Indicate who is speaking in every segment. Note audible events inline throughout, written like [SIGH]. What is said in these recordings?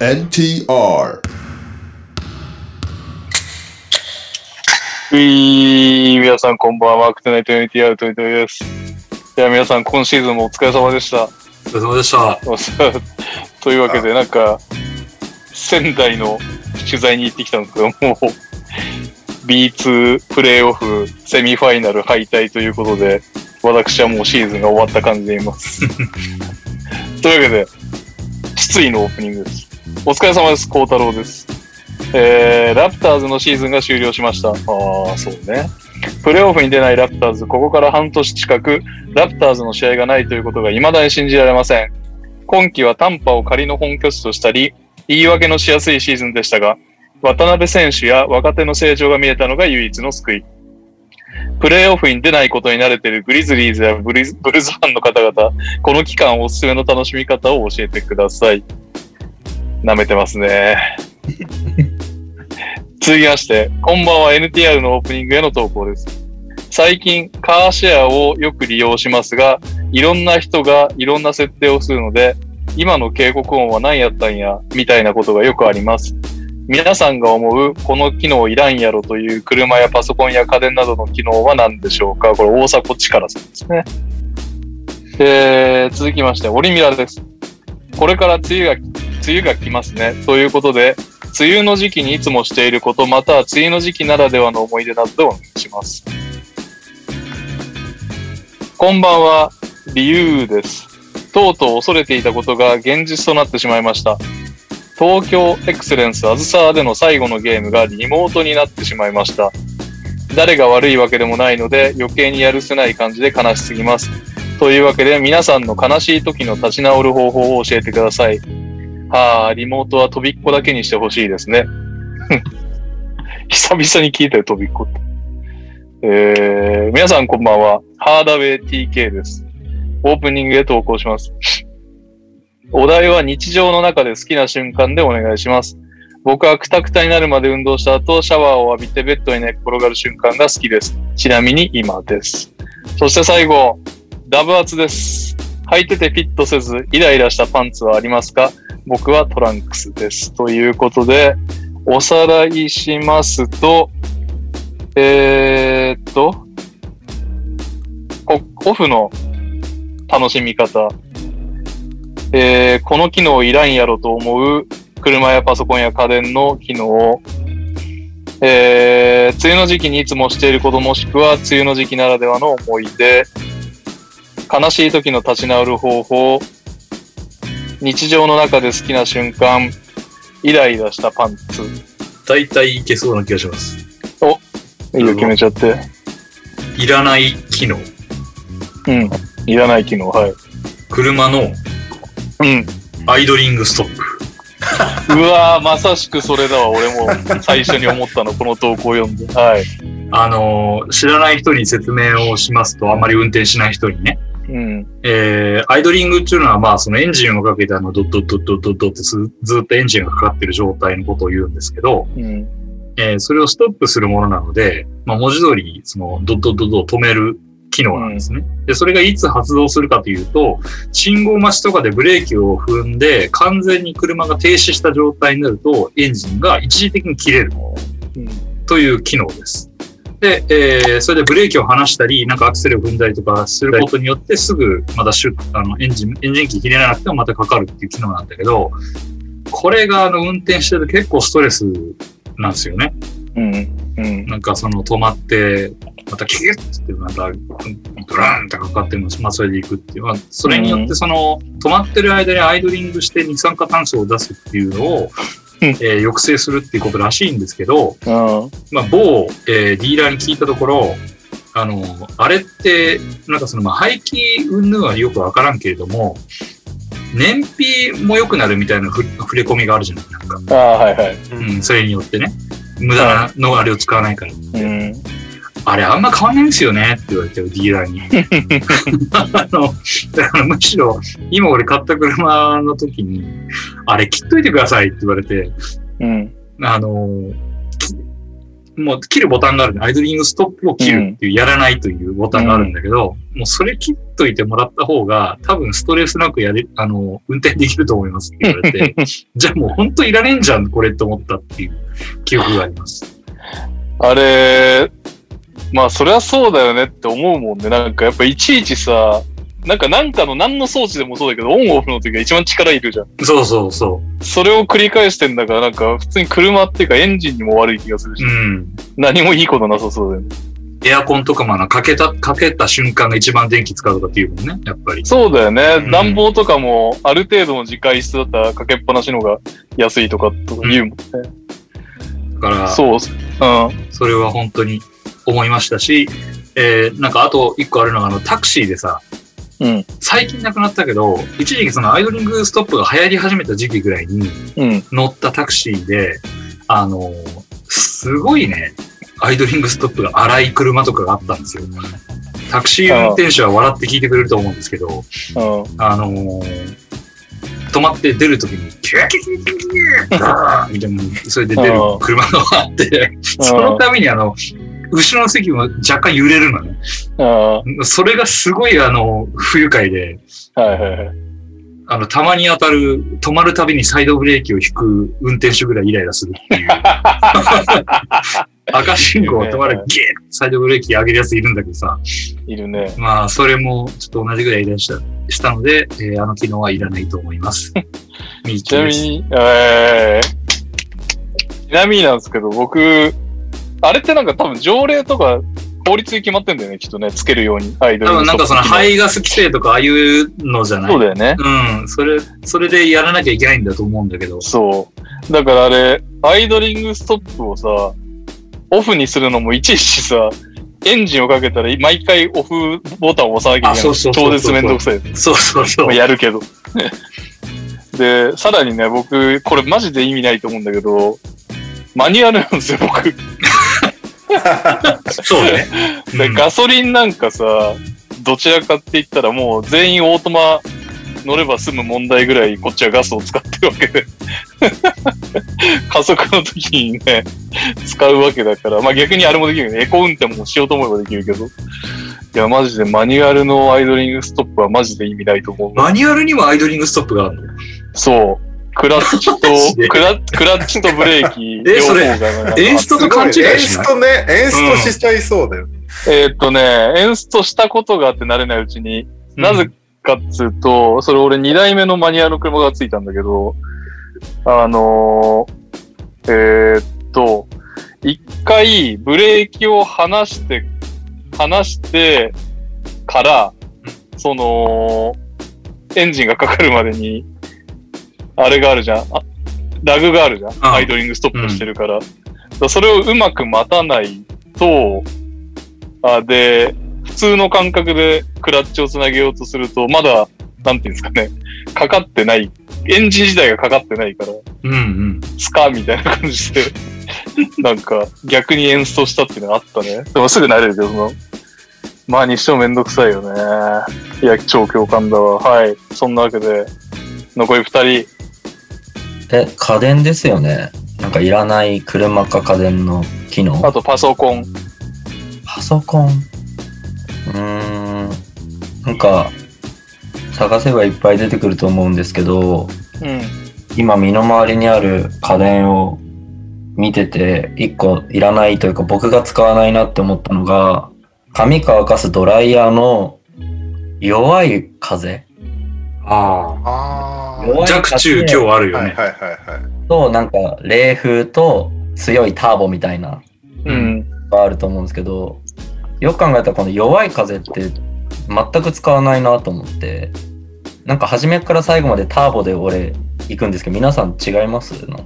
Speaker 1: NTR
Speaker 2: ういー、皆さんこんばんは、マークトナイト NTR といとです。いや、皆さん今シーズンもお疲れ様でした。
Speaker 3: お疲れ様で
Speaker 2: [LAUGHS]
Speaker 3: した。
Speaker 2: お世話というわけで、なんか、仙台の取材に行ってきたんですけど、もう、B2 プレーオフセミファイナル敗退ということで、私はもうシーズンが終わった感じでいます。というわけで、失意のオープニングです。お疲れ様です、幸太郎です。えー、ラプターズのシーズンが終了しました。ああ、そうね。プレーオフに出ないラプターズ、ここから半年近く、ラプターズの試合がないということが未だに信じられません。今季は短波を仮の本拠地としたり、言い訳のしやすいシーズンでしたが、渡辺選手や若手の成長が見えたのが唯一の救い。プレーオフに出ないことに慣れているグリズリーズやブリズブルーズファンの方々、この期間おすすめの楽しみ方を教えてください。舐めてますね。 [LAUGHS] 続きまして、こんばんは NTR のオープニングへの投稿です。最近、カーシェアをよく利用しますが、いろんな人がいろんな設定をするので、今の警告音は何やったんや、みたいなことがよくあります。皆さんが思う、この機能いらんやろという車やパソコンや家電などの機能は何でしょうかこれ、大迫力さんですね。えー、続きまして、オリミラです。これから梅雨が、梅雨が来ますね。ということで、梅雨の時期にいつもしていること、または梅雨の時期ならではの思い出などでお願いします。こんばんは、理由です。とうとう恐れていたことが現実となってしまいました。東京エクセレンスあずさでの最後のゲームがリモートになってしまいました。誰が悪いわけでもないので余計にやるせない感じで悲しすぎます。というわけで皆さんの悲しい時の立ち直る方法を教えてください。はあ、リモートは飛びっこだけにしてほしいですね。 [LAUGHS] 久々に聞いたよ、飛びっこって。えー、皆さんこんばんは。ハーダウェイ TK です。オープニングで投稿します。お題は日常の中で好きな瞬間でお願いします。僕はクタクタになるまで運動した後、シャワーを浴びてベッドに寝っ転がる瞬間が好きです。ちなみに今です。そして最後、ダブ厚です。履いててフィットせず、イライラしたパンツはありますか僕はトランクスです。ということで、おさらいしますと、えー、っと、こオフの楽しみ方。えーこの機能いらんやろと思う車やパソコンや家電の機能。えー梅雨の時期にいつもしていることもしくは梅雨の時期ならではの思い出。悲しい時の立ち直る方法。日常の中で好きな瞬間。イライラしたパンツ。
Speaker 3: 大体いけそうな気がします。
Speaker 2: いいよ決めちゃって。
Speaker 3: いらない機能。
Speaker 2: うん。いらない機能、はい。
Speaker 3: 車
Speaker 2: う
Speaker 3: の
Speaker 2: ん。
Speaker 3: アイドリングストップ。
Speaker 2: うわー、まさしくそれだわ。俺も最初に思ったの、この投稿読んで。はい。
Speaker 3: あのー、知らない人に説明をしますと、あんまり運転しない人にね。
Speaker 2: うん。
Speaker 3: えー、アイドリングっていうのは、まあ、そのエンジンをかけて、あの、ドッドッドッドッドッドってずずっとエンジンがかかってる状態のことを言うんですけど、
Speaker 2: うん。
Speaker 3: えーそれをストップするものなので、まあ、文字通り、その、ドッドッドッドを止める機能なんですね。で、それがいつ発動するかというと、信号待ちとかでブレーキを踏んで、完全に車が停止した状態になると、エンジンが一時的に切れる
Speaker 2: うん
Speaker 3: という機能です。で、えーそれでブレーキを離したり、なんかアクセルを踏んだりとかすることによって、すぐまたシュッあのエンジン、エンジン機切れなくてもまたかかるっていう機能なんだけど、これがあの運転してると結構ストレスなんですよね。
Speaker 2: うん。うん。
Speaker 3: なんかその止まって、またキュッってまたドラーンってかかってるのまあそれで行くっていう。まあ、それによってその止まってる間にアイドリングして二酸化炭素を出すっていうのを、
Speaker 2: うん
Speaker 3: えー抑制するっていうことらしいんですけど、
Speaker 2: うん。
Speaker 3: まあ、某、えーディーラーに聞いたところ、あの、あれって、なんかその、まあ、排気云々はよくわからんけれども、燃費も良くなるみたいなふ触れ込みがあるじゃないなん
Speaker 2: あ
Speaker 3: か。
Speaker 2: あ、はいはい。
Speaker 3: うん、それによってね。無駄なのあれを使わないから。
Speaker 2: うん。
Speaker 3: あれあんま変わんないんですよねって言われてるディーラーに。あの、だからむしろ、今俺買った車の時に、あれ切っといてくださいって言われて、
Speaker 2: うん。
Speaker 3: あの、きもう切るボタンがあるんで、アイドリングストップを切るっていう、やらないというボタンがあるんだけど、もうそれ切っといてもらった方が、多分ストレスなくやれ、あの、運転できると思いますって言われて、じゃあもう本当いられんじゃん、これって思ったっていう記憶があります。
Speaker 2: あれ、まあそりゃそうだよねって思うもんね。なんかやっぱいちいちさ、なんかなんかの何の装置でもそうだけど、オンオフの時が一番力いるじゃん。
Speaker 3: そうそうそ
Speaker 2: それを繰り返してんだから、なんか普通に車っていうかエンジンにも悪い気がするし、
Speaker 3: う。うん。
Speaker 2: 何もいいことなさそうだよね。
Speaker 3: エアコンとかもあのかけた、かけた瞬間が一番電気使うとかっていうもんね、やっぱり。
Speaker 2: そうだよね。
Speaker 3: うん
Speaker 2: 暖房とかもある程度の時間室だったらかけっぱなしの方が安いとかとか言うもんね。
Speaker 3: だから、
Speaker 2: そう。うん。
Speaker 3: それは本当に思いましたし、えー、なんかあと一個あるのが、あの、タクシーでさ、
Speaker 2: うん。
Speaker 3: 最近なくなったけど、一時期そのアイドリングストップが流行り始めた時期ぐらいに
Speaker 2: うん。
Speaker 3: 乗ったタクシーで、あの、すごいね、アイドリングストップが荒い車とかがあったんですよ。タクシー運転手は笑って聞いてくれると思うんですけど、
Speaker 2: うん。
Speaker 3: あのー、止まって出るときに、キューキューキューキューキューガーみたいな、それで出る車があって、そのためにあの、後ろの席も若干揺れるのね。
Speaker 2: うん。は
Speaker 3: それがすごいあの、不愉快で、
Speaker 2: いはいはい。
Speaker 3: あの、たまに当たる、止まるたびにサイドブレーキを引く運転手ぐらいイライラするっていう。赤信号を止まる、ゲーッサイドブレーキ上げるやついるんだけどさ。
Speaker 2: いるね。
Speaker 3: まあ、それもちょっと同じぐらいイライラしたしたので、えーあの機能はいらないと思い
Speaker 2: [LAUGHS]
Speaker 3: ます。ミー
Speaker 2: ち
Speaker 3: キー
Speaker 2: な
Speaker 3: で
Speaker 2: み
Speaker 3: す
Speaker 2: に、えー、ちなみになんですけど、僕、あれってなんか多分条例とか法律で決まってんだよね、きっとね、つけるように。アイド
Speaker 3: 多
Speaker 2: ル
Speaker 3: 分なんかその
Speaker 2: はい
Speaker 3: 排ガス規制とかああいうのじゃない
Speaker 2: そうだよね。
Speaker 3: うん、それ、それでやらなきゃいけないんだと思うんだけど。
Speaker 2: そう。だからあれ、アイドリングストップをさ、オフにするのもいちいちさ、エンジンをかけたら毎回オフボタンを押さなきゃいけ
Speaker 3: あ
Speaker 2: な
Speaker 3: そう
Speaker 2: い。
Speaker 3: そうそうそう
Speaker 2: 超絶めんどくさい。
Speaker 3: そうそうそ
Speaker 2: まあ
Speaker 3: う。
Speaker 2: やるけど。 [LAUGHS] で、さらにね、僕、これマジで意味ないと思うんだけど、マニュアルなんですよ、僕。
Speaker 3: そうね。
Speaker 2: [LAUGHS] で
Speaker 3: うん
Speaker 2: ガソリンなんかさ、どちらかって言ったらもう全員オートマ乗れば済む問題ぐらいこっちはガスを使ってるわけで。 [LAUGHS] 加速の時にね、使うわけだから、まあ逆にあれもできるよね。エコ運転もしようと思えばできるけど。いや、マジでマニュアルのアイドリングストップはマジで意味ないと思う。
Speaker 3: マニュアルにもアイドリングストップがあるの
Speaker 2: そう。クラッチと
Speaker 3: マジ、で、
Speaker 2: クラクラッチとブレーキ
Speaker 3: えそれ
Speaker 2: 両方がなんか
Speaker 3: エンストと勘違いしない
Speaker 1: エンストね、エンストしちゃいそうだよ。
Speaker 2: えーっとね、エンストしたことがあって慣れないうちに、なぜかっつうと、それ俺2台目のマニュアルの車がついたんだけど、あのーえーっと、一回ブレーキを離して、離してから、その、エンジンがかかるまでに、あれがあるじゃん。あラグがあるじゃん。
Speaker 3: あ
Speaker 2: アイドリングストップしてるから。だからそれをうまく待たないと、あで、普通の感覚でクラッチをつなげようとすると、まだ、なんていうんですかね、かかってない、エンジン自体がかかってないから、
Speaker 3: うんうん。
Speaker 2: スカーみたいな感じで、 [LAUGHS] なんか逆に演奏したっていうのがあったね。でもすぐ慣れるけど、その、まあにしてもめんどくさいよね。いや、超共感だわ。はい。そんなわけで、残り二人。
Speaker 4: え、家電ですよね。なんかいらない車か家電の機能。
Speaker 2: あとパソコン。
Speaker 4: パソコン。うーん。なんか、探せばいっぱい出てくると思うんですけど、
Speaker 2: うん。
Speaker 4: 今身の回りにある家電を見てて、一個いらないというか僕が使わないなって思ったのが、髪乾かすドライヤーの弱い風。
Speaker 3: あ
Speaker 1: あ
Speaker 4: 弱
Speaker 3: あ。
Speaker 4: い
Speaker 3: 弱中
Speaker 4: 風
Speaker 3: 今日ある
Speaker 1: ー
Speaker 3: よ
Speaker 1: はい
Speaker 3: ね。
Speaker 1: はいはいはい。
Speaker 4: と、なんか冷風と強いターボみたいな。
Speaker 2: うん。
Speaker 4: があると思うんですけどよく考えたらこの弱い風って全く使わないなと思ってなんか初めから最後までターボで俺行くんですけど皆さん違いますなんか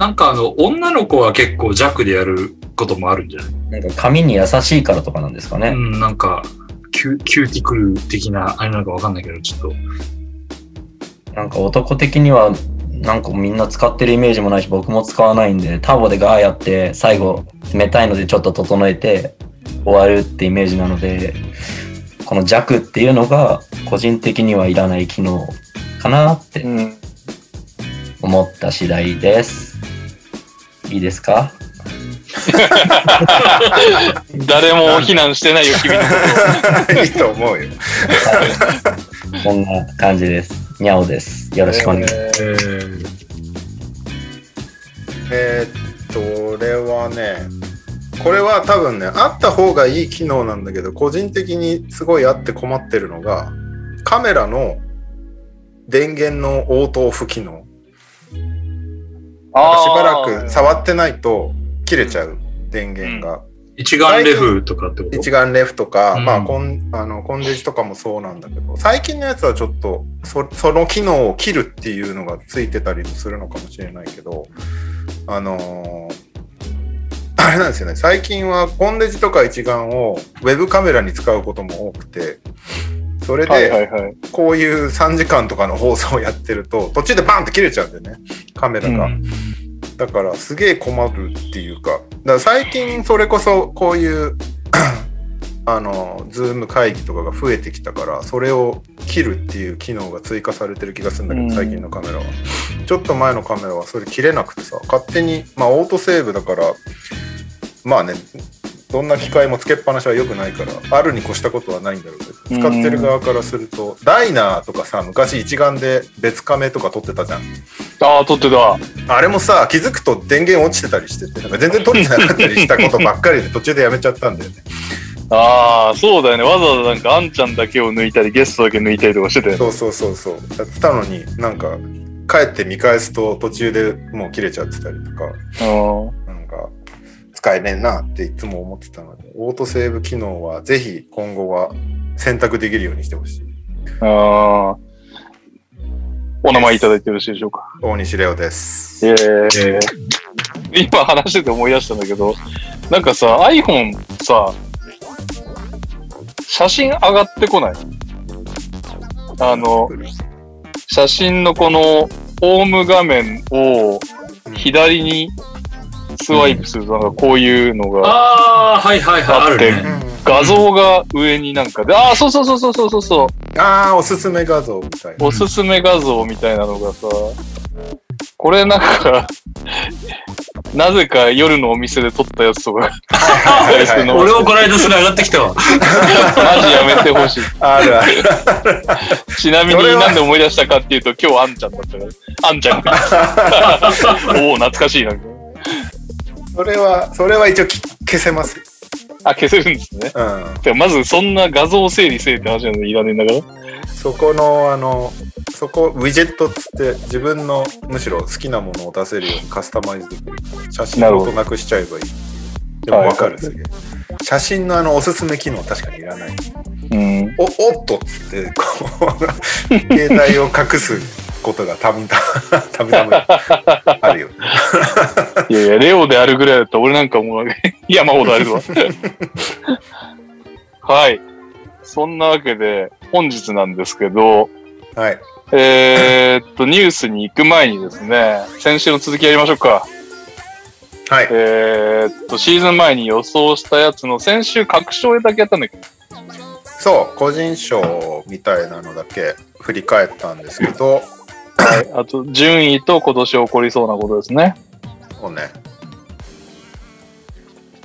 Speaker 3: なんかあの、女の子は結構弱でやることもあるんじゃない
Speaker 4: なんか髪に優しいからとかなんですかね、
Speaker 3: うん、なんか、キュキューティクル的な、あれなのかわかんないけど、ちょっと。
Speaker 4: なんか男的にはなんかみんな使ってるイメージもないし僕も使わないんでターボでガーやって最後冷たいのでちょっと整えて終わるってイメージなのでこの弱っていうのが個人的にはいらない機能かなって
Speaker 2: うん。
Speaker 1: [LAUGHS]
Speaker 4: 思った次第です。いいですか
Speaker 2: 誰も非難してないよ、君のこ
Speaker 1: [LAUGHS] いいと思うよ。
Speaker 4: こんな感じです。にゃおです。よろしくお願いします。
Speaker 1: え
Speaker 3: え
Speaker 1: ー
Speaker 3: ー
Speaker 1: えーっと、俺はね、これは多分ね、あった方がいい機能なんだけど、個人的にすごいあって困ってるのが、カメラの電源の応答不機能。
Speaker 2: と。
Speaker 1: なんかしばらく触ってないと切れちゃう、電源が。
Speaker 3: 一眼レフとかってこと
Speaker 1: 一眼レフとか、
Speaker 3: うん
Speaker 1: まあコンあのコンデジとかもそうなんだけど最近のやつはちょっとそその機能を切るっていうのがついてたりするのかもしれないけどあのー [LAUGHS] あれなんですよね最近はコンデジとか一眼をウェブカメラに使うことも多くてそれ
Speaker 2: はいは
Speaker 1: で
Speaker 2: いはい。
Speaker 1: こういう3時間とかの放送をやってると途中でバンって切れちゃうんだよねカメラが。
Speaker 3: うん
Speaker 1: だからすげえ困るっていうかだから最近それこそこういう [CLEARS THROAT] あのズーム会議とかが増えてきたからそれを切るっていう機能が追加されてる気がするんだけ
Speaker 2: うん
Speaker 1: ど最近のカメラはちょっと前のカメラはそれ切れなくてさ勝手にまあオートセーブだからまあねどんな機械もつけっぱなしは良くないからあるに越したことはないんだろうけど
Speaker 2: うん
Speaker 1: 使ってる側からするとダイナーとかさ昔一眼で別カメとか撮ってたじゃん
Speaker 2: ああ、撮ってた。
Speaker 1: あれもさ、気づくと電源落ちてたりしてて、なんか全然取れてなかったりしたことばっかりで、途中でやめちゃったんだよね。
Speaker 2: ああ、そうだよね。わざわざなんか、あんちゃんだけを抜いたり、ゲストだけ抜いたりとかしてたよね。
Speaker 1: そうそうそうそう。やってたのに、なんか、帰って見返すと途中でもう切れちゃってたりとか、
Speaker 2: うん
Speaker 1: なんか、使えねえなっていつも思ってたので、オートセーブ機能はぜひ今後は選択できるようにしてほしい。
Speaker 2: ああ。お名前いただいてよろしいでしょうか。
Speaker 1: 大西レオです。
Speaker 2: え
Speaker 3: えー
Speaker 2: 今話してて思い出したんだけど、なんかさ、iPhone さ、写真上がってこないあの、写真のこの、ホーム画面を左にスワイプすると、なんかこういうのが、
Speaker 3: ああ、はいはいはい、ある
Speaker 1: う
Speaker 3: ね。
Speaker 1: ん
Speaker 2: 画像が上になんかで、ああ、そうそうそうそうそうそうそう、
Speaker 1: ああ、おすすめ画像みたいな。
Speaker 2: おすすめ画像みたいなのがさ、これなんか、 [LAUGHS] なぜか夜のお店で撮ったやつとか、
Speaker 1: はいはいはい
Speaker 2: うん
Speaker 3: 俺もこの間それ上がってきた
Speaker 2: [LAUGHS]
Speaker 3: わ。
Speaker 2: マジやめてほしい。
Speaker 1: あるある。
Speaker 2: ちなみに
Speaker 1: それは
Speaker 2: なんで思い出したかっていうと、今日あんちゃんだったから。あんち
Speaker 1: [LAUGHS]
Speaker 2: ゃんが。おお、懐かしいな。
Speaker 1: それは、それは一応き消せますよ。
Speaker 2: あ、消せるんですね。
Speaker 1: うん。
Speaker 2: でもまずそんな画像整理せえって話なんでいらねえんだから。
Speaker 1: そこのあのそこウィジェットっつって自分のむしろ好きなものを出せるようにカスタマイズできる写真
Speaker 2: なる
Speaker 1: の
Speaker 2: ほど
Speaker 1: 音なくしちゃえばいいでも
Speaker 2: はい
Speaker 1: わかるすげえ写真のあのおすすめ機能確かにいらない
Speaker 2: うん。
Speaker 1: おおっとっつってこう [LAUGHS] 携帯を隠すことがたびた [LAUGHS] たびたびあるよね
Speaker 2: いやいや、レオであるぐらいだったら俺なんかもう [LAUGHS] 山ほどあるわ。 [LAUGHS] はい。そんなわけで、本日なんですけど、
Speaker 1: はい
Speaker 2: えーっと、ニュースに行く前にですね、先週の続きやりましょうか。
Speaker 1: はい
Speaker 2: えーっと、シーズン前に予想したやつの先週、確証だけやったんだけど、
Speaker 1: そう個人賞みたいなのだけ振り返ったんですけど
Speaker 2: はい、あと、順位と今年起こりそうなことですね。
Speaker 1: そうね。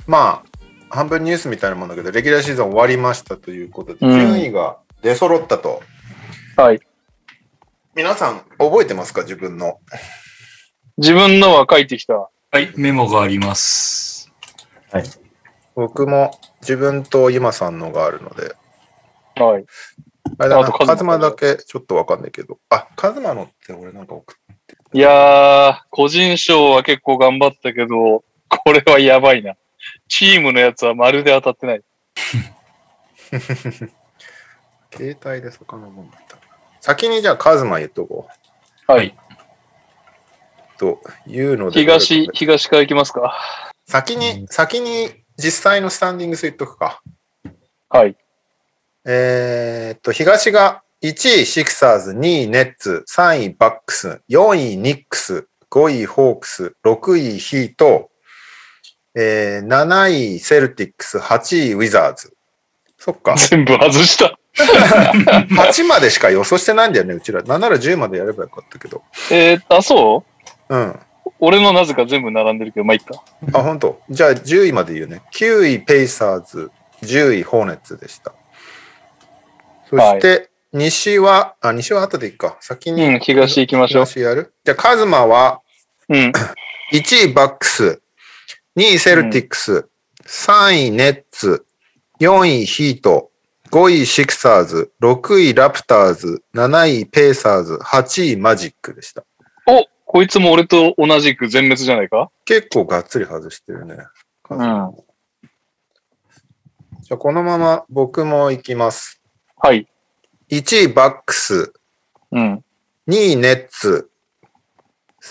Speaker 1: まあ、半分ニュースみたいなもんだけど、レギュラーシーズン終わりましたということで、
Speaker 2: うん
Speaker 1: 順位が出揃ったと。
Speaker 2: はい。
Speaker 1: 皆さん、覚えてますか自分の。
Speaker 2: 自分のは書いてきた。
Speaker 3: はい、メモがあります。
Speaker 1: 僕も自分とゆまさんのがあるので。
Speaker 2: はい。
Speaker 1: あれだ
Speaker 2: あ
Speaker 1: な、
Speaker 2: とカズマ
Speaker 1: カズマだけちょっとわかんないけど。あ、カズマのって俺なんか送っ
Speaker 2: いやー、個人賞は結構頑張ったけど、これはやばいな。チームのやつはまるで当たってない。
Speaker 1: 携帯で遡るんだった。先にじゃあカズマ言っとこう。
Speaker 2: はい。
Speaker 1: というので。
Speaker 2: 東、東から行きますか。
Speaker 1: 先に、先に実際のスタンディングス言っとくか。
Speaker 2: はい。。
Speaker 1: えーっと、東が1位シクサーズ、2位ネッツ、3位バックス、4位ニックス、5位ホークス、6位ヒート、えー7位セルティックス、8位ウィザーズ。そっか
Speaker 2: [LAUGHS] [LAUGHS] 全部外した。
Speaker 1: 8までしか予想してないんだよね、うちら。7なら10までやればよかったけど。
Speaker 2: えー、あ、そう
Speaker 1: うん。
Speaker 2: 俺のなぜか全部並んでるけど、まあ、いっか。
Speaker 1: あ、本当。じゃあ10位まで言うね。9位ペイサーズ、10位ホーネッツでした。そして、西は、あ、西は後でいいか。先に
Speaker 2: うん、東行きましょう。
Speaker 1: 東やるじゃあ、カズマは
Speaker 2: うん。
Speaker 1: 1位バックス、2位セルティックス、3位ネッツ、4位ヒート、5位シクサーズ、6位ラプターズ、7位ペーサーズ、8位マジックでした。
Speaker 2: おこいつも俺と同じく全滅じゃないか
Speaker 1: 結構がっつり外してるね。
Speaker 2: う。
Speaker 1: うんん
Speaker 2: は
Speaker 1: じゃあこのまま僕も行きます。
Speaker 2: い。
Speaker 1: 1位バックス、
Speaker 2: うん。
Speaker 1: 2位ネッツ、
Speaker 2: ん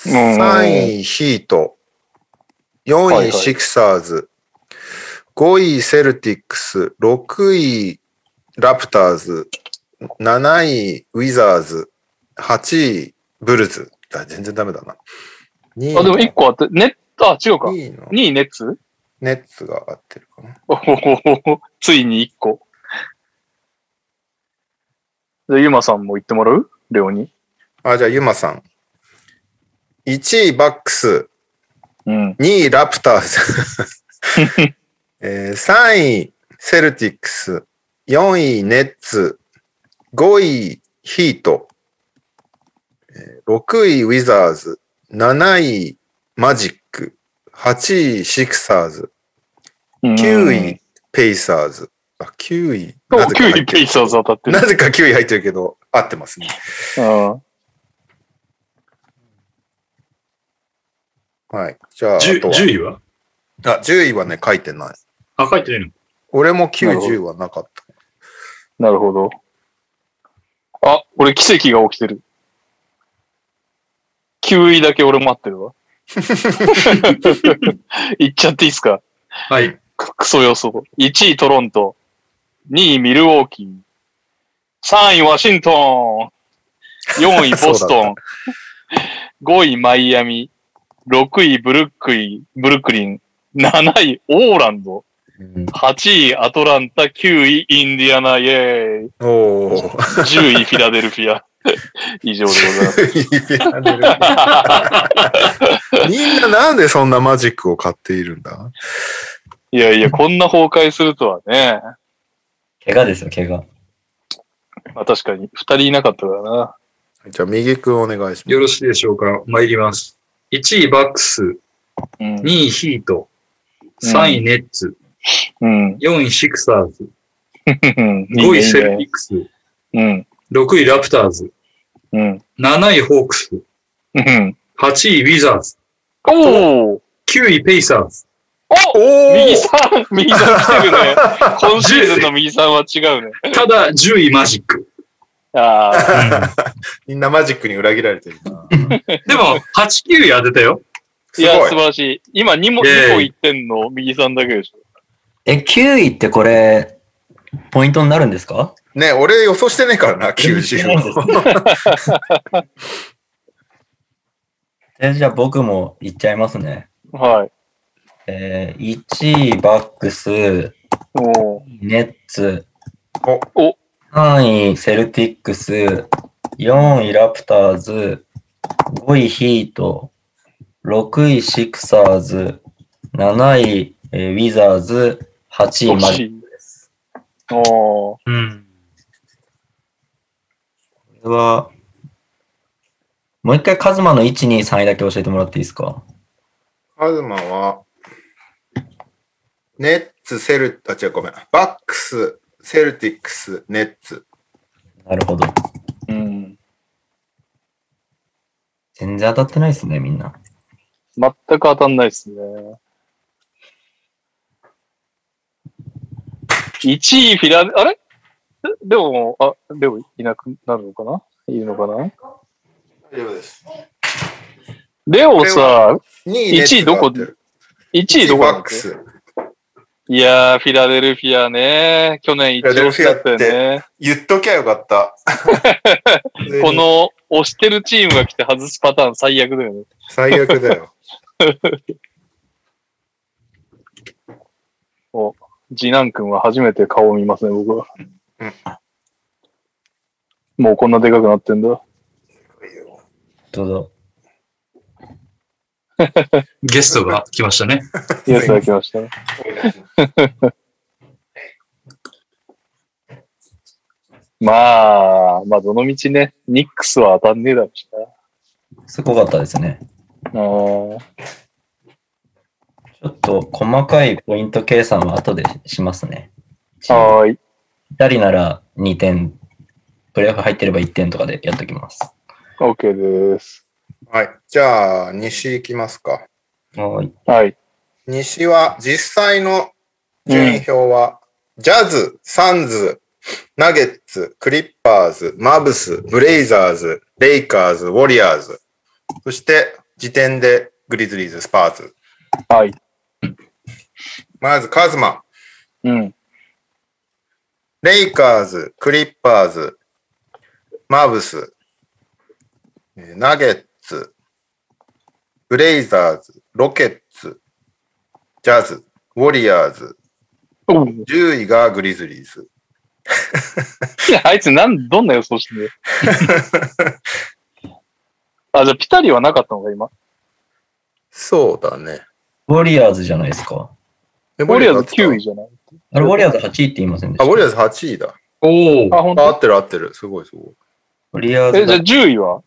Speaker 1: 3位ヒート、
Speaker 2: はいは
Speaker 1: 4
Speaker 2: い
Speaker 1: 位シクサーズ、5位セルティックス、6位ラプターズ、7位ウィザーズ、8位ブルズ。だ全然ダメだな。2位
Speaker 2: あ、でも1個あって、ネット、あ、違うか。
Speaker 1: 2位の
Speaker 2: 2位ネッツ
Speaker 1: ネッツが合ってるかな。
Speaker 2: おほほほほついに1個。じゃあ、ゆまさんも言ってもらうレオに。
Speaker 1: あ、じゃあユマさん。1位バックス、
Speaker 2: うん。
Speaker 1: 2位ラプター
Speaker 2: [LAUGHS]
Speaker 1: ズ、えー3位セルティックス、4位ネッツ、5位ヒート、えー6位ウィザーズ、7位マジック、8位シクサーズ、
Speaker 2: うん
Speaker 1: 9位ペイサーズ、あ9位
Speaker 2: お
Speaker 1: なぜか入
Speaker 2: 9位
Speaker 1: って
Speaker 2: ペイ
Speaker 1: る
Speaker 2: サーズ当たって
Speaker 1: [LAUGHS]
Speaker 2: る
Speaker 1: な。ぜか9位入ってるけど、合ってますね。
Speaker 2: うん。
Speaker 1: はい。じゃあ、あ
Speaker 3: 10
Speaker 1: とは
Speaker 3: 10位は
Speaker 1: あ10位はね、書いてない。
Speaker 3: あ、書いてないの
Speaker 1: 俺も9、
Speaker 2: なるほど
Speaker 1: 10はなかった。
Speaker 2: なるほど。あ、俺奇跡が起きてる。9位だけ俺待って
Speaker 1: [LAUGHS]
Speaker 2: るわ。いっちゃっていいっすか
Speaker 3: はい。 [LAUGHS]
Speaker 2: くクソ予想。1位トロント。2位ミルウォーキー。3位ワシントン。4位ボス
Speaker 1: そうだ
Speaker 2: トン。5位マイアミ。6位ブルックイン、ブルックリン。7位オーランド。
Speaker 4: うん
Speaker 2: 8位アトランタ。9位インディアナ。イェーイ。
Speaker 1: おお。 [LAUGHS]
Speaker 2: 10位フィラデルフィア。 [LAUGHS] 以上でございます。
Speaker 1: [LAUGHS] みんななんでそんなマジックを買っているんだ
Speaker 2: いやいや、こんな崩壊するとはね。
Speaker 4: 怪我ですよ、怪我。
Speaker 2: まあ確かに、2人いなかったからな。
Speaker 1: じゃあ、右くんお願いしま
Speaker 3: よろしいでしょうか参ります。1位バックス、
Speaker 2: うん
Speaker 3: 2。位ヒート、3位ネッツ、
Speaker 2: うん。
Speaker 3: 4位シクサーズ、
Speaker 2: 5
Speaker 3: 5位セルティックス、
Speaker 2: うん。
Speaker 3: 6位ラプターズ、
Speaker 2: うん。
Speaker 3: 7位ホークス、
Speaker 2: うん。
Speaker 3: 8位ウィザーズ、
Speaker 2: おお
Speaker 3: 9位ペイサーズ、
Speaker 1: お
Speaker 2: お
Speaker 1: お
Speaker 2: 右さん、右さん来てるね。今シーズンの右さんは違うね。
Speaker 3: ただ10位マジック。
Speaker 2: [LAUGHS] あ
Speaker 1: みんなマジックに裏切られてるな。
Speaker 3: でも、8、9位当てたよ。
Speaker 2: あ。
Speaker 1: す
Speaker 2: いや、
Speaker 1: ご
Speaker 2: 素
Speaker 1: い。
Speaker 2: 晴らしい。今2も、
Speaker 3: イェーイ
Speaker 2: 2個いってんの、右さんだけでしょ。
Speaker 4: え、9位ってこれ、ポイントになるんですか
Speaker 1: ね俺予想してねえからな、90は。
Speaker 4: えじゃあ僕もいっちゃいますね。
Speaker 2: はい。
Speaker 4: えー、1位バックス、
Speaker 2: おー
Speaker 4: ネッツ、
Speaker 2: おお
Speaker 4: 3位セルティックス、4位ラプターズ、5位ヒート、6位シクサーズ、7位、えーウィザーズ、8位マ
Speaker 2: 惜し
Speaker 4: ジ。
Speaker 2: い。おー
Speaker 3: うん。
Speaker 4: これは、もう一回カズマの1、2、3位だけ教えてもらっていいですか
Speaker 1: [LAUGHS] カズマは、ネッツ、セル、あ、違う、ごめん。バックス、セルティックス、ネッツ。
Speaker 4: なるほど。
Speaker 2: うん。
Speaker 4: 全然当たってないですね、みんな。
Speaker 2: 全く当たんないですね。1位フィラデ、あれえでも、あ、でもいなくなるのかないるのかな
Speaker 1: 大丈夫です。
Speaker 2: レオさ、
Speaker 1: 2位ネッツ
Speaker 2: 一位ど
Speaker 1: が
Speaker 2: こ
Speaker 1: 合ってる
Speaker 2: 1位どこ
Speaker 1: バ
Speaker 2: だ
Speaker 1: ッ
Speaker 2: っ
Speaker 1: ク
Speaker 2: け
Speaker 1: ス。
Speaker 2: いやー、フィラデルフィアね。去年一押しだったよ
Speaker 1: フィラデ
Speaker 2: ね。
Speaker 1: 言っときゃよかった。
Speaker 2: [LAUGHS] この押してるチームが来て外すパターン最悪だよね。
Speaker 1: 最悪だよ。
Speaker 2: 次男君は初めて顔を見ますね、僕は
Speaker 1: うん。
Speaker 2: もうこんなでかくなってんだ。
Speaker 4: どうぞ。
Speaker 3: ゲストが来ましたね。
Speaker 2: やつが来ましたね。まあ、まあ、どの道ね、ニックスは当たんねえだろうし
Speaker 4: すごかったですね。
Speaker 2: な。ああ、
Speaker 4: ちょっと細かいポイント計算は後でしますね。
Speaker 2: はーい。
Speaker 4: 2人なら2点、プレーオフ入ってれば1点とかでやっときます。
Speaker 2: OK です。
Speaker 1: はい。じゃあ、西行きますか。
Speaker 4: はい。
Speaker 2: はい。
Speaker 1: 西は実際の順位表は、ジャズ、サンズ、ナゲッツ、クリッパーズ、マブス、ブレイザーズ、レイカーズ、ウォリアーズ、そして時点でグリズリーズ、スパーズ。
Speaker 2: はい。
Speaker 1: まずカズマ、
Speaker 2: うん。
Speaker 1: レイカーズ、クリッパーズ、マブス、えーナゲッツ、ブレイザーズ、ロケッツ、ジャズ、ウォリアーズ、
Speaker 2: おう
Speaker 1: 10位がグリズリーズ。
Speaker 2: いやあいつなん、どんな予想してんだよ。
Speaker 1: [LAUGHS]
Speaker 2: あ、じゃあピタリはなかったのか、今。
Speaker 1: そうだね。
Speaker 4: ウォリアーズじゃないですか。
Speaker 1: ウ
Speaker 2: ウォリアーズ9位。じゃない
Speaker 4: あれ、ウォリアーズ8位って言いませんでした。
Speaker 1: あ、ウォリア
Speaker 4: ー
Speaker 1: ーズ8位だ。
Speaker 3: おお
Speaker 2: あ、本
Speaker 1: あ、合
Speaker 2: 当。
Speaker 1: ってる合ってる。すごいすごい。
Speaker 4: ウォリアー
Speaker 2: え、
Speaker 4: ズ
Speaker 2: じゃあ
Speaker 4: が
Speaker 2: 10位は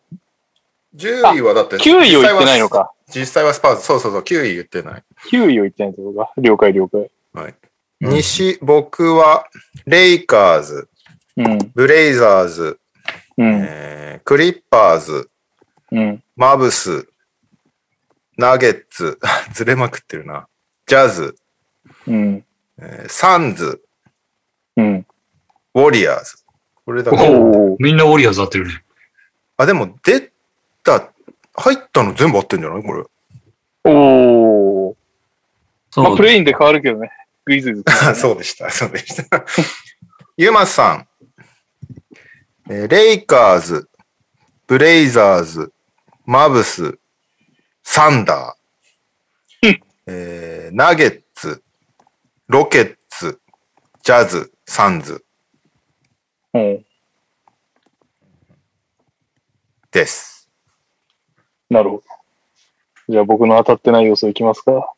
Speaker 1: 10位はだって、
Speaker 2: ?9 位を言ってないのか。
Speaker 1: 実際はスパーズ。そうそうそう、9位言ってない。
Speaker 2: 9位を言ってないってことか。了解了解。
Speaker 4: うん
Speaker 1: 西、僕は、レイカーズ、
Speaker 2: うん。
Speaker 1: ブレイザーズ、
Speaker 2: うん。
Speaker 1: えークリッパーズ、
Speaker 2: うん。
Speaker 1: マブス、ナゲッツ、 [LAUGHS] ずれまくってるな。ジャズ、
Speaker 2: うん。
Speaker 1: えーサンズ、
Speaker 2: うん。
Speaker 1: ウォリアーズ。これだけ。
Speaker 2: おお。
Speaker 3: みんなウォリアーズだってるね。
Speaker 1: あ、でも出た、入ったの全部合ってんじゃないこれ。
Speaker 2: おお。ま
Speaker 4: そ
Speaker 2: あ、
Speaker 4: う
Speaker 2: プレインで変わるけどね。グイズイズ。
Speaker 1: あ [LAUGHS]
Speaker 2: [LAUGHS]
Speaker 1: そうでした、そうでした。 [LAUGHS] ユーマスさん、えーレイカーズ、ブレイザーズ、マブス、サンダー、えーナゲッツ、ロケッツ、ジャズ、サンズ
Speaker 2: うん。
Speaker 1: です。
Speaker 2: なるほど。じゃあ僕の当たってない予想いきますか。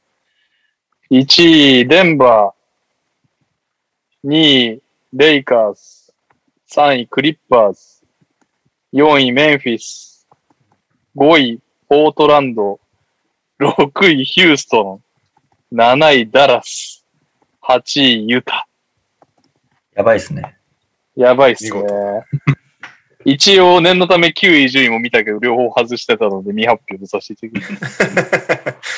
Speaker 2: 1位、デンバー。2位、レイカーズ。3位、クリッパーズ。4位、メンフィス。5位、ポートランド。6位、ヒューストン。7位、ダラス。8位、ユタ。
Speaker 4: やばいですね。
Speaker 2: やばいっすね
Speaker 1: 見。
Speaker 2: 一応、念のため9位、10位も見たけど、両方外してたので、未発表とさせていただきます。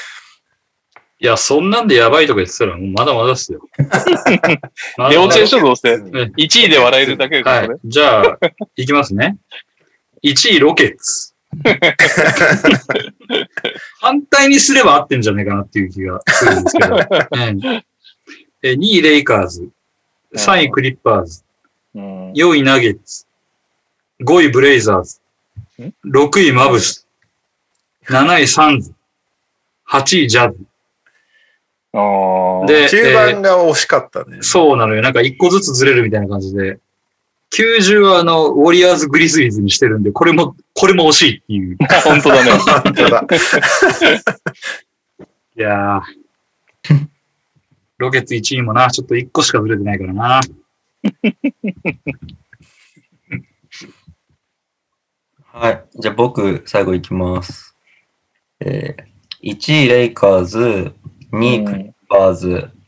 Speaker 3: いや、そんなんでやばいとか言ってたら、もうまだまだっすよ。 [LAUGHS]
Speaker 2: 出落ちでしょ、どう
Speaker 1: う
Speaker 2: せ。
Speaker 1: ん
Speaker 2: 1位で笑えるだけでしょ、
Speaker 3: は
Speaker 2: これ
Speaker 3: い。じゃあ、いきますね。1位、ロケッツ。反対にすれば合ってんじゃねえかなっていう気がするんですけど。うんえ2位、レイカーズ。3位、クリッパーズ。
Speaker 2: うん
Speaker 3: 4位、ナゲッツ。5位、ブレイザーズ。6位、マブス。7位、サンズ。8位、ジャズ。
Speaker 2: あー
Speaker 3: で、
Speaker 1: 中
Speaker 3: えー
Speaker 1: 盤が惜しかったね。
Speaker 3: そうなのよ。なんか一個ずつずれるみたいな感じで。90はあの、ウォリアーズ・グリズリーズにしてるんで、これも、これも惜しいって [LAUGHS] いう。
Speaker 2: 本当だね。
Speaker 1: 本当だ。
Speaker 3: いやー。ロケッツ1位もな、ちょっと一個しかずれてないからな。
Speaker 4: はい。じゃあ僕、最後いきます。えー、1位レイカーズ、2位クリッパーズ、
Speaker 2: うん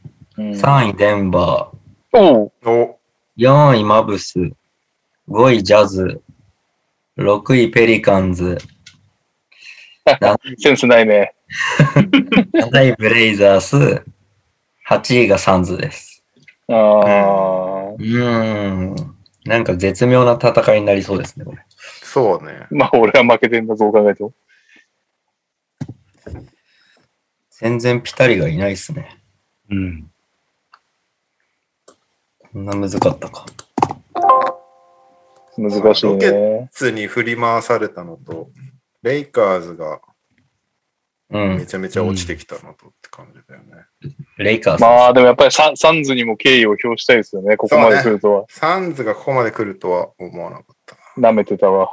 Speaker 4: 3位デンバ
Speaker 2: おう
Speaker 1: お
Speaker 4: ー、4位マブス、5位ジャズ、6位ペリカンズ、
Speaker 2: センスないね。
Speaker 4: 7位ブレイザース、8位がサンズです。
Speaker 2: あー
Speaker 4: うーん。なんか絶妙な戦いになりそうですね、これ。
Speaker 1: そうね。
Speaker 2: まあ、俺は負けてんだ、そう考えても。
Speaker 4: 全然ピタリがいないですね。
Speaker 3: うん。
Speaker 4: こんな難かったか。
Speaker 2: 難しい
Speaker 1: ロケ
Speaker 2: ね。
Speaker 1: 普通に振り回されたのと、レイカーズが
Speaker 4: う
Speaker 1: め
Speaker 4: ん。
Speaker 1: ちゃめちゃ落ちてきたのとって感じだよね。
Speaker 4: レイカーズ。
Speaker 2: まあ、でもやっぱりサンサンズにも敬意を表したいですよね。ここまで来るとは。
Speaker 1: サンズがここまで来るとは思わなかったな。
Speaker 2: 舐めてたわ。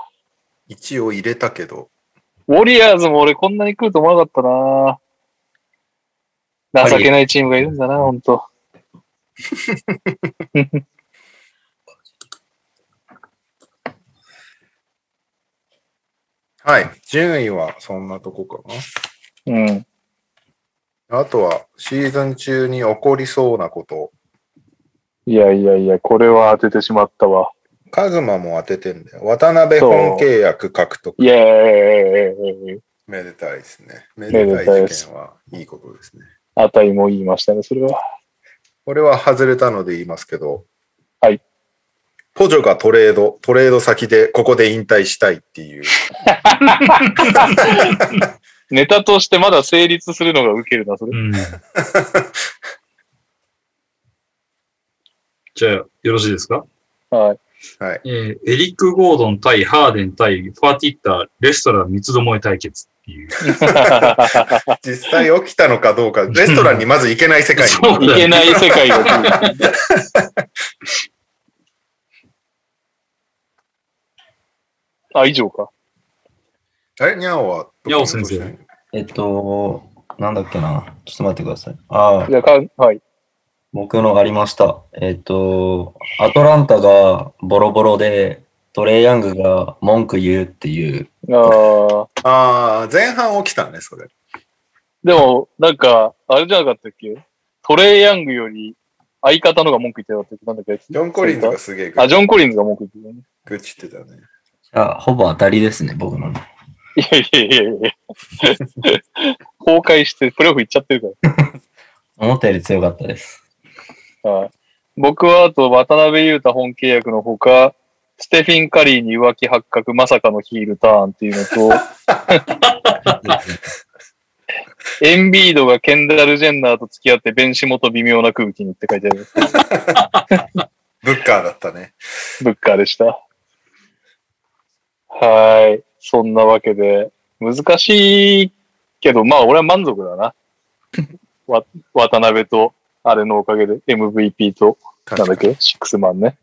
Speaker 1: 一応入れたけど、
Speaker 2: ォリアーズも俺こんなに来ると思わなかったな情けないチームがいるんだな、ほんと。
Speaker 1: はい。順位はそんなとこか
Speaker 2: うん。
Speaker 1: な。あとは、シーズン中に起こりそうなこと。
Speaker 2: いやいやいや、これは当ててしまったわ。
Speaker 1: カズマも当ててんだよ。渡辺本契約獲得。
Speaker 2: イエーイ
Speaker 1: めでたいですね。め
Speaker 2: で
Speaker 1: で
Speaker 2: た
Speaker 1: た
Speaker 2: い
Speaker 1: い
Speaker 2: で
Speaker 1: 事
Speaker 2: す
Speaker 1: 件はいいことですね。
Speaker 2: あたりも言いましたね、それは。
Speaker 1: これは外れたので言いますけど。
Speaker 2: はい。
Speaker 1: ポジョがトレード、トレード先でここで引退したいっていう。
Speaker 2: ネタとしてまだ成立するのがウケるな、それ。
Speaker 3: [LAUGHS] うん。じゃあ、よろしいですか
Speaker 2: [LAUGHS] はい。
Speaker 1: はい。
Speaker 3: えーエリック・ゴードン対ハーデン対ファーティッター、レストラン三つどもえ対決っていう。
Speaker 1: 実際起きたのかどうか、レストランにまず行けない世界
Speaker 3: そう
Speaker 1: に。
Speaker 2: いけない世界が来る。 [LAUGHS] あ、以上か。
Speaker 1: あれニャオは
Speaker 3: ニャオ先生。
Speaker 4: えっと、なんだっけな。ちょっと待ってください。ああ
Speaker 2: じ、ゃあかん、はい。
Speaker 4: 僕のありました。えっと、アトランタがボロボロで、トレイヤングが文句言うっていう。
Speaker 2: あー
Speaker 1: ああ、前半起きたね、それ。
Speaker 2: でも、なんか、あれじゃなかったっけトレイヤングより相方のが文句言ってなかったっけなんだっけ
Speaker 1: ジョン・コリンズがすげえ
Speaker 2: あ、ジョン・コリンズが文句言ってたね。
Speaker 1: 愚痴ってたね。
Speaker 4: あほぼ当たりですね、僕の。
Speaker 2: いやいやいやいや [LAUGHS] 崩壊してプレイオフ行っちゃってるから。
Speaker 4: 思ったより強かったです。
Speaker 2: はい。僕はあと渡辺裕太本契約のほか、ステフィン・カリーに浮気発覚、まさかのヒールターンっていうのと、エンビードがケンダル・ジェンナーと付き合って、ベンシモと微妙な空気にって書いてある。
Speaker 1: ブッカーだったね。
Speaker 2: ブッカーでした。はい。そんなわけで、難しいけど、まあ俺は満足だな。わ渡辺と、あれのおかげで MVP と、なんだっけシックスマンね。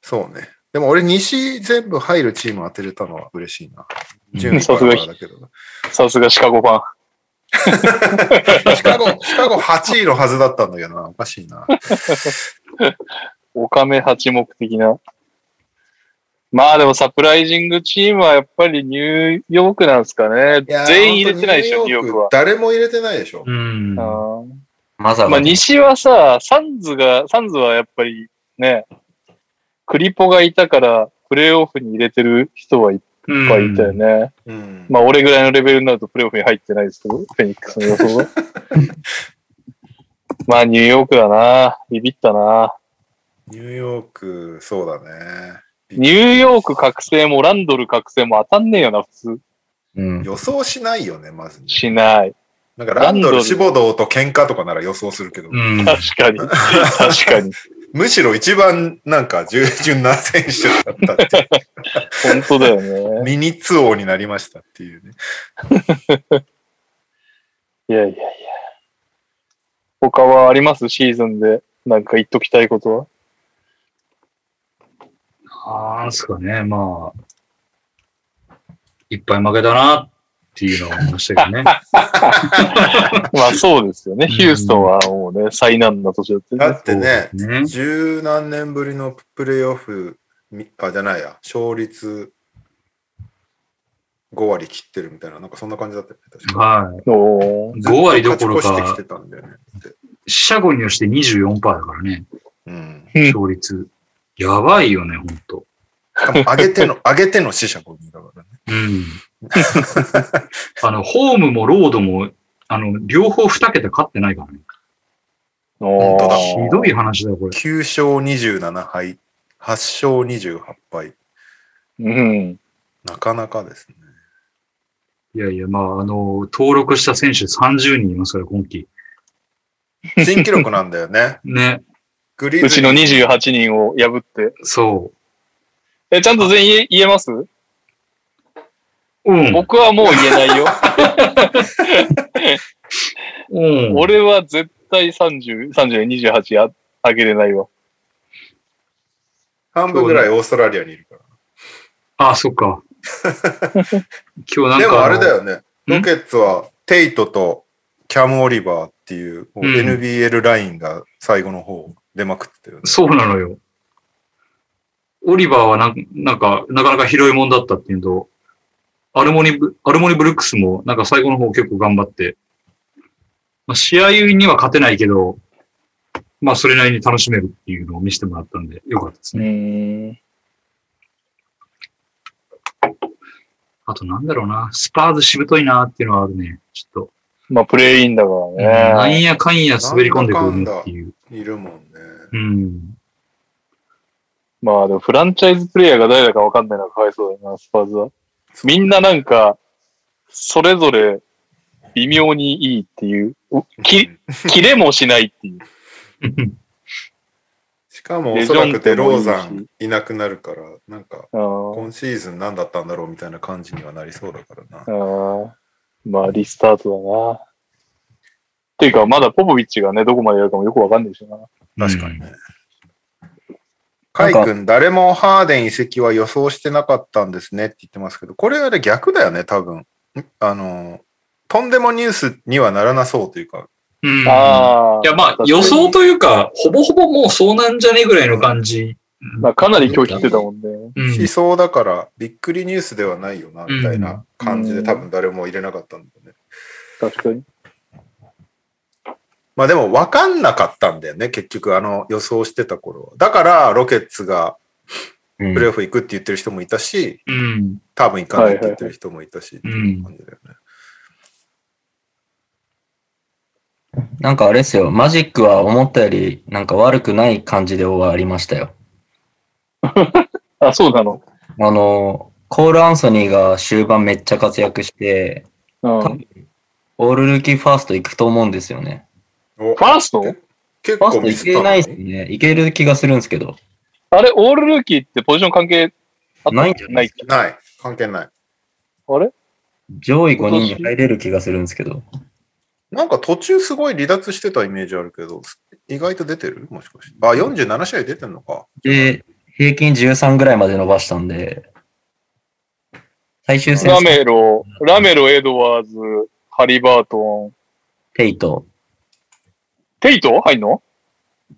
Speaker 1: そうね。でも俺、西全部入るチーム当てれたのは嬉しいな。
Speaker 4: う
Speaker 1: 順
Speaker 4: ん
Speaker 1: 位からだけど。
Speaker 2: さすがシカゴファン。
Speaker 1: シカゴ、 [LAUGHS] シカゴ8位のはずだったんだけどな。おかしいな。
Speaker 2: おかめ八目的な。まあでもサプライジングチームはやっぱりニューヨークなんですかね。
Speaker 1: いやー
Speaker 2: 全員入れてないでしょ、ニューヨークは。
Speaker 1: 誰も入れてないでしょ
Speaker 3: う。ん。
Speaker 2: あ
Speaker 4: まさ
Speaker 2: ー
Speaker 4: か、
Speaker 2: まあ西はさ、サンズが、サンズはやっぱりね、クリポがいたから、プレイオフに入れてる人はいっ
Speaker 3: うん
Speaker 2: ぱいいたよね。
Speaker 1: うん。
Speaker 2: まあ俺ぐらいのレベルになるとプレイオフに入ってないですけど、フェニックスの予
Speaker 1: [LAUGHS]
Speaker 2: 想が。まあニューヨークだな。ビビったな。
Speaker 1: ニューヨーク、そうだね。
Speaker 2: ニューヨーク覚醒もランドル覚醒も当たんねえよな、普通。
Speaker 4: うん。
Speaker 1: 予想しないよね、まずね。
Speaker 2: しない。
Speaker 1: なんかランド
Speaker 2: ランドル
Speaker 1: ル、シボドーと喧嘩とかなら予想するけど、
Speaker 3: うん。
Speaker 2: 確か
Speaker 3: [LAUGHS]
Speaker 2: に。確かに。
Speaker 1: むしろ一番なんか従順な選手だったっていう、
Speaker 2: 本当だよね。
Speaker 1: ミニツ王になりましたっていうね。
Speaker 2: いやいやいや。他はありますシーズンで。なんか言っときたいことは。
Speaker 3: あーなんすかね、まあ、いっぱい負けたなっていうのは思いましたけどね。
Speaker 2: まあそうですよね。
Speaker 3: うん
Speaker 2: ヒューストンはもうね、災難な年だっ
Speaker 1: [LAUGHS]
Speaker 2: て
Speaker 1: だ
Speaker 2: ね。
Speaker 1: ってね、
Speaker 3: そうですね
Speaker 1: 十何年ぶりのプレーオフみ、あ、じゃないや、勝率5割切ってるみたいな、なんかそんな感じだったよね、確か。
Speaker 3: は
Speaker 2: おー
Speaker 3: い。5割どころ
Speaker 1: 勝ち越してき、
Speaker 3: か
Speaker 1: てたんだよね。
Speaker 3: 四捨五入して24%だからね、
Speaker 1: うん。
Speaker 2: うん
Speaker 3: 勝率。やばいよね、ほんと。
Speaker 1: しかも上げての、上げての死者5人だからね。
Speaker 3: うん。あの、ホームもロードも、あの、両方2桁勝ってないからね。
Speaker 1: 本
Speaker 2: お
Speaker 1: 当だ
Speaker 2: ー
Speaker 3: ひどい話だよ、これ。
Speaker 1: 9勝27敗、8勝28敗。
Speaker 2: うん。
Speaker 1: なかなかですね。
Speaker 3: いやいや、まあ、あの、登録した選手30人いますから、今季。。
Speaker 1: 新記録なんだよね
Speaker 3: ね、
Speaker 1: グリ
Speaker 2: う
Speaker 1: ー
Speaker 2: ち
Speaker 1: ズ
Speaker 2: の
Speaker 1: リー
Speaker 2: 28人を破って。
Speaker 3: そ
Speaker 2: え、ちゃんと全員言え言えます
Speaker 3: う。うん。
Speaker 2: 僕はもう言えないよ。
Speaker 3: うん。
Speaker 2: 俺は絶対30、30、28ああげれないわ。
Speaker 1: 半分ぐらいオーストラリアにいるから。
Speaker 3: あ、そっか。今日なんか
Speaker 1: でもあれだ
Speaker 3: よ。
Speaker 1: よね。ロケッツはテイトとキャム・オリバーっていうもううん NBL ラインが最後の方出まくってるよね。
Speaker 3: そうなのよ。オリバーはなんなんか、なかなか広いもんだったっていうのと、アルモニブ、アルモニブルックスもなんか最後の方結構頑張って、まあ、試合には勝てないけど、まあそれなりに楽しめるっていうのを見せてもらったんで、よかったです
Speaker 2: う
Speaker 3: ね。
Speaker 2: ーん。
Speaker 3: あとなんだろうな、スパーズしぶといなっていうのはあるね。ちょっと、
Speaker 2: まあ、プレイインだか
Speaker 3: な
Speaker 2: ら
Speaker 3: ん
Speaker 2: ね。
Speaker 3: やかんや滑り込んでくるねっていう。
Speaker 1: いるもんね。
Speaker 3: うん。
Speaker 2: まあ、でもフランチャイズプレイヤーが誰だかわかんないのがかわいそうだよな、スパーズは。みんななんか、それぞれ微妙にいいっていう、き、切れもしないっていう。
Speaker 1: しかもお
Speaker 2: レジ
Speaker 1: そ
Speaker 2: ョン
Speaker 1: らくデローザ
Speaker 2: もいい
Speaker 1: ンいなくなるから、なんか
Speaker 2: あー
Speaker 1: 今シーズン何だったんだろうみたいな感じにはなりそうだからな
Speaker 2: あ。ーまあ、リスタートだな。っていうか、まだポポビッチがね、どこまでやるかもよくわかんないしな。
Speaker 1: 確かにね。カイ君、誰もハーデン移籍は予想してなかったんですねって言ってますけど、これあれ逆だよね、多分。んあの、とんでもニュースにはならなそうというか、
Speaker 3: うん。
Speaker 2: ああ。
Speaker 3: いや、まあ、予想というか、ほぼほぼもうそうなんじゃねえぐらいの感じ。
Speaker 2: まあ、かなり拒否ってたもんね。
Speaker 3: うん
Speaker 1: しそうだから、びっくりニュースではないよな、みたい
Speaker 3: うん
Speaker 1: な感じ
Speaker 2: う
Speaker 1: で、
Speaker 2: ん
Speaker 1: 多分誰も入れなかったんだよね。
Speaker 2: 確かに。
Speaker 1: まあでも分かんなかったんだよね、結局、あの予想してた頃は。だから、ロケッツが
Speaker 4: う
Speaker 1: プレー
Speaker 4: ん
Speaker 1: オフ行くって言ってる人もいたし、
Speaker 3: うん。
Speaker 1: 多分行かないって言ってる人もいたし、っていう感じだよね。
Speaker 4: なんかあれですよ、マジックは思ったよりなんか悪くない感じで終わりましたよ。
Speaker 2: あ、そうなの。
Speaker 4: あの、コール・アンソニーが終盤めっちゃ活躍して、
Speaker 2: うん。
Speaker 4: 多
Speaker 2: フ
Speaker 4: 分オールルーキーファースト行くと思うんですよね。
Speaker 1: お
Speaker 2: ァースト
Speaker 1: 結
Speaker 4: ファー
Speaker 1: 構
Speaker 4: スト
Speaker 1: ミス
Speaker 4: 行
Speaker 1: った
Speaker 4: け
Speaker 1: の
Speaker 4: ない
Speaker 1: に
Speaker 4: ですね。行ける気がするんですけど。
Speaker 2: あれ、オールルーキーってポジション関係あった
Speaker 4: ないんじゃない
Speaker 2: っけ
Speaker 1: ない。関係ない。
Speaker 2: あれ
Speaker 4: 上位5人に入れる気がするんですけど。
Speaker 1: なんか途中すごい離脱してたイメージあるけど、意外と出てるもしかして。あ、47試合出てんのか。
Speaker 4: で、平均13ぐらいまで伸ばしたんで、最終戦
Speaker 2: ラ、メロ、ラメロ、エドワーズ、ハリバートン、
Speaker 4: ペイト。
Speaker 2: テイト入んの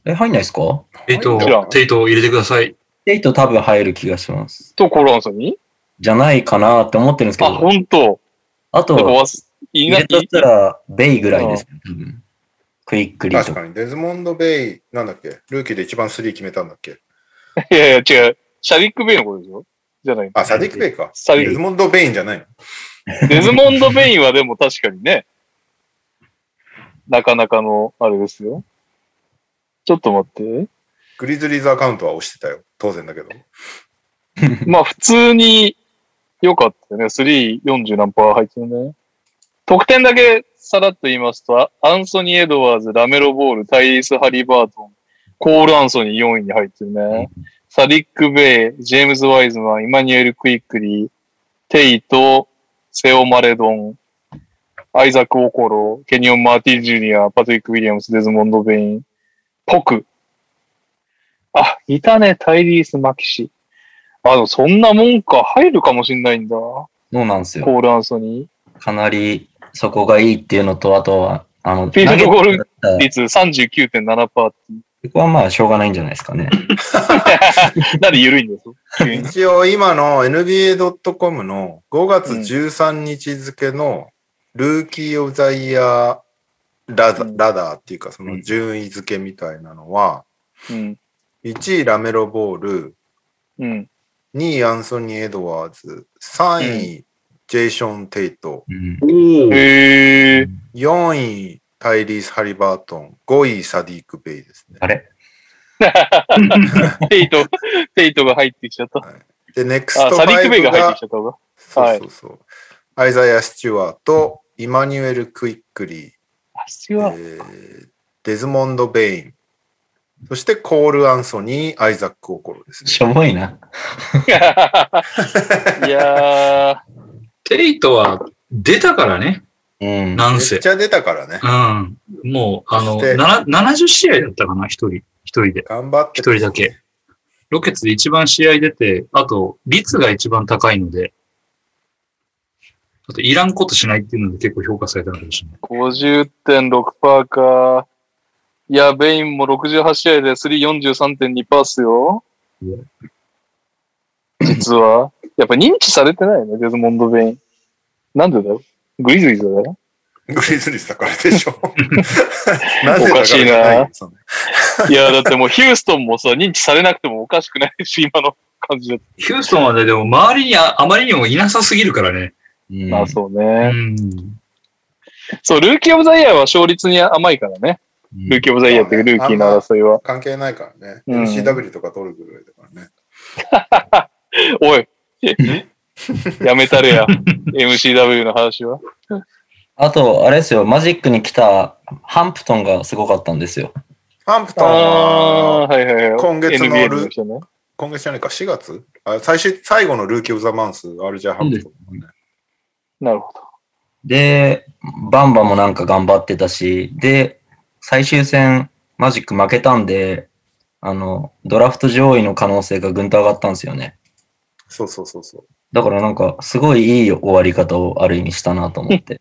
Speaker 4: え、入んないですか
Speaker 3: テイ
Speaker 2: じゃあ
Speaker 3: ト、テイトを入れてください。
Speaker 4: ペイト多分入る気がします。
Speaker 2: とコールアンソニ
Speaker 4: じゃないかなって思ってるんですけ
Speaker 2: ーあ、
Speaker 4: ど、
Speaker 2: ほんと。
Speaker 4: あ
Speaker 2: なんか
Speaker 4: と、
Speaker 2: わす、い
Speaker 4: 入
Speaker 2: な
Speaker 4: れ
Speaker 2: い
Speaker 4: としたら、ベイぐらいですね、多分。クイックリー
Speaker 1: 確
Speaker 4: とか。
Speaker 1: かに、デズモンド・ベイ、なんだっけルーキーで一番スリー決めたんだっけ
Speaker 2: いやいや、違う。シャディック・ベイのことでしょじゃない。
Speaker 1: あ、サディック・ベイか。
Speaker 2: サディ
Speaker 1: デズモンド・ベインじゃないの
Speaker 2: デズモンド・ベインはでも確かにね、なかなかの、あれですよ。ちょっと待って。
Speaker 1: グリズリーズアカウントは押してたよ。当然だけど。
Speaker 2: まあ普通に良かったよね。3、40何パー入ってるね。得点だけさらっと言いますと、あアンソニー・エドワーズ、ラメロ・ボール、タイリス・ハリバートン、コール・アンソニー4位に入ってるね。サディック・ベイ、ジェームズ・ワイズマン、イマニュエル・クイックリー、テイト、セオ・マレドン、アイザック・オコロ、ケニオン・マーティ・ジュニア、パトリック・ウィリアムス、デズモンド・ベイン、ポク。あ、いたね、タイリース・マキシ。あの、そんなもんか、入るかもしんないんだ。コ
Speaker 4: そうなんですよ。
Speaker 2: ール・アンソニ
Speaker 4: かなりそこがいいっていうのと、あとは、あの、
Speaker 2: フィールドゴール
Speaker 4: 投げてた
Speaker 2: ー。
Speaker 4: ら
Speaker 2: 率39.7%っていう。
Speaker 4: そこはまあ、しょうがないんじゃないですかね。
Speaker 2: [LAUGHS] なんで緩いんです急に。
Speaker 1: 一応今の NBA.com の5月13日付のルーキー・オブ・ザ・イヤーラダ
Speaker 2: うん
Speaker 1: ラダーっていうか、その順位付けみたいなのは、
Speaker 2: うん。
Speaker 1: 1位ラメロ・ボール、
Speaker 2: うん。
Speaker 1: 2位アンソニー・エドワーズ、3位ジェイション・テイト、
Speaker 4: うん。
Speaker 3: おー
Speaker 2: へえ。
Speaker 1: 4位タイリース・ハリバートン、5位サディーク・ベイですね
Speaker 4: あ。れ
Speaker 2: テイト、テイトが入ってきちゃった。
Speaker 1: で、ネクス
Speaker 2: あ、
Speaker 1: ト
Speaker 2: サディック・ベイ
Speaker 1: 5
Speaker 2: が
Speaker 1: が
Speaker 2: 入ってきちゃったわ。
Speaker 1: そうそうそう、アイザイア・スチュワート、イマニュエル・クイックリー、
Speaker 2: あ、必要 [LAUGHS] は。
Speaker 1: えーデズモンド・ベイン、そしてコール・アンソニー、アイザック・オコロですね。
Speaker 4: しょぼいな。
Speaker 2: いやー、
Speaker 3: [LAUGHS] テイトは出たからね、
Speaker 4: うん。
Speaker 3: なん
Speaker 1: め
Speaker 3: せ
Speaker 1: っち。ゃ出たからね
Speaker 3: う。ん。もう、あ
Speaker 1: そ
Speaker 3: の、
Speaker 1: して
Speaker 3: なな70試合だったかな、一人。一人で。
Speaker 1: 頑張って。
Speaker 3: 一人だけ。ロケッツで一番試合出て、あと、率が一番高いので、あと、いらんことしないっていうので結構評価されたのかもしれない。
Speaker 2: 50.6%か。いや、ベインも68試合で343.2%っすよ
Speaker 3: いや。
Speaker 2: 実は。やっぱ認知されてないよね、デズモンド・ベイン。なんでだよ。グリズリーズだよ。
Speaker 1: グリズリーズだからで
Speaker 2: [LAUGHS]
Speaker 1: しょ。なぜだか
Speaker 2: お
Speaker 1: ら
Speaker 2: かし
Speaker 1: じ
Speaker 2: いな
Speaker 1: ゃないよそんない
Speaker 2: や、だってもうヒューストンもさ、認知されなくてもおかしくないし、今の感じだっ
Speaker 3: ヒューストンはね、でも周りにああまりにもいなさすぎるからね。
Speaker 4: うん
Speaker 2: た。まあそう
Speaker 3: う
Speaker 2: ね。
Speaker 3: ん。
Speaker 2: そう、ルーキー・オブ・ザ・イヤーは勝率に甘いからね。
Speaker 4: うん
Speaker 2: ルーキー・オブ・ザ・イヤーっていうルーキーの争いは。
Speaker 1: 関係ないからね。
Speaker 2: うん
Speaker 1: LCW とか取るぐらいだからね。
Speaker 2: お [LAUGHS] い。やめたれや。MCW の話は。
Speaker 4: あと、あれですよ、マジックに来たハンプトンがすごかったんですよ。
Speaker 1: ハンプトン
Speaker 2: ああ
Speaker 1: は、
Speaker 2: ー、はいはいはい。
Speaker 1: 今月の
Speaker 2: NBA
Speaker 1: ル
Speaker 2: の人ね。
Speaker 1: 今月じゃないか、4月あ最終最後のルーキー・オブ・ザ・マンス、アルジャー・ハンプトンだもんね。
Speaker 2: なるほど。
Speaker 4: で、バンバもなんか頑張ってたし、で、最終戦、マジック負けたんで、あの、ドラフト上位の可能性がぐんと上がったんですよね。
Speaker 1: そうそうそうそう。
Speaker 4: だからなんか、すごいいい終わり方をある意味したなと思って。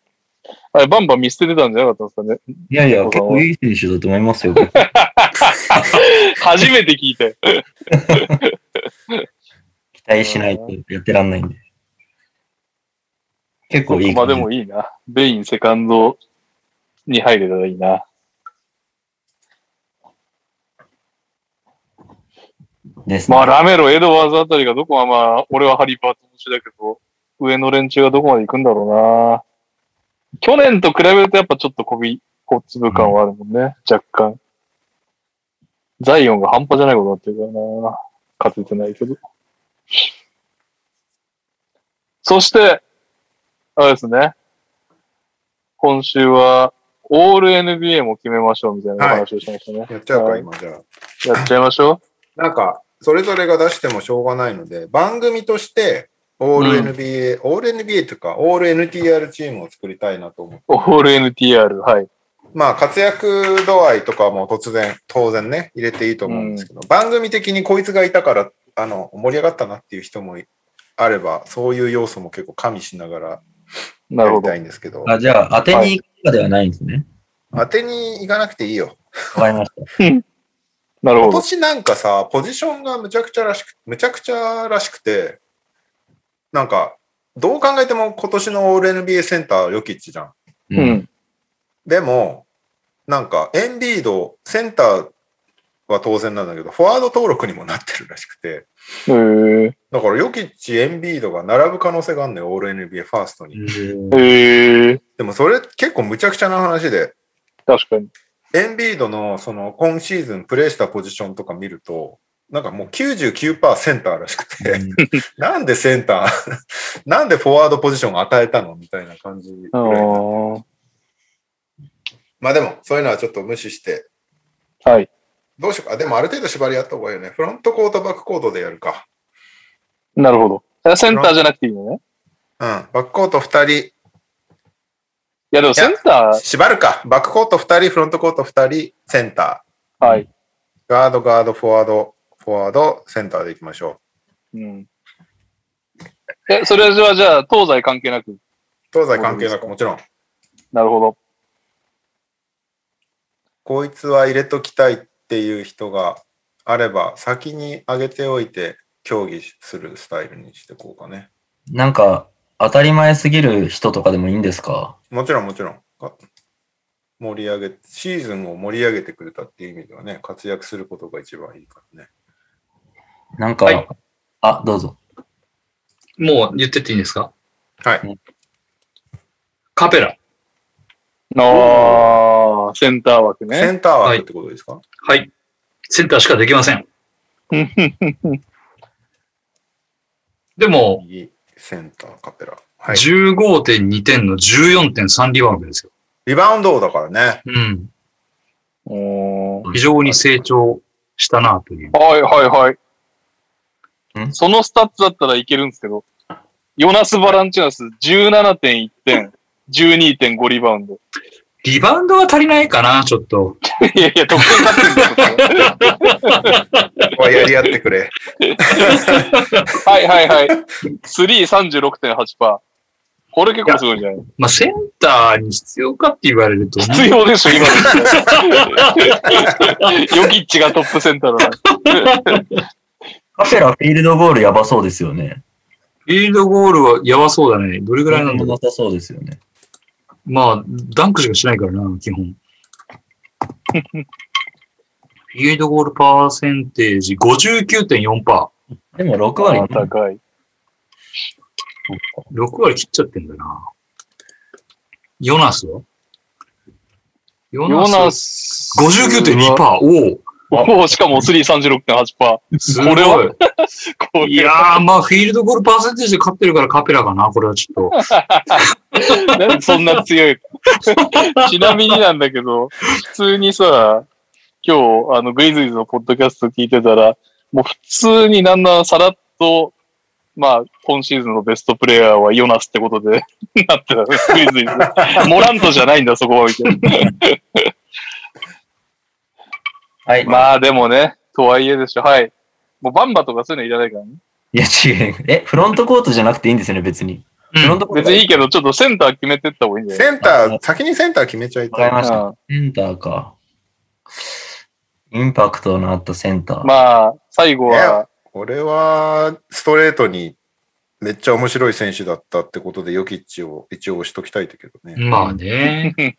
Speaker 2: あれ、バンバン見捨ててたんじゃなかったんですかね。
Speaker 4: いやいや、結構いい選手だと思いますよ。僕
Speaker 2: [LAUGHS] 初めて聞いて。
Speaker 4: 期待しないとやってらんないんで。結構いい
Speaker 2: まあ
Speaker 4: 感じ。
Speaker 2: でもいいな。ベインセカンドに入れたらいいな。
Speaker 4: ですね
Speaker 2: まあ、ラメロ、エドワーズあたりがどこままあ、俺はハリバート推しだけど、上の連中がどこまで行くんだろうな。去年と比べるとやっぱちょっとこび、小粒感はあるもんね、若干。ザイオンが半端じゃないことになってるからな。勝ててないけど。そして、あれですね。今週は、オール NBA も決めましょうみたいなお話をしましたね。
Speaker 1: やっちゃう
Speaker 2: は
Speaker 1: か、
Speaker 2: い
Speaker 1: 今じゃあ。
Speaker 2: やっちゃいましょ
Speaker 1: なんか、それぞれが出してもしょうがないので、番組として、オール NBA、オール NBA とか、オール NTR チームを作りたいなと思う。
Speaker 2: う。オール NTR、はい。
Speaker 1: まあ、活躍度合いとかも突然、当然ね、入れていいと思うんですけど、番組的にこいつがいたから、あの、盛り上がったなっていう人もあれば、そういう要素も結構加味しながら
Speaker 2: な
Speaker 1: や
Speaker 2: るほ
Speaker 1: り
Speaker 2: ど
Speaker 1: た。いんですけど、
Speaker 4: あじゃあ、当てに行くとかではないんですね。
Speaker 1: 当てに行かなくていいよ。
Speaker 4: わ、かりました。
Speaker 2: なるほ
Speaker 1: 今
Speaker 2: ど。
Speaker 1: 年なんかさ、ポジションがむちゃくちゃらしく、むちゃくちゃらしくて、なんか、どう考えても今年のオール NBA センター、ヨキッチじゃん。
Speaker 4: う。
Speaker 2: うんん。
Speaker 1: でも、なんか、エンビード、センターは当然なんだけど、フォワード登録にもなってるらしくて、
Speaker 2: へー
Speaker 1: だから、ヨキッチ、エンビードが並ぶ可能性があるのよ、オール NBA ファーストに。
Speaker 2: へえ。
Speaker 1: でも、それ結構むちゃくちゃな話で、
Speaker 2: 確かに。
Speaker 1: エンビードのその今シーズンプレーしたポジションとか見ると、なんかもう99%センターらしくて、 [LAUGHS] なんでセンター、 [LAUGHS] なんでフォワードポジションを与えたのみたいな感じぐ
Speaker 2: あ
Speaker 1: らいな。
Speaker 2: ー
Speaker 1: まあでも、そういうのはちょっと無視して、
Speaker 2: はい。
Speaker 1: どうしようか。でもある程度縛りあった方がいいよね。フロントコート、バックコートでやるか。
Speaker 2: なるほど。センターじゃなくていいのね。
Speaker 1: うん。バックコート2
Speaker 2: いや、でもセンタ
Speaker 1: 人、縛るか。バックコート2人、フロントコート2人、センタ
Speaker 2: ー、はい。
Speaker 1: ー。ガード、ガード、フォワード、フォワード、センターでいきましょう。
Speaker 2: うん。え、それはじゃあ、東西関係なく。
Speaker 1: 東西関係なく、もちろん。
Speaker 2: なるほど。
Speaker 1: こいつは入れときたいっていう人があれば、先に上げておいて、競技するスタイルにしていこうかね。
Speaker 4: なんか、当たり前すぎる人とかでもいいんですか
Speaker 1: もちろんもちろん。か盛り上げ、シーズンを盛り上げてくれたっていう意味ではね、活躍することが一番いいからね。
Speaker 4: なんか、
Speaker 2: はい
Speaker 4: あ、どうぞ。。
Speaker 3: もう言ってっていいんですか
Speaker 1: はい
Speaker 3: カペラ。
Speaker 2: あーセンター
Speaker 1: セ
Speaker 2: 枠ね。
Speaker 1: ンターはってことですか、
Speaker 3: はい。センターしかできません。でも、
Speaker 1: 右、センター、カペラ。はい。
Speaker 3: 15.2点の14.3リバウンドですよ。
Speaker 1: リバウンド王だからね。
Speaker 3: うん。
Speaker 2: うん
Speaker 3: 非常に成長したなという。
Speaker 2: はいはいは
Speaker 4: ん
Speaker 2: い。そのスタッツだったらいけるんですけど、ヨナス・バランチュナス17.1点、12.5リバウンド。 [LAUGHS]
Speaker 3: リバウンドは足りないかな、ちょっと。
Speaker 2: いやいや、得点勝ってるんですよ。
Speaker 1: ここ [LAUGHS] はやり合ってくれ。
Speaker 2: はいはいはい。3、36.8%。これ結構すごいじゃない
Speaker 3: まあ、センターに必要かって言われると、
Speaker 2: 必要でしょ、今の時代。ヨキッチがトップセンターだな。
Speaker 4: カペラフィールドゴールやばそうですよね。
Speaker 3: フィールドゴールはやばそうだね。どれぐらいなんだろ
Speaker 4: なさそうですよね。
Speaker 3: う。まあ、ダンクしかしないからな、基
Speaker 2: [LAUGHS]
Speaker 3: 本。フィールドゴールパーセンテージ59.4%。
Speaker 4: でも6割
Speaker 2: あ、高い。
Speaker 3: 6割切っちゃってんだな。ヨナスはヨ
Speaker 2: ヨナ
Speaker 3: ナス
Speaker 2: ス。
Speaker 3: 59.2%。おお
Speaker 2: おお、しかも336.8%。こ
Speaker 3: す
Speaker 2: これは
Speaker 3: ごい。
Speaker 2: れ
Speaker 3: いやー、まあ、フィールドゴールパーセンテージで勝ってるからカペラかな、これはちょっと。
Speaker 2: なんでそんな強いちなみになんだけど、普通にさ、今日、あの、グイズイズのポッドキャスト聞いてたら、もう普通になんならさらっと、まあ、今シーズンのベストプレイヤーはヨナスってことで、 [LAUGHS] なってたね、グイズイズ。モラントじゃないんだ、そこは、みたいな。
Speaker 4: はい。
Speaker 2: まあ、でもね、とはいえでしょ、はい。もうバンバとかそういうのいらないからね。
Speaker 4: いや、違う。え、フロントコートじゃなくていいんですよね、別に。フロントコート
Speaker 2: 別にいいけど、ちょっとセンター決めてった方がいいんじゃない
Speaker 1: センター、先にセンター決めちゃい
Speaker 4: わか
Speaker 1: た
Speaker 4: り
Speaker 1: い。
Speaker 4: ました。
Speaker 2: うん
Speaker 4: センターか。インパクトのあったセンター。
Speaker 2: まあ、最後は、
Speaker 1: これは、ストレートにめっちゃ面白い選手だったってことで、ヨキッチを一応押しときたいんだけどね。
Speaker 3: まあね。
Speaker 2: [LAUGHS]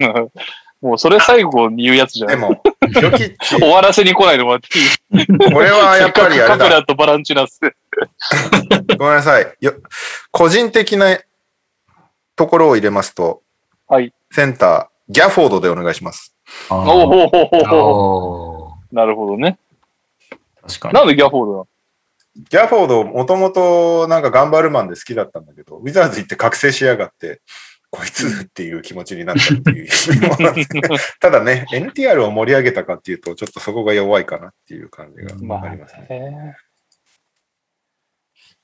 Speaker 2: もうそれ最後に言うやつじゃな
Speaker 1: で
Speaker 2: い。
Speaker 1: も、ヨキッチ、
Speaker 2: [LAUGHS] 終わらせに来ないのもらっていい
Speaker 1: これはやっぱりあ
Speaker 2: カ
Speaker 1: れ
Speaker 2: ペ
Speaker 1: だ。
Speaker 2: [LAUGHS] ラとバランチュナス。
Speaker 1: ごめんなさい。よ個人的なところを入れますと、
Speaker 2: はい。
Speaker 1: センター、ギャフォードでお願いします。
Speaker 4: あー
Speaker 2: おおほほ
Speaker 3: あ
Speaker 2: ほほ
Speaker 3: ー
Speaker 2: なるほどね。
Speaker 4: 確かに。
Speaker 2: なんでギャフォード
Speaker 1: ギャフォード、もともとなんか頑張るマンで好きだったんだけど、ウィザーズ行って覚醒しやがって、こいつっていう気持ちになったっていう。 [LAUGHS] ただね、NTR を盛り上げたかっていうと、ちょっとそこが弱いかなっていう感じが
Speaker 2: なの
Speaker 1: ありますね。
Speaker 2: ね。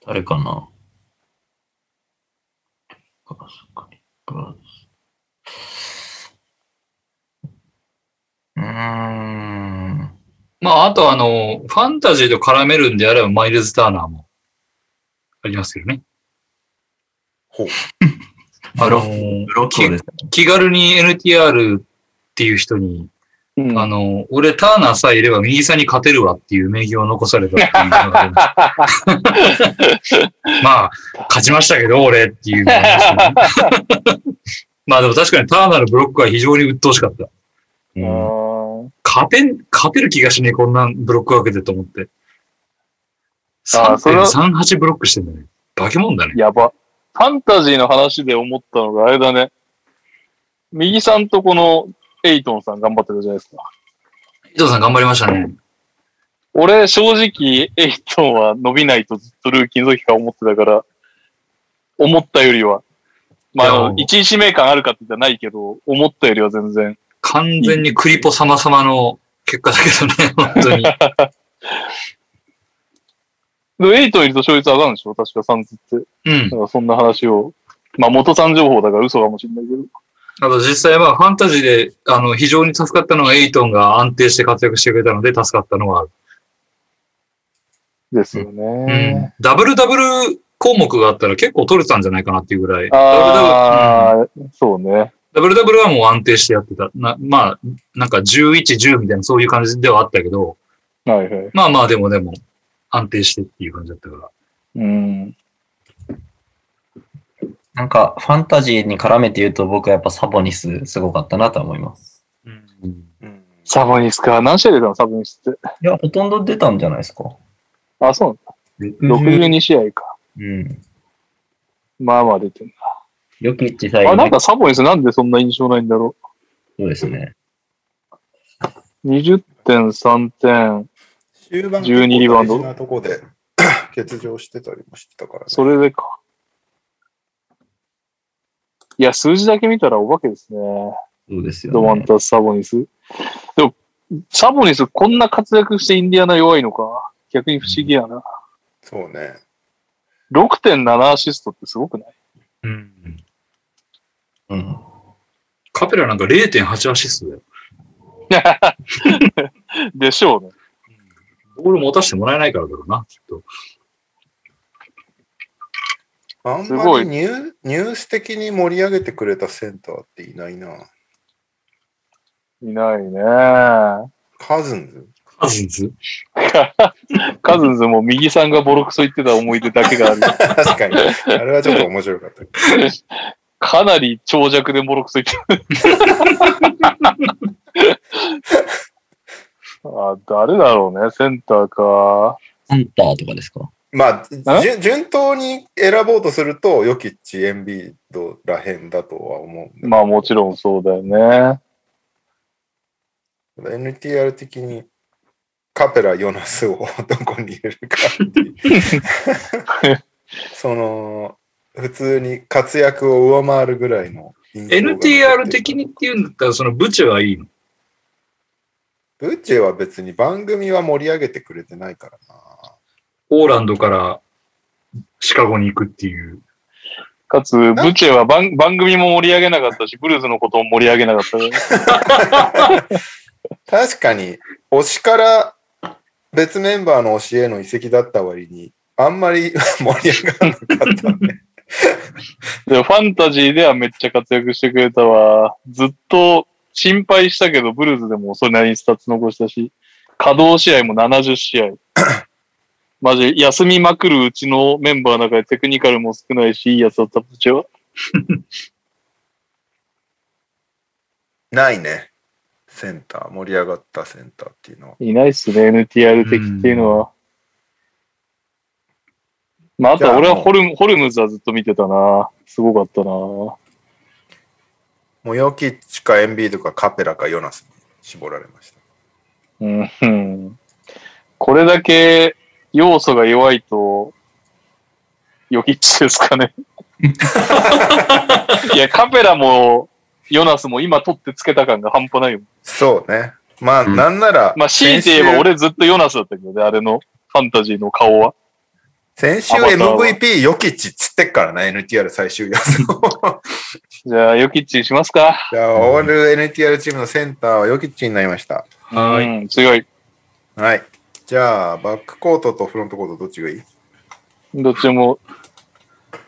Speaker 4: 誰かな確かにうーん。
Speaker 3: まあ、あとあの、ファンタジーと絡めるんであれば、マイルズ・ターナーもありますよね。
Speaker 1: ほう。
Speaker 3: あ
Speaker 4: ブロ
Speaker 3: の
Speaker 4: ッブロックをですね。
Speaker 3: 気軽に NTR っていう人に、
Speaker 2: うん
Speaker 3: あの、俺ターナーさえいれば右差に勝てるわっていう名義を残されたっていうのがまあ、勝ちましたけど、俺っていうのがありますけどね [LAUGHS] まあでも確かにターナーのブロックは非常に鬱陶しかった。
Speaker 4: うん
Speaker 2: [LAUGHS]
Speaker 3: 勝てん、勝てる気がしねえ、こんなブロック分けてと思って。
Speaker 2: あーそれは
Speaker 3: 3.38ブロックしてんだね。化け物だね。
Speaker 2: やば。ファンタジーの話で思ったのがあれだね。右さんとこのエイトンさん頑張ってたじゃないですか。
Speaker 3: 伊藤さん頑張りましたね。
Speaker 2: 俺、正直、エイトンは伸びないとずっとルーキーの時から思ってたから、思ったよりは。まあ、あの
Speaker 3: いや
Speaker 2: 一指名感あるかって言ったらないけど、思ったよりは全然。
Speaker 3: 完全にクリポ様様の結果だけどね、本当に。
Speaker 2: でもエイトンいると勝率上がるんでしょ確かサンズって。
Speaker 3: うん
Speaker 2: な。んかそんな話を。まあ、元さん情報だから嘘かもしれないけど。
Speaker 3: あと実際はファンタジーで、あの、非常に助かったのがエイトンが安定して活躍してくれたので助かったのはある。
Speaker 2: ですよね。
Speaker 3: ダブルダブル項目があったら結構取れたんじゃないかなっていうぐらい。ダブルダブル、うん
Speaker 2: ああ、そうね。
Speaker 3: ダブルダブルはもう安定してやってた。な、まあ、なんか11、10みたいなそういう感じではあったけど、
Speaker 2: はいはい。
Speaker 3: まあまあでもでも安定してっていう感じだったから。
Speaker 2: うん。
Speaker 4: なんか、ファンタジーに絡めて言うと、僕はやっぱサボニスすごかったなとは思います。
Speaker 1: うん
Speaker 2: サボニスか。何試合出たのサボニスって。
Speaker 4: いや、ほとんど出たんじゃないですか。
Speaker 2: あ、そうなの。62試合か。
Speaker 4: うん。
Speaker 2: まあまあ出てる。
Speaker 4: よき一最
Speaker 2: あ、
Speaker 4: 後
Speaker 2: なん
Speaker 4: ね。
Speaker 2: かサボニスなんでそんな印象ないんだろ
Speaker 4: そうですね。
Speaker 2: う。20.3点。
Speaker 1: 終盤
Speaker 2: 12リバウンド
Speaker 1: 大事なとこ
Speaker 2: [LAUGHS]
Speaker 1: で欠場してたりもしてたから、ね。
Speaker 2: それでか。いや、数字だけ見たらお化けですね。
Speaker 4: そうですよ、ね。
Speaker 2: ドマンタス・サボニス。でも、サボニスこんな活躍してインディアナ弱いのか。逆に不思議やな。
Speaker 1: そうね。
Speaker 2: 6.7アシストってすごくない
Speaker 3: うん。
Speaker 4: うん。
Speaker 3: カペラなんか0.8アシストだよ。
Speaker 2: でしょうね。
Speaker 3: ボール持たせてもらえないからだろうな、きっと。
Speaker 1: あん
Speaker 2: す
Speaker 1: ま
Speaker 2: ご
Speaker 1: り
Speaker 2: い
Speaker 1: ニューニュース的に盛り上げてくれたセンターっていないな。
Speaker 2: いないね。
Speaker 1: カズン
Speaker 2: [LAUGHS]
Speaker 1: ズ
Speaker 3: カズンズ。
Speaker 2: カズンズも右さんがボロクソ言ってた思い出だけ [LAUGHS] がある。
Speaker 1: 確かに。あれはちょっと面白かった。
Speaker 2: かなり長尺でボロクソ言ってる。 [LAUGHS] あ、誰だろうね、センターか。
Speaker 4: ハンターとかですか
Speaker 1: まあ、
Speaker 2: あ
Speaker 1: 順順当に選ぼうとすると、ヨキッチ、エンビードらへんだとは思うんで
Speaker 2: まあもちろんそうだよね。
Speaker 1: NTR 的にカペラ、ヨナスを [LAUGHS] どこに入れるかっていうその、普通に活躍を上回るぐらいの印象が残ってる。
Speaker 3: NTR 的にっていうんだったら、そのブチェはいいの。
Speaker 1: ブッチェは別に番組は盛り上げてくれてないからな。
Speaker 3: オーランドからシカゴに行くっていう。
Speaker 2: かつ、ブチェは番番組も盛り上げなかったし、ブルーズのことも盛り上げなかったね。
Speaker 1: 確かに、推しから別メンバーの推しへの移籍だった割に、あんまり [LAUGHS] 盛り上がらなかったね。
Speaker 2: で、ファンタジーではめっちゃ活躍してくれたわ。ずっと心配したけど、ブルーズでもそれなりにスタッツ残したし、稼働試合も70試合。マジ、休みまくるうちのメンバーの中でテクニカルも少ないし、いいやつだった、ブチェは。
Speaker 1: ないね。センター、盛り上がったセンターっていうのは。
Speaker 2: いないっすね、NTR 的っていうのは。まあ、あとは俺はホルムホルムズはずっと見てたな。すごかったな。
Speaker 1: もうヨキッチかエンビードかカペラかヨナスに絞られました。
Speaker 2: うん、これだけ要素が弱いと、ヨキッチですか
Speaker 3: [LAUGHS]
Speaker 2: ね。いや、カペラも、ヨナスも今取ってつけた感が半端ないよ。
Speaker 1: そうね。まあ、
Speaker 3: うん
Speaker 1: なんなら、
Speaker 2: まあ、強いて言えば俺ずっとヨナスだったけどね、あれのファンタジーの顔は。
Speaker 1: 先週、
Speaker 2: アバ
Speaker 1: 先週
Speaker 2: ターは
Speaker 1: MVP ヨキッチっつってっからね、NTR 最終予想。
Speaker 3: [LAUGHS]
Speaker 2: じゃあ、ヨキッチにしますか。
Speaker 1: じゃあ、オール NTR チームのセンターはヨキッチになりました。
Speaker 3: は
Speaker 2: う
Speaker 3: い。
Speaker 2: ん、強い。
Speaker 1: はい。じゃあ、バックコートとフロントコートどっちがいい
Speaker 2: どっちも、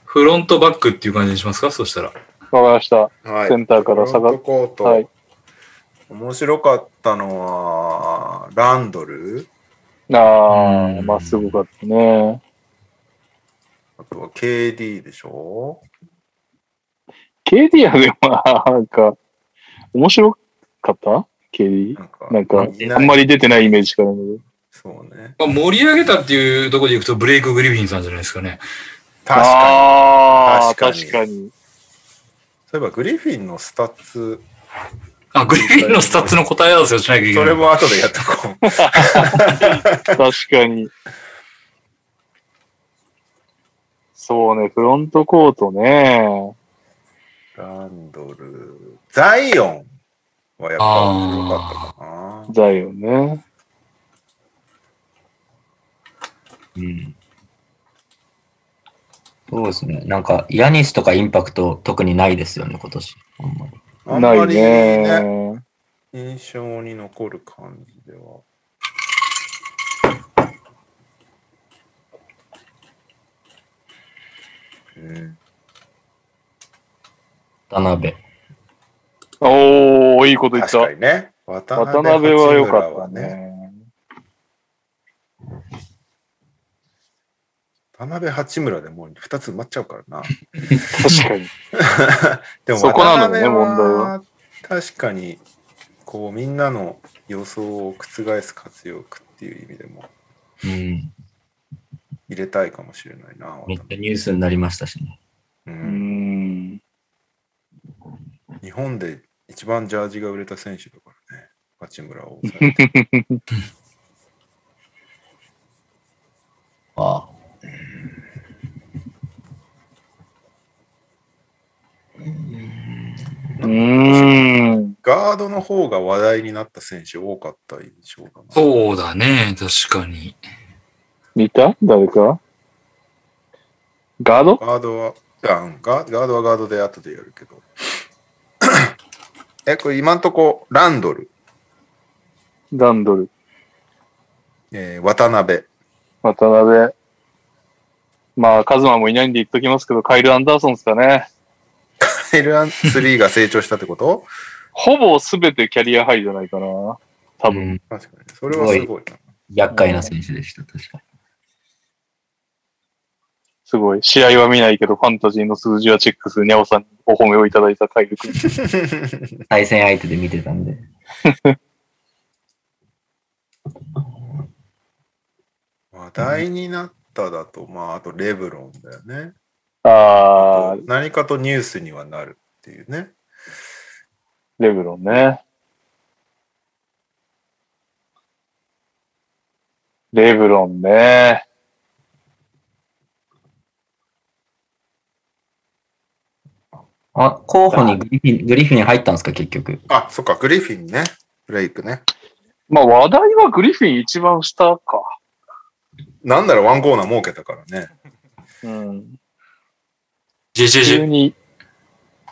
Speaker 3: フロントバックっていう感じにしますかそした
Speaker 2: わ
Speaker 3: ら。
Speaker 2: かりました。
Speaker 1: はい。
Speaker 2: センターから下
Speaker 1: フ
Speaker 2: が
Speaker 1: ロントコート。
Speaker 2: はい
Speaker 1: 面白かったのは、ランドル、
Speaker 2: ああ、
Speaker 3: うん
Speaker 2: まあ、すごかったね。
Speaker 1: あとは KD でしょ
Speaker 2: KD はでも、なんか、面白かった ?KD?
Speaker 1: なんか、
Speaker 2: なんか
Speaker 1: い、
Speaker 2: あ
Speaker 1: なんい
Speaker 2: まり出てないイメージからね。
Speaker 1: そうね。
Speaker 3: まあ、盛り上げたっていうところでいくと、ブレイク・グリフィンさんじゃないですかね。
Speaker 1: 確かに。
Speaker 2: あー
Speaker 1: 確かに
Speaker 2: 確かに。
Speaker 1: そういえば、グリフィンのスタッツ、
Speaker 3: あ、グリフィンのスタッツの答え合わせをしなきゃいけな
Speaker 1: そ
Speaker 3: い。
Speaker 1: れも後でやっとこう。
Speaker 2: 確かに。そうね、フロントコートね。
Speaker 1: ランドル、ザイオンはやっぱ面白かったかな。
Speaker 2: だよね。
Speaker 4: うん。そうですね。なんか、ヤニスとかインパクト特にないですよね、今年。あんまり
Speaker 1: あん
Speaker 2: な
Speaker 1: ま
Speaker 2: い
Speaker 1: りね
Speaker 2: ね。
Speaker 1: 印象に残る感じでは。うん、
Speaker 4: 田辺。
Speaker 2: おー、いいこと言っ
Speaker 1: 確か
Speaker 2: た。
Speaker 1: にね。渡
Speaker 2: 渡辺は良かった。ね。
Speaker 1: 八村は渡辺八村でもう2つ埋まっちゃうからな。
Speaker 2: 確かに。
Speaker 1: でも
Speaker 2: そこなのよ
Speaker 1: 渡辺
Speaker 2: ね問題は。
Speaker 1: 確かに、こう、みんなの予想を覆す活躍っていう意味でも
Speaker 4: うん。
Speaker 1: 入れたいかもしれないな。渡
Speaker 4: めっ
Speaker 1: 辺
Speaker 4: ちゃニュースになりましたしね。
Speaker 1: う、
Speaker 2: うんん。
Speaker 1: 日本で一番ジャージが売れた選手だからね。八村を抑えて。
Speaker 4: ああ。
Speaker 2: うーん。
Speaker 1: ガードの方が話題になった選手多かった印象かな。
Speaker 3: そうだね、確かに。
Speaker 2: 見た誰かガード
Speaker 1: ガードは、あうんガガードはガードで後でやるけど。え、これ今んとこ、ランドル、
Speaker 2: ランドル。
Speaker 1: えー渡辺、
Speaker 2: 渡辺。まあ、カズマもいないんで言っときますけど、カイル・アンダーソンですかね。
Speaker 1: L3 が成長したってこと
Speaker 2: ほぼ全てキャリアハイじゃないかな。多分。
Speaker 3: 分。
Speaker 1: 確かに。それはすごいな。
Speaker 4: 厄介な選手でした、確か
Speaker 2: すごい。試合は見ないけど、ファンタジーの数字はチェックする、にゃおさんにお褒めをいただいたカイル君。
Speaker 4: に。対戦相手で見てたんで。
Speaker 1: 話題になっただと、まあ、あとレブロンだよね。
Speaker 2: あー、
Speaker 1: 何かとニュースにはなるっていうね。
Speaker 2: [LAUGHS] レブロンね。レブロンね。
Speaker 4: あ、候補にグリフィン、グリフィン入ったんですか、結局。
Speaker 1: あ、そっか、グリフィンね。ブレイクね。
Speaker 2: まあ話題はグリフィン一番下か。
Speaker 1: なんならワンコーナー設けたからね。
Speaker 2: うん。急
Speaker 3: JJJ。
Speaker 2: に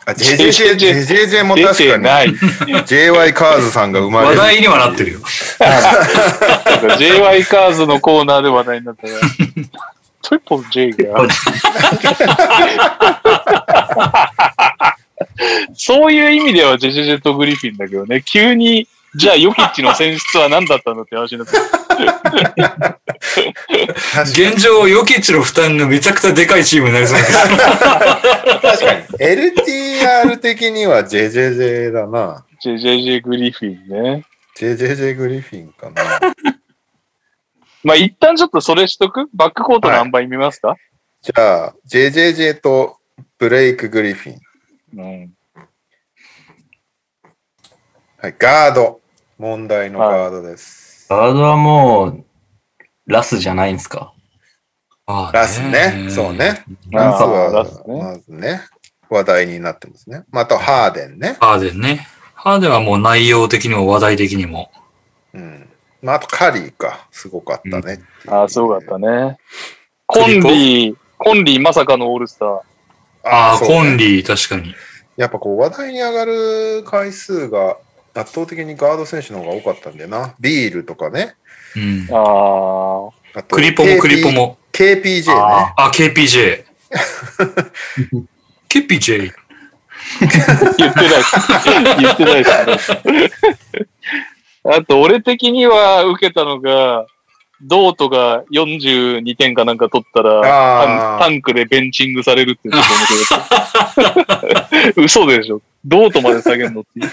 Speaker 1: あ、JJJ、JJJ も
Speaker 2: 出
Speaker 1: 確
Speaker 2: て
Speaker 1: か
Speaker 2: ない。
Speaker 1: に、JY カーズさんが生まれ
Speaker 3: 話
Speaker 1: る。
Speaker 3: 題にはなってるよ。
Speaker 2: JY カーズのコーナーで話題になったら、トリプル J が。そういう意味ではジェジェジェとグリフィンだけどね、急に、じゃあヨキッチの選出は何だったんだって話になって、
Speaker 1: 確
Speaker 3: 現状、ヨキッチの負担がめちゃくちゃでかいチームになりそ
Speaker 1: [LAUGHS]
Speaker 3: うです。
Speaker 1: 確かに。LTR 的には JJJ だな。
Speaker 2: ジェジェジェグリフィンね。
Speaker 1: JJJ グリフィンかな。
Speaker 2: まあ一旦ちょっとそれしとくバックコートの販売見ますか、
Speaker 1: じゃあ、JJJ とブレイク・グリフィン。
Speaker 2: うん。
Speaker 1: はい、ガード。問題のガードです。
Speaker 4: ガードはもう、ラスじゃないんですか。
Speaker 3: ああ
Speaker 1: ラスね。そう。ね。
Speaker 2: あ
Speaker 1: ラス
Speaker 2: ーラ
Speaker 1: は
Speaker 2: ス、ね
Speaker 1: まずね、話題になってますね。また、ハーデンね。
Speaker 3: ハーデンね。ハーデンはもう内容的にも話題的にも。
Speaker 1: うん。まあ、あと、カリーか。すごかったね。
Speaker 2: ああ、すごかったね。コンリー、コンリーまさかのオールスター。
Speaker 3: ああ、
Speaker 1: そうね
Speaker 3: コンリー、確かに。
Speaker 1: やっぱこう話題に上がる回数が圧倒的にガード選手の方が多かったんだよな。ビールとかね。
Speaker 3: うん。
Speaker 2: ああ、
Speaker 1: あと
Speaker 3: クリポも
Speaker 1: KP
Speaker 3: クリポ。も。
Speaker 1: KPJ ね。
Speaker 3: あ、KPJ。
Speaker 2: 言
Speaker 3: KPJ。
Speaker 2: ってない。言ってないですね。あと、俺的には受けたのが、ドートが42点かなんか取ったら
Speaker 1: あー
Speaker 2: タン、タンクでベンチングされるっていうところ面白かった
Speaker 1: [LAUGHS]
Speaker 2: 嘘でしょ。ドートまで下げるのっていう。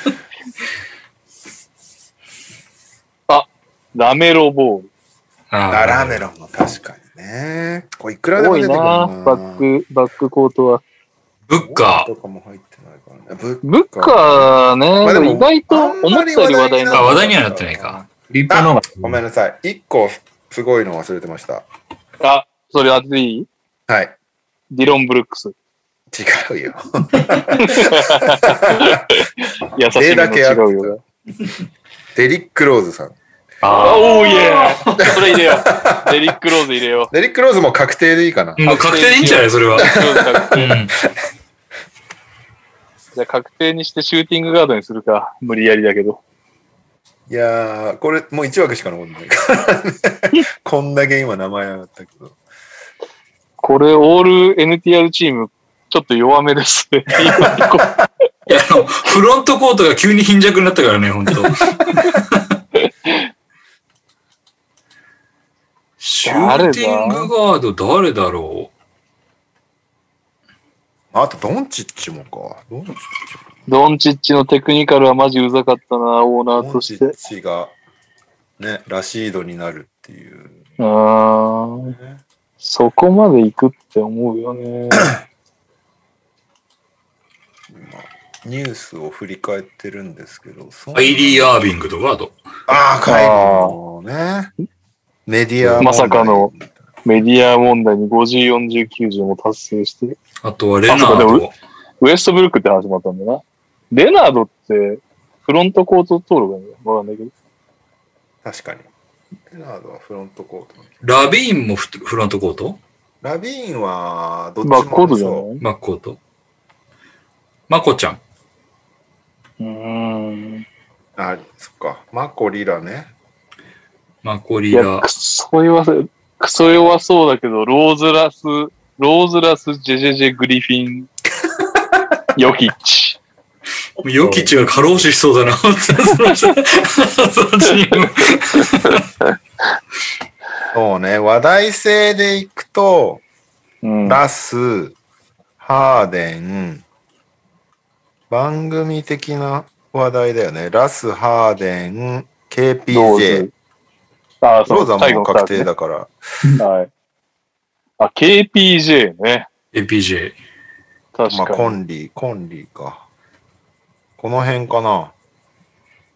Speaker 2: あ、ラメロボール。
Speaker 1: あラ
Speaker 3: あ
Speaker 1: メロンも確かにね。これいくらでも
Speaker 2: 多
Speaker 1: 出
Speaker 2: い
Speaker 1: て
Speaker 2: な
Speaker 1: くるな。
Speaker 2: バック、バックコートは。
Speaker 3: ブッカ
Speaker 1: と
Speaker 3: ー。
Speaker 1: かも入ってないからね。ブッ
Speaker 2: ブッカーね、
Speaker 1: あでも
Speaker 2: 意外と思ったより話題にな
Speaker 3: あ、
Speaker 2: る。
Speaker 3: 話題にはなってないか。
Speaker 4: クリップの方が
Speaker 1: ごめんなさい。一個すごいの忘れてました。
Speaker 2: あ、それ当てていい
Speaker 1: はい。
Speaker 2: ディロン・ブルックス。
Speaker 1: 違うよ。
Speaker 2: 優しいの違うよな。
Speaker 1: デリック・ローズさん。
Speaker 2: あ、
Speaker 4: あ
Speaker 2: おーいえ [LAUGHS] それ入れよう。デリック・ローズ入れよ
Speaker 1: デリック・ローズも確定でいいかな。
Speaker 3: もう確定でいいんじゃないそれは。
Speaker 2: う。ローズ確
Speaker 3: う
Speaker 2: 定
Speaker 3: ん。
Speaker 2: じゃあ確定にしてシューティングガードにするか。無理やりだけど。
Speaker 1: いやー、これもう1枠しか残ってないからね。
Speaker 3: [LAUGHS]
Speaker 1: こんだけ今名前上がったけど。
Speaker 2: これ、オール NTR チーム、ちょっと弱めです [LAUGHS] ね。今こう
Speaker 3: いや、あの、フロントコートが急に貧弱になったからね、本
Speaker 2: [LAUGHS]
Speaker 3: 当シューティングガード誰だろ
Speaker 1: あと、ドンチッチもか。ドンチッチ
Speaker 2: ドンチッチのテクニカルはマジうざかったな、オーナー
Speaker 1: ド
Speaker 2: と
Speaker 1: ンチ
Speaker 2: し
Speaker 1: ッ
Speaker 2: て。
Speaker 1: チが、ね、ラシードになるっていう、
Speaker 2: あー
Speaker 1: ね。
Speaker 2: そこまで行くって思うよね。
Speaker 1: ニュースを振り返ってるんですけど、そう
Speaker 3: アイリー・アービングとガード。
Speaker 1: ああ、海外のね。メディア問題
Speaker 2: まさかの。メディア問題に50、40、90も達成して
Speaker 3: あとはレナ
Speaker 2: あそうかで
Speaker 3: ー
Speaker 2: も
Speaker 3: ド。
Speaker 2: ウエストブルックって話もあったんだな。レナードって、フロントコート登録なんだよわかんないけど。
Speaker 1: 確かに。レナードはフロントコート。
Speaker 3: ラビーンもフフロントコート
Speaker 1: ラビーンは、どっちも
Speaker 2: バックコートじゃない
Speaker 1: そう
Speaker 3: マッコート。マコちゃん。
Speaker 2: うん。
Speaker 1: あ、そっか。マコリラね。
Speaker 3: マコリ
Speaker 2: いや、
Speaker 3: ラ
Speaker 2: く。そ弱せ、くそ弱そうだけど、ローズラスローズラス、ジェジェジェ、グリフ
Speaker 1: [LAUGHS]
Speaker 2: ィン、ヨキッチ。
Speaker 5: ヨキチが過労死しそうだ [LAUGHS] な。そのチーム
Speaker 1: そうね、話題性でいくと、
Speaker 2: うん。
Speaker 1: ラス、ハーデン、番組的な話題だよね。ラス、ハーデン、
Speaker 2: ロー
Speaker 1: KPJ
Speaker 2: ズ。。ああ、そ
Speaker 1: ロー
Speaker 2: う、
Speaker 1: ザ
Speaker 2: 最
Speaker 1: も
Speaker 2: 後
Speaker 1: う
Speaker 2: の
Speaker 1: 確定
Speaker 2: 二つね
Speaker 1: だから。
Speaker 2: はい。あ、KPJ ね。
Speaker 5: APJ。
Speaker 2: 確
Speaker 1: まあ、
Speaker 2: かに。
Speaker 1: コンリー、コンリーか。この辺かな。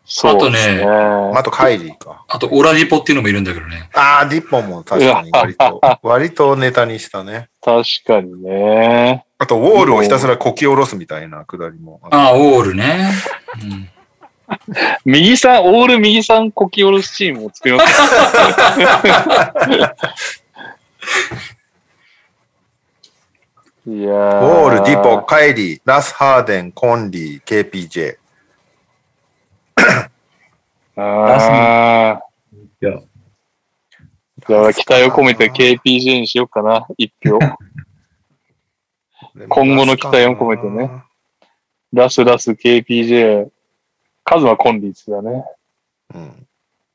Speaker 2: そうです
Speaker 5: あ
Speaker 1: あと、カイリーか。
Speaker 5: あと、オラディポっていうのもいるんだけどね。
Speaker 1: ああ、ディッポンも確かに割と、割とネタにしたね。
Speaker 2: 確かにね。
Speaker 1: あと、ウォールをひたすらこき下ろすみたいなくだりもあった。
Speaker 5: ああ、オールね。うん
Speaker 2: 右さん、オール右さんこき下ろすチームを作りますか [LAUGHS] いや
Speaker 1: ウ
Speaker 2: ー
Speaker 1: ォール、ディポ、カイリー、ラス・ハーデン、コンリー、KPJ。
Speaker 2: あ
Speaker 4: いや、
Speaker 2: ーだから期待を込めて KPJ にしようかな、一票。今後の期待を込めてね。ラスラス KPJ。カズマコンリーツだね。
Speaker 1: うん。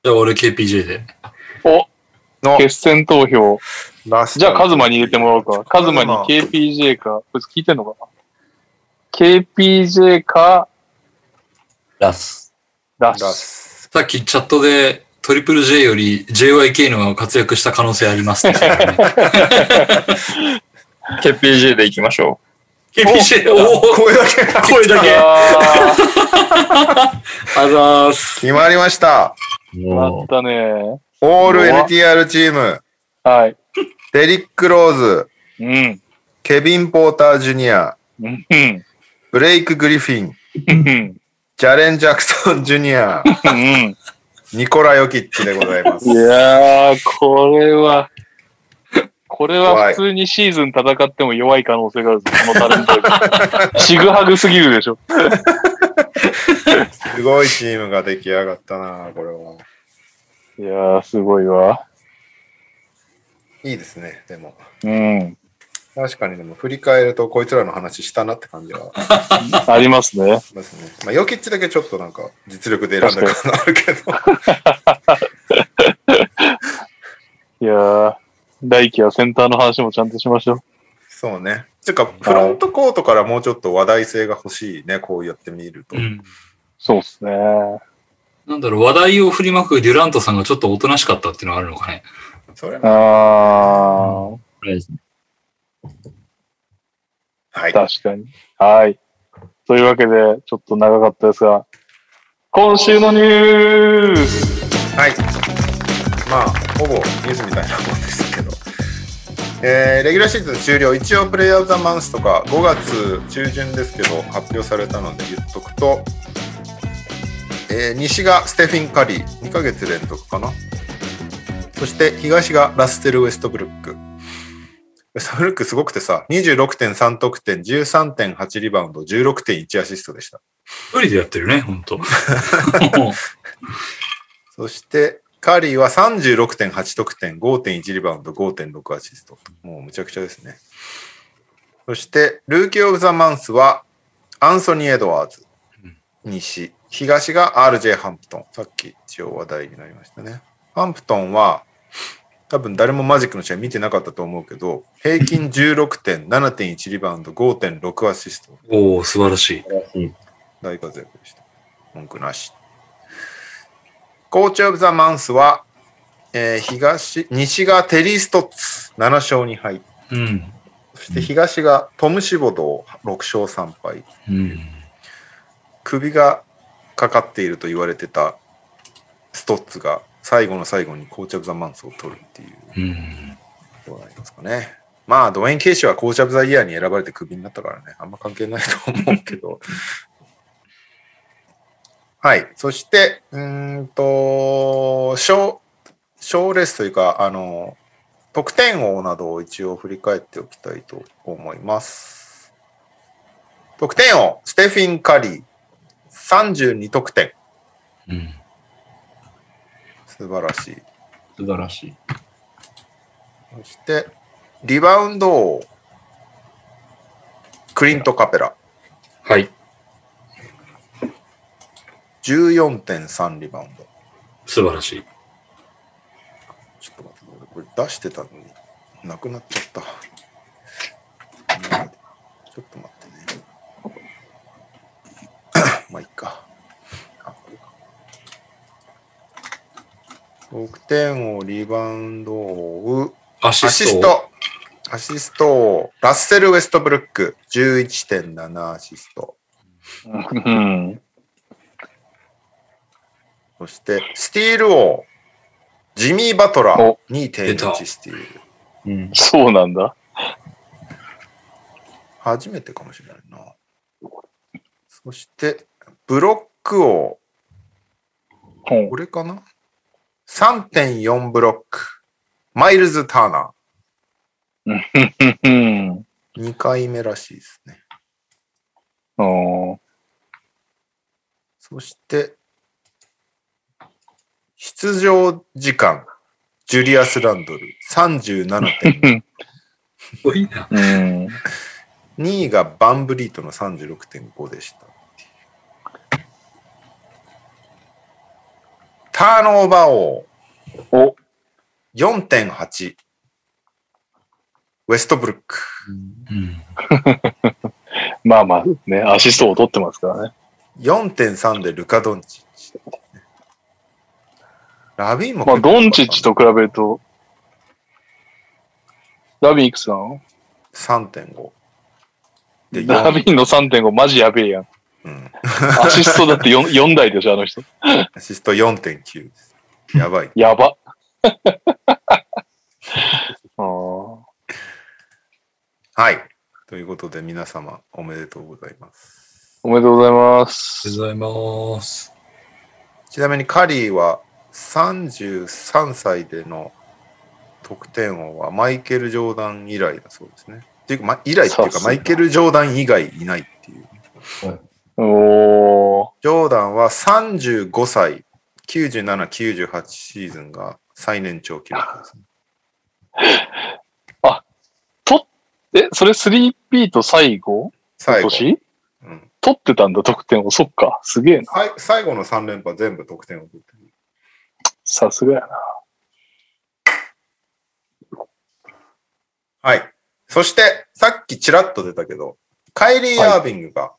Speaker 5: じゃあ、俺 KPJ で。
Speaker 2: お
Speaker 1: の、
Speaker 2: 決選投票。
Speaker 1: ラス
Speaker 2: じゃあカズマに入れてもらおうか。カズマに
Speaker 1: KPJ。
Speaker 2: KPJ か。こいつ聞いてんのかな ?KPJ か、
Speaker 4: ラス。
Speaker 2: ラ
Speaker 1: ラ
Speaker 2: ス。
Speaker 1: ス。
Speaker 5: さっきチャットで、トリプル J より JYK の方が活躍した可能性ありますって言ってた [LAUGHS] ね
Speaker 6: KPJ で行きましょ
Speaker 5: KPJ、おお
Speaker 1: 声だけが
Speaker 5: 声だけ。
Speaker 2: あー
Speaker 5: あざーす。
Speaker 1: 決まりました。
Speaker 2: なったね。
Speaker 1: オール
Speaker 2: うわ
Speaker 1: NTR チーム、
Speaker 2: はい。
Speaker 1: デリック・ローズ、
Speaker 2: うん。
Speaker 1: ケビン・ポーター・ジュニア、
Speaker 2: うんうん。
Speaker 1: ブレイク・グリフィン、
Speaker 2: うん。
Speaker 1: ジャレン・ジャクソン・ジュニ
Speaker 2: [LAUGHS]
Speaker 1: ア、
Speaker 2: うん
Speaker 1: ニコラ・ヨキッチでございます
Speaker 2: い。やー、これは、これは普通にシーズン戦っても弱い可能性があるぞ、このタレント。ちぐはぐすぎるでしょ。
Speaker 1: すごいチームが出来上がったな、これは。
Speaker 2: いやー、すごいわ。
Speaker 1: いいですね、でも。
Speaker 2: うん。
Speaker 1: 確かにでも振り返るとこいつらの話したなって感じはし
Speaker 2: ありますね。
Speaker 1: ますね。まあ、ヨキッチだけちょっとなんか実力で選んだ感あるけ
Speaker 5: [LAUGHS]
Speaker 1: ど。
Speaker 2: いやー、大輝はセンターの話もちゃんとしましょう。
Speaker 1: そうね。てか、フロントコートからもうちょっと話題性が欲しいね、こうやって見ると
Speaker 5: う。ん
Speaker 2: そうっすね。
Speaker 5: なんだろう、話題を振りまくデュラントさんがちょっとおとなしかったっていうのはあるのかね。
Speaker 1: それは、
Speaker 2: あ
Speaker 1: はい
Speaker 2: ー、。確かに。はい。というわけで、ちょっと長かったですが、今週のニュース
Speaker 1: はい。まあ、ほぼニュースみたいなもんですけど。えーレギュラーシーズン終了、一応プレイヤーオブザマンスとか5月中旬ですけど発表されたので言っとくと、えー西がステフィン・カリー、2ヶ月連続かな。そして東がラステル・ウェストブルック。ウェストブルックすごくてさ、26.3得点、13.8リバウンド、16.1アシストでした。
Speaker 5: 一人でやってるね、ほん [LAUGHS] と。
Speaker 1: そして、カリーは36.8得点、5.1リバウンド、5.6アシスト。もうむちゃくちゃですね。そして、ルーキー・オブ・ザ・マンスは、アンソニー・エドワーズ、西、東が RJ ハンプトン。さっき一応話題になりましたね。ハンプトンは、多分誰もマジックの試合見てなかったと思うけど、平均16点、7.1リバウンド、5.6アシスト。
Speaker 5: おお素晴らしい。
Speaker 1: 大活躍でした。文句なし。コーチ・オブ・ザ・マンスは、えー東西がテリー・ストッツ7勝2敗
Speaker 5: うん。
Speaker 1: そして東がトム・シボドー6勝3敗
Speaker 5: うん。
Speaker 1: 首がかかっていると言われてたストッツが最後の最後にコーチ・オブ・ザ・マンスを取るっていう
Speaker 5: うん。
Speaker 1: ことになりますかね。まあドウェイン・ケイシはコーチ・オブ・ザ・イヤーに選ばれてクビになったからねあんま関係ないと思うけど [LAUGHS] はいそしてうーんと賞賞レースというかあの得点王などを一応振り返っておきたいと思います得点王ステフィン・カリー32得点
Speaker 5: うん。
Speaker 1: 素晴らしい
Speaker 6: 素晴らしい。
Speaker 1: そして、リバウンド王、クリント・カペラ。
Speaker 5: はい。
Speaker 1: 14.3リバウンド。
Speaker 5: 素晴らしい。
Speaker 1: ちょっと待って、俺これ出してたのに、なくなっちゃった。ちょっと待ってね。 [COUGHS] まあ、いっか。あこれか得点王、リバウンド王、
Speaker 5: アシ
Speaker 1: ア
Speaker 5: ス
Speaker 1: シ
Speaker 5: ト。
Speaker 1: スト。アシスト王、ラッセル・ウェストブルック、11.7アシスト。
Speaker 2: うん。
Speaker 1: そして、スティール王、ジミー・バトラー
Speaker 2: お、
Speaker 5: 出た
Speaker 1: 2.1スティール。
Speaker 4: うん。
Speaker 2: そうなんだ。
Speaker 1: 初めてかもしれないな。そして、ブロック王、
Speaker 2: うん
Speaker 1: これかな ?3.4 ブロック、マイルズ・ターナ
Speaker 2: うん。
Speaker 1: ー、2回目らしいですね。
Speaker 2: うん。
Speaker 1: そして、出場時間、ジュリアス・ランドル、37.2
Speaker 5: 多いな。
Speaker 2: うん。
Speaker 1: 位がバンブリートの36.5でした。ターンオーバー王、
Speaker 2: お、
Speaker 1: 4.8。ウェストブルック。
Speaker 5: うん。
Speaker 2: まあまあね、アシストを取ってますからね。
Speaker 1: 4.3でルカ・ドンチッチ。ラビーンも
Speaker 2: まあ、
Speaker 1: 結構
Speaker 2: ドンチッチと比べると、ラビンいくつなの
Speaker 1: 3.5。で、
Speaker 2: ラビンの3.5マジやべえやん。
Speaker 1: 4うん
Speaker 2: アシストだって 4, 4台でしょ、あの人。
Speaker 1: アシスト4.9です。やばい。
Speaker 2: やば。あー
Speaker 1: はい。ということで、皆様、おめでとうございます。
Speaker 2: おめでとうございま
Speaker 5: あり
Speaker 2: す。
Speaker 5: がとうございます。
Speaker 1: ちなみにカリーは33歳での得点王はマイケル・ジョーダン以来だそうですね。っていうか、ま、以来っていう
Speaker 2: さ
Speaker 1: か、
Speaker 2: すが
Speaker 1: マイケル・ジョーダン以外いないっていう。
Speaker 2: おー。
Speaker 1: ジョーダンは35歳、97、98シーズンが最年長記録ですね。
Speaker 2: え、それ 3P と最後
Speaker 1: 最後、
Speaker 2: 年
Speaker 1: うん
Speaker 2: 取ってたんだ、得点を。そっか、すげえな。
Speaker 1: さい最後の3連覇全部得点を取ってる。
Speaker 2: さすがやな。
Speaker 1: はい。そして、さっきちらっと出たけど、カイリー・アービングが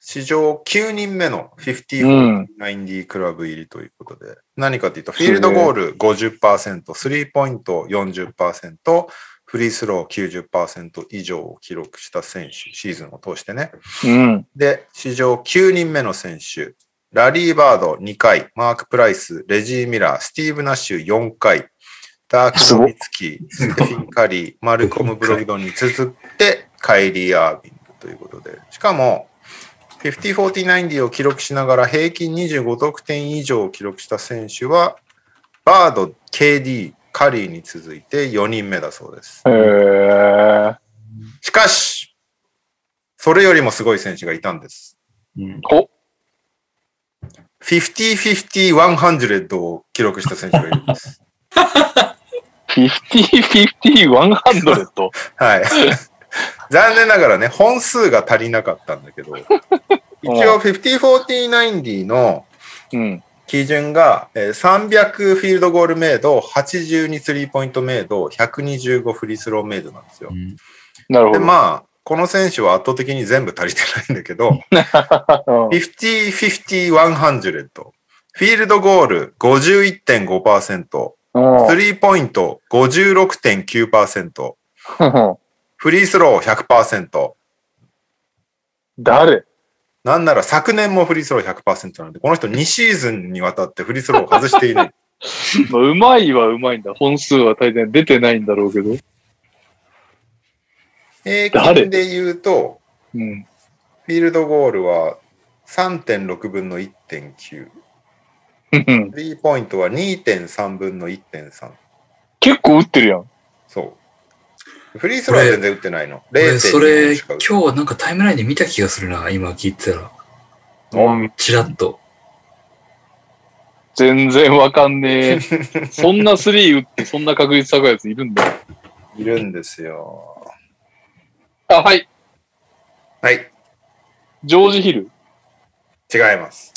Speaker 1: 史上9人目の50
Speaker 2: うん。
Speaker 1: 90クラブ入りということで、何かというと、フィールドゴール50%、スリーポイント40%、フリースロー90%以上を記録した選手、シーズンを通してね。
Speaker 2: うん。
Speaker 1: で、史上9人目の選手、ラリー・バード2回、マーク・プライス、レジー・ミラー、スティーブ・ナッシュ4回、ダーク・ノビツキー、ステフィン・カリー、マルコム・ブロギドンに続って、カイリー・アービングということで、しかも、50-40-90を記録しながら平均25得点以上を記録した選手は、バード、KD、カリーに続いて4人目だそうです。
Speaker 2: えー。
Speaker 1: しかし、それよりもすごい選手がいたんです。
Speaker 4: うん。
Speaker 2: お、
Speaker 1: 50-50-100を記録した選手がいるんです。 [LAUGHS]
Speaker 2: 50-50-100?
Speaker 1: はい。残念ながらね、本数が足りなかったんだけど、一応50-40-90の
Speaker 2: うん。
Speaker 1: 基準がえー300フィールドゴールメイド、82スリーポイントメイド、125フリースローメイドなんですよ。
Speaker 2: なるほ
Speaker 1: で、
Speaker 2: ど。
Speaker 1: まあ、この選手は圧倒的に全部足りてないんだけど、
Speaker 2: うん
Speaker 1: 50-50-100。フィールドゴール51.5%、
Speaker 2: うん
Speaker 1: スリーポイント56.9%、フリースロー100%、
Speaker 2: [LAUGHS] 誰
Speaker 1: なんなら昨年もフリースロー100%なんで、この人2シーズンにわたってフリースローを外して
Speaker 5: [LAUGHS]
Speaker 1: いない。
Speaker 2: まあうまいはうまいんだ。本数は大体出てないんだろうけど。
Speaker 1: 平均で言うと、
Speaker 2: うん。 [LAUGHS]
Speaker 1: フィールドゴールは3.6分の1.9、
Speaker 2: うん
Speaker 1: スリーポイントは2.3分の1.3。
Speaker 2: 結構打ってるやん。
Speaker 1: そう。フリースローは全然打ってないの。
Speaker 5: 俺、それ、
Speaker 1: 0.2しか打ってない
Speaker 5: 今日なんかタイムラインで見た気がするな。今聞いてたら。
Speaker 4: お
Speaker 5: チラッと。
Speaker 2: 全然わか
Speaker 1: [LAUGHS]
Speaker 2: んねえ。そんなスリー打って、そんな確率高いやついるんだよ。
Speaker 1: いるんですよ。
Speaker 2: あ、はい。
Speaker 1: はい、
Speaker 2: ジョージ・ヒル。
Speaker 1: 違います。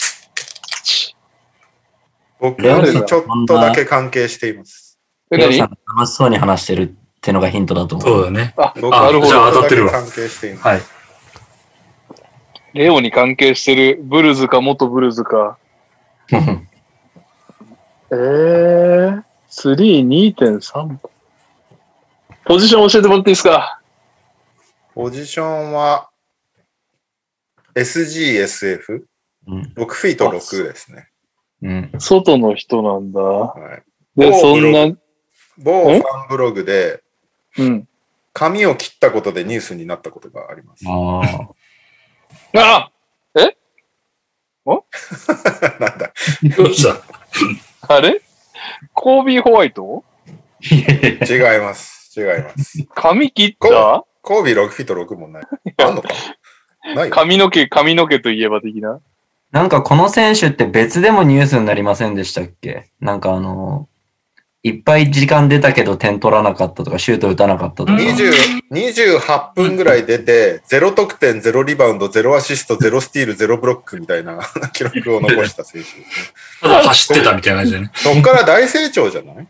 Speaker 1: 僕
Speaker 4: レオ
Speaker 2: さ
Speaker 1: に
Speaker 2: ん
Speaker 1: ちょっとだけ関係しています。
Speaker 2: え、
Speaker 4: レオ
Speaker 2: 何
Speaker 4: さん楽しそうに話してるってのがヒントだと思う。
Speaker 5: そうだ
Speaker 1: [LAUGHS]
Speaker 5: ね。
Speaker 2: あ、
Speaker 1: 僕
Speaker 5: あ
Speaker 2: なるほ
Speaker 5: じゃ
Speaker 2: ど。
Speaker 5: あ当たってるわ
Speaker 1: ちょとだけ関係しています。
Speaker 5: はい。
Speaker 2: レオに関係してる、ブルズか元ブルズか。えー、3、2.3ポジション教えてもらっていいですか
Speaker 1: ポジションは SGSF。
Speaker 4: うん
Speaker 1: 6フィート6ですね。
Speaker 4: うん。
Speaker 2: 外の人なんだ。
Speaker 1: はい、
Speaker 2: で、
Speaker 1: お
Speaker 2: そんな、
Speaker 1: 某
Speaker 2: え
Speaker 1: ファンブログで
Speaker 2: うん。
Speaker 1: 髪を切ったことでニュースになったことがあります。
Speaker 4: ああ。
Speaker 2: あえ
Speaker 1: [LAUGHS] なんだ。
Speaker 5: どうした
Speaker 2: あれコービー・ホワイト
Speaker 1: 違います。違います。
Speaker 2: 髪切った
Speaker 1: コービー6フィート6もない。あんのかないよ
Speaker 2: 髪の毛、髪の毛といえば的な。
Speaker 4: [LAUGHS] なんかこの選手って別でもニュースになりませんでしたっけなんかあの、いっぱい時間出たけど点取らなかったとか、シュート打たなかったとか。
Speaker 1: 20 28分ぐらい出て、0得点、0リバウンド、0アシスト、0スティール、0ブロックみたいな [LAUGHS] 記録を残した選手ですね。
Speaker 5: ただ走ってたみたいな感じだね。
Speaker 1: そっから大成長じゃない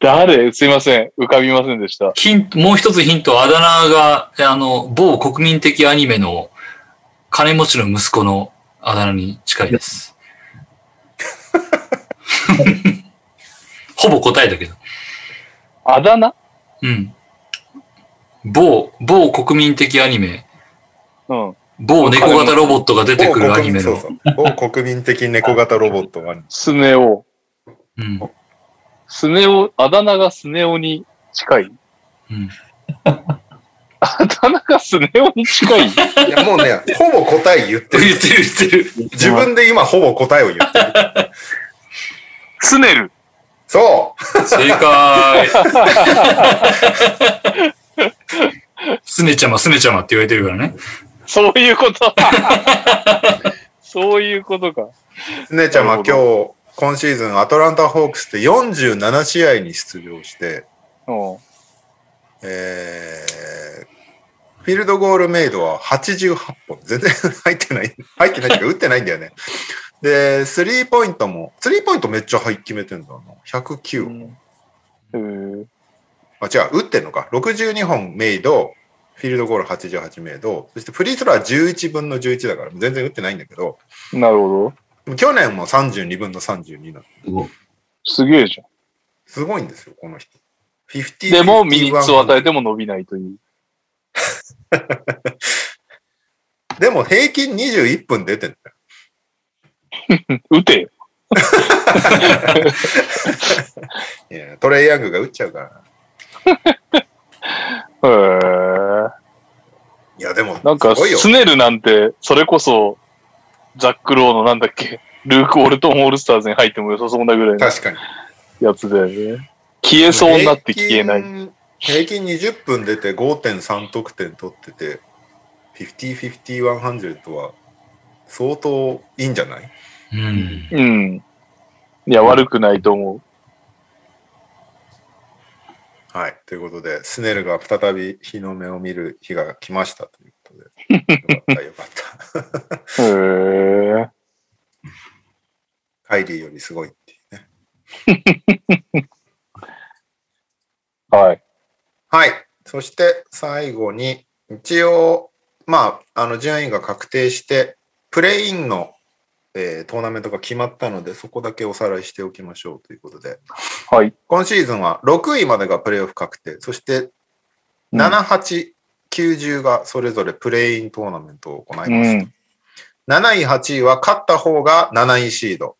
Speaker 2: 誰すいません。浮かびませんでした。
Speaker 5: ヒント、もう一つヒント、あだ名が、えあの、某国民的アニメの金持ちの息子のあだ名に近い
Speaker 1: [LAUGHS]
Speaker 5: です。ほぼ答えだけど。
Speaker 2: あだ名
Speaker 5: うん。某、某国民的アニメ、
Speaker 2: うん。
Speaker 5: 某猫型ロボットが出て
Speaker 1: 某
Speaker 5: くるア
Speaker 1: 国
Speaker 5: ニ
Speaker 1: 民
Speaker 5: メ
Speaker 1: そう
Speaker 5: の
Speaker 1: そ。う某国民的猫型ロボットがある
Speaker 2: スネオ。
Speaker 5: うん。
Speaker 2: スネオ、あだ名がスネオに近い。
Speaker 5: うん。
Speaker 2: あだ名がスネオに
Speaker 1: [LAUGHS]
Speaker 2: 近い。
Speaker 1: いやもうね、ほぼ答え言って
Speaker 5: 言
Speaker 1: る。
Speaker 5: ってる言ってる。
Speaker 1: 自分で今ほぼ答えを言ってる。
Speaker 2: スネル。
Speaker 1: そう
Speaker 5: 正
Speaker 1: [LAUGHS]
Speaker 5: 解。すねちゃますねちゃまって言われてるからね。
Speaker 2: そういうこと。 [LAUGHS] そういうことか。
Speaker 1: 姉ちゃんは
Speaker 2: な
Speaker 1: 今
Speaker 2: る
Speaker 1: 日、今シーズンアトランタホークスで47試合に出場して、
Speaker 2: うん。
Speaker 1: えーフィールドゴールメイドは88本。全然入ってない。入ってないっていうか、打ってないんだよね。で、スリーポイントも、スリーポイントめっちゃ入決めてんだな。109。
Speaker 2: うん、
Speaker 1: あ、違う、打ってんのか。62本メイド、フィールドゴール88メイド、そしてフリースローは11分の11だから、全然打ってないんだけど、
Speaker 2: なるほど。
Speaker 1: でも去年も32分の32なの。
Speaker 2: すげえじゃん。
Speaker 1: すごいんですよ、この人。50
Speaker 2: でも、ミニッツを与え
Speaker 1: て。
Speaker 2: ても伸びないという。
Speaker 1: でも平均21分出てんだよ。
Speaker 2: 打てよ。
Speaker 1: いやトレイヤングが打っちゃうからな。
Speaker 2: へー
Speaker 1: いや、でも、
Speaker 2: なんか、
Speaker 1: すごいよ
Speaker 2: ス。ネルなんて、それこそ、ザック・ローのなんだっけ、ルーク・オルトン・オールスターズに入っても良さそうなぐらいの
Speaker 1: 確かに。
Speaker 2: やつだよね。消えそうになって消えない。
Speaker 1: 平均。平均20分出て5.3得点取ってて、50-50-100は相当いいんじゃない
Speaker 5: うん。
Speaker 2: うん。いや、悪くないと思う。
Speaker 1: はい。ということで、スネルが再び日の目を見る日が来ましたということ
Speaker 2: [LAUGHS]
Speaker 1: で。よかった、よかった。
Speaker 2: へー
Speaker 1: カイリーよりすごいっていうね。
Speaker 2: はい。
Speaker 1: はい。そして最後に、一応、まあ、あの順位が確定して、プレインの、えートーナメントが決まったので、そこだけおさらいしておきましょうということで、
Speaker 2: はい。
Speaker 1: 今シーズンは6位までがプレーオフ確定、そして
Speaker 2: うん
Speaker 1: 7、8、90がそれぞれプレイントーナメントを行いま
Speaker 2: う
Speaker 1: した。
Speaker 2: ん。
Speaker 1: 7位、8位は勝った方が7位シード。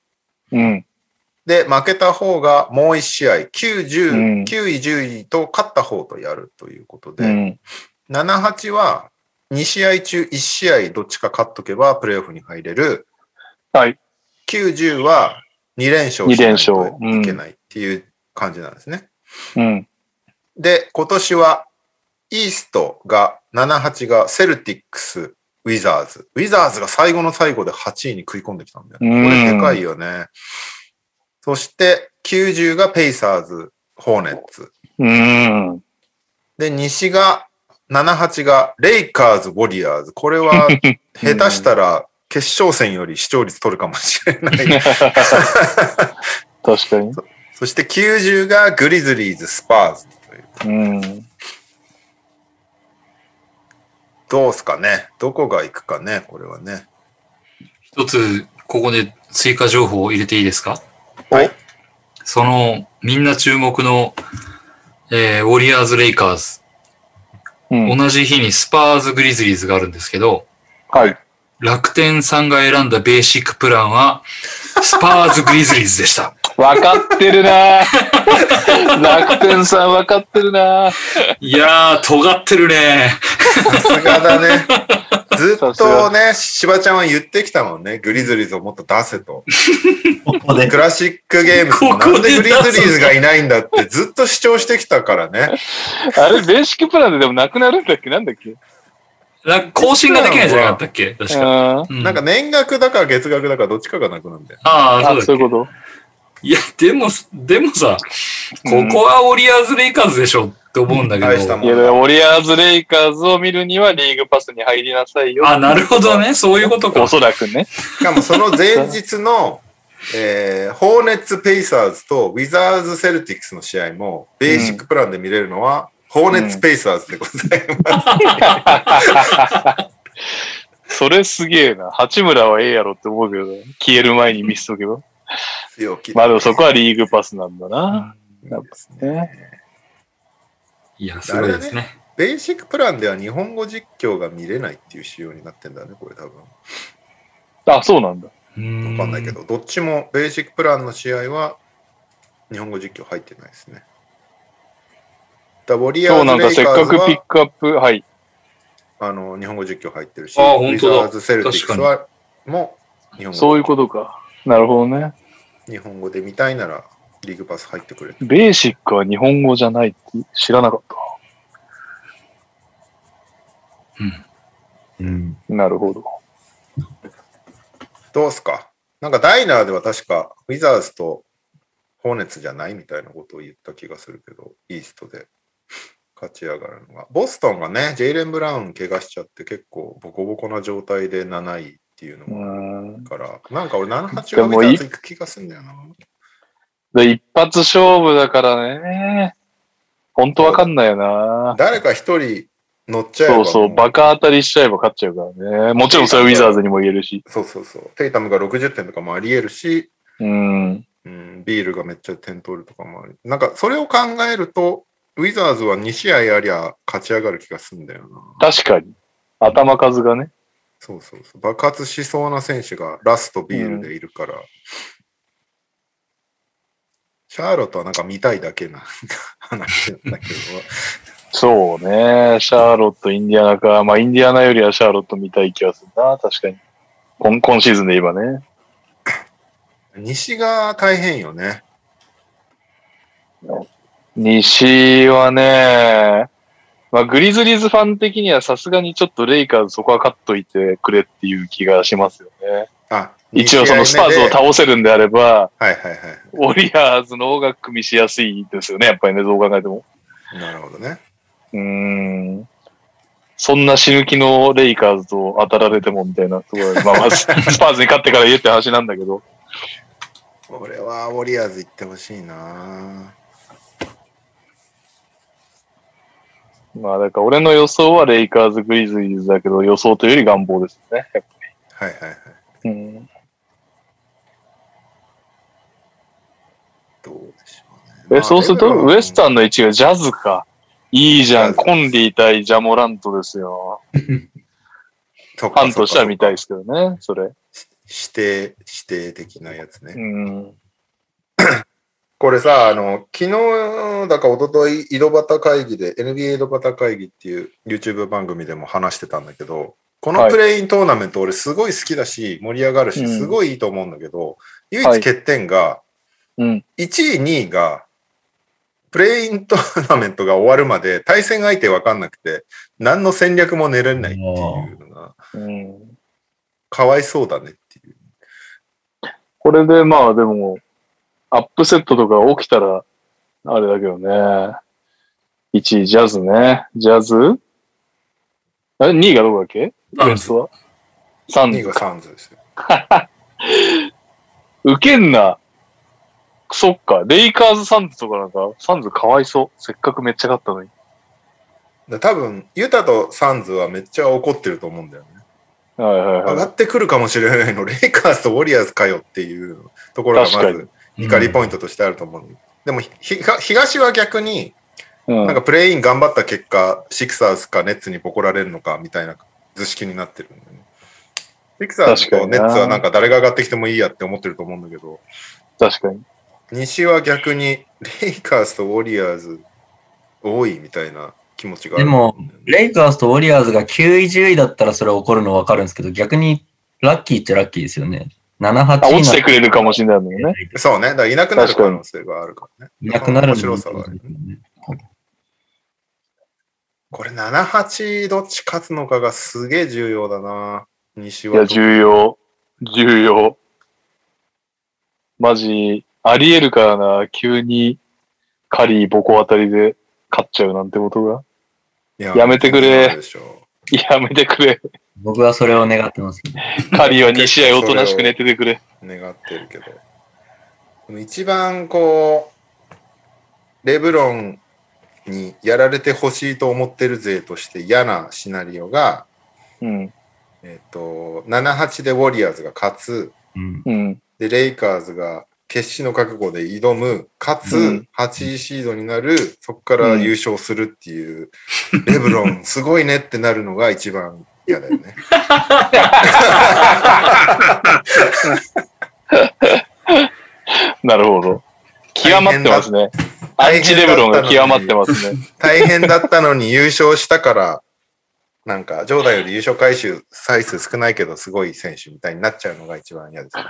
Speaker 2: うん。
Speaker 1: で、負けた方がもう1試合、9、10
Speaker 2: うん
Speaker 1: 9位、10位と勝った方とやるということで、
Speaker 2: うん。
Speaker 1: 7、8は2試合中1試合どっちか勝っとけばプレーオフに入れる。
Speaker 2: はい。
Speaker 1: 9、10は2連勝
Speaker 2: 二
Speaker 1: しな
Speaker 2: 連
Speaker 1: い
Speaker 2: 勝
Speaker 1: といけないっていう感じなんですね。
Speaker 2: うん。
Speaker 1: で、今年は、イーストが、78がセルティックス、ウィザーズ。ウィザーズが最後の最後で8位に食い込んできたんだよね。こ
Speaker 2: う
Speaker 1: れ
Speaker 2: ん
Speaker 1: でかいよね。そして、90がペイサーズ、ホーネッツ。
Speaker 2: うん。
Speaker 1: で、西が、 78がレイカーズ、ウォリアーズ。これ
Speaker 5: [LAUGHS]
Speaker 1: は下手したら決勝戦より視聴率取るかもしれ
Speaker 5: [LAUGHS]
Speaker 1: ない。
Speaker 2: 確かに。
Speaker 1: そして90がグリズリーズ、スパーズという。
Speaker 2: うん。
Speaker 1: どうすかねどこが行くかねこれはね。
Speaker 5: 一つ、ここで追加情報を入れていいですか
Speaker 1: はい。
Speaker 5: その、みんな注目の、えーウォリアーズ・レイカーズ。
Speaker 2: うん、
Speaker 5: 同じ日にスパーズ・グリズリーズがあるんですけど、
Speaker 2: はい。
Speaker 5: 楽天さんが選んだベーシックプランは、スパーズ・グリズリーズでした。
Speaker 2: わかってるな [LAUGHS] 楽天さんわかってるない
Speaker 5: やー、尖ってるね。
Speaker 1: さすが
Speaker 5: [LAUGHS]
Speaker 1: だね。ずっ
Speaker 2: さすが
Speaker 1: とね、しばちゃんは言ってきたもんね。グリズリーズをもっと出せと。
Speaker 4: ここで
Speaker 1: ク。ラシックゲームズも
Speaker 5: ここで
Speaker 1: なんでグリズリーズがいないんだってずっと主張してきたからね。
Speaker 2: あれ、ベーシックプランででもなくなるんだっけなんだっけ
Speaker 5: な更新ができないんじゃなかったっけ確か。
Speaker 2: あ
Speaker 5: う
Speaker 1: なんか、年額だか月額だかどっちかがなくなるんだよ。
Speaker 5: ああ、
Speaker 2: あ、
Speaker 5: そ
Speaker 2: そう
Speaker 5: だ
Speaker 2: うい
Speaker 5: っ
Speaker 2: うこ
Speaker 5: け。いや、でも、でもさ、ここはウォリアーズ・レイカーズでしょって思うんだけ
Speaker 1: 大した
Speaker 5: ど。
Speaker 2: と。
Speaker 1: も
Speaker 2: いや、
Speaker 1: ん
Speaker 2: だから
Speaker 1: だ。
Speaker 2: ウォリアーズ・レイカーズを見るにはリーグパスに入りなさいよ。
Speaker 5: あ、なるほどね。そういうことか
Speaker 2: お。そらくね。
Speaker 1: しかもその前日の、えー、ホーネッツ・ペイサーズとウィザーズ・セルティックスの試合も、ベーシックプランで見れるのは、ホーネッツ・ペイサーズでございます。
Speaker 2: それすげえな。八村はええやろって思うけど、消える前に見せとけば。
Speaker 1: 強気
Speaker 2: まあでもそこはリーグパスなんだな。
Speaker 1: ですね
Speaker 2: ね
Speaker 5: いや、すごいですね。
Speaker 1: ベーシックプランでは日本語実況が見れないっていう仕様になってんだね、これ多分。
Speaker 2: あ、そうなんだ。
Speaker 5: わ
Speaker 1: わかんないけ。ど、どっちもベーシックプランの試合は日本語実況入ってないですね。だからウォリア
Speaker 2: そうな
Speaker 1: ー
Speaker 2: ん
Speaker 1: ズ・レ
Speaker 2: か、
Speaker 1: イ
Speaker 2: せっ
Speaker 1: カ
Speaker 2: か
Speaker 1: ーズ
Speaker 2: くピッ
Speaker 1: は
Speaker 2: クアップ、はい。
Speaker 1: あの日本語実況入ってるし、
Speaker 5: あー
Speaker 1: ウ
Speaker 5: 本
Speaker 1: ィ
Speaker 5: 当
Speaker 1: ザ
Speaker 5: だ
Speaker 1: ーズ・セルティックスはもう日本
Speaker 2: そういう
Speaker 1: 語
Speaker 2: ことか。なるほどね。
Speaker 1: 日本語で見たいならリーグパス入ってくれ。
Speaker 2: ベーシックは日本語じゃないって知らなかった。
Speaker 4: うん。
Speaker 2: なるほど。
Speaker 1: どうすかなんかダイナーでは確かウィザーズとホーネッツじゃないみたいなことを言った気がするけど、イーストで勝ち上がるのが。ボストンがね、ジェイレン・ブラウン怪我しちゃって結構ボコボコな状態で7位っていうの
Speaker 2: う
Speaker 1: が
Speaker 2: ん。
Speaker 1: あるから、なんか俺7、8
Speaker 2: で
Speaker 1: がウ
Speaker 2: も
Speaker 1: ィ
Speaker 2: い
Speaker 1: ザ
Speaker 2: い
Speaker 1: ーズ行く気がするんだよな。
Speaker 2: で一発勝負だからね。ほんとわかんないよな。
Speaker 1: 誰か一人乗っちゃえば
Speaker 2: そ
Speaker 1: も
Speaker 2: うそう、バカ当たりしちゃえば勝っちゃうからね。もちろんそれはウィザーズにも言えるし。
Speaker 1: そうそうそう。テイタムが60点とかもあり得るし、
Speaker 2: うん。
Speaker 1: うん、ビールがめっちゃ点取るとかもある。なんか、それを考えると、ウィザーズは2試合ありゃ勝ち上がる気がすんだよな。
Speaker 2: 確かに。頭数がね。
Speaker 1: そうそうそう。爆発しそうな選手がラストビールでいるから。シャーロットはなんか見たいだけな話なんだけど、
Speaker 2: そうね。シャーロット、インディアナか。まあ、インディアナよりはシャーロット見たい気がするな。確かに。今今シーズンで今ね。
Speaker 1: 西が大変よね。
Speaker 2: 西はね、まあ、グリズリーズファン的にはさすがにちょっとレイカーズそこは勝っといてくれっていう気がしますよね。
Speaker 1: あ、
Speaker 2: 一応その
Speaker 1: 二
Speaker 2: ス
Speaker 1: 試
Speaker 2: パ
Speaker 1: 合
Speaker 2: ー
Speaker 1: 目
Speaker 2: ズ
Speaker 1: で
Speaker 2: を倒せるんであれば、
Speaker 1: はいはいは
Speaker 2: ウォリアーズの方が組みしやすいですよね、やっぱりね、どう考えても。
Speaker 1: い。なるほどね。
Speaker 2: うーん。そんな死ぬ気のレイカーズと当たられてもみたいなところで、まあまあ、ススパーズに勝ってから言えって話なんだけど、
Speaker 1: 俺はウォリアーズ行ってほしいな
Speaker 2: まあだから俺の予想はレイカーズ、グリズリーズだけど予想というより願望ですね。やっぱ
Speaker 1: はいはいはい。
Speaker 2: うん、
Speaker 1: どうでしょうね。
Speaker 2: え
Speaker 1: まあ
Speaker 2: そうすると、
Speaker 1: レブロン
Speaker 2: ウエスタンの位置がジャズか。いいじゃ
Speaker 1: ジャ
Speaker 2: ん、
Speaker 1: ズ
Speaker 2: コンリー対ジャモラントですよ。
Speaker 1: そっ
Speaker 2: フ
Speaker 1: か
Speaker 2: ァンとしては見たい
Speaker 1: そっ
Speaker 2: ですけどね、それ。
Speaker 1: か指定、指定的なやつね。
Speaker 2: うん。
Speaker 1: これさ、あの、昨日だか一昨日井戸端会議で、NBA 井戸端会議っていう YouTube 番組でも話してたんだけど、こ
Speaker 2: は
Speaker 1: の
Speaker 2: い
Speaker 1: プレイントーナメント俺すごい好きだし、盛り上がる
Speaker 2: う
Speaker 1: し、
Speaker 2: ん
Speaker 1: すごいいいと思うんだけど、唯一
Speaker 2: はい
Speaker 1: 欠点が、
Speaker 2: うん。
Speaker 1: 1位、2位が、プレイントーナメントが終わるまで対戦相手わかんなくて、何の戦略も練れないっていうのが、
Speaker 2: うん
Speaker 1: かわいそうだねっていう。
Speaker 2: これでまあでも、アップセットとか起きたら、あれだけどね。1位ジャズね。ジャズあ ?2 位がどこだっけ
Speaker 5: あ
Speaker 2: ウエストは ?3
Speaker 1: 2
Speaker 2: 位
Speaker 1: 位がサンズですよ。
Speaker 2: ウケんな。そっか。レイカーズサンズとかなんか、サンズかわいそう。せっかくめっちゃ勝ったのに。
Speaker 1: で多分、ユタとサンズはめっちゃ怒ってると思うんだよね。
Speaker 2: はいはい
Speaker 1: 上
Speaker 2: は
Speaker 1: がってくるかもしれないの、レイカーズとウォリアーズかよっていうところがま
Speaker 2: 確か
Speaker 1: ず怒りポイントとしてあると思う。でもひひが東は逆に、
Speaker 2: い。うん
Speaker 1: なんかプレイイン頑張った結果、シクサーズかネッツにボコられるのかみたいな図式になってるんだよね。シクサーズ
Speaker 2: 確か
Speaker 1: と
Speaker 2: にな
Speaker 1: ネッツはなんか誰が上がってきてもいいやって思ってると思うんだけど、
Speaker 2: 確かに。
Speaker 1: 西は逆にレイカーズとウォリアーズ多いみたいな気持ちがある。
Speaker 4: でも、レイカーズとウォリアーズが9位、10位だったらそれ起こるの分かるんですけど、逆にラッキーってラッキーですよね。7、8
Speaker 2: あ、
Speaker 4: 位
Speaker 2: 落
Speaker 4: に
Speaker 2: ち
Speaker 4: な
Speaker 2: てくれるかもしれないもんね。
Speaker 1: そうね。だからいなくなる可能性があるからね。
Speaker 4: いなくなるの
Speaker 1: 面白さがある。これ7、8どっち勝つのかがすげえ重要だな。西
Speaker 2: いや、
Speaker 1: は。
Speaker 2: 重要。重要。マジ、ありえるからな。急に、カリーボコ当たりで勝っちゃうなんてことが。 [LAUGHS]
Speaker 1: や
Speaker 2: やめてくれ
Speaker 1: でしょ
Speaker 2: やめてくれ。
Speaker 4: 僕はそれを願ってますね。
Speaker 2: カリーは2試合おとなしく寝ててくれ。
Speaker 1: う願ってるけど。でも一番こう、レブロンにやられてほしいと思ってる勢として嫌なシナリオが、
Speaker 2: うん。
Speaker 1: えっ、と、7、8でウォリアーズが勝つ。
Speaker 4: うん。
Speaker 2: うん。
Speaker 1: で、レイカーズが決死の覚悟で挑む、かつ
Speaker 2: うん
Speaker 1: 8位シードになる、そこから優勝するっていう、レブロン、すごいねってなるのが一番嫌だよ
Speaker 2: [LAUGHS]
Speaker 1: ね。
Speaker 2: なるほど。極まってますね。アンチレブロンが極まってますね。
Speaker 1: 大変だったのに優勝したから、なんか、ジョーダンより優勝回収、歳数少ないけど、すごい選手みたいになっちゃうのが一番嫌ですね。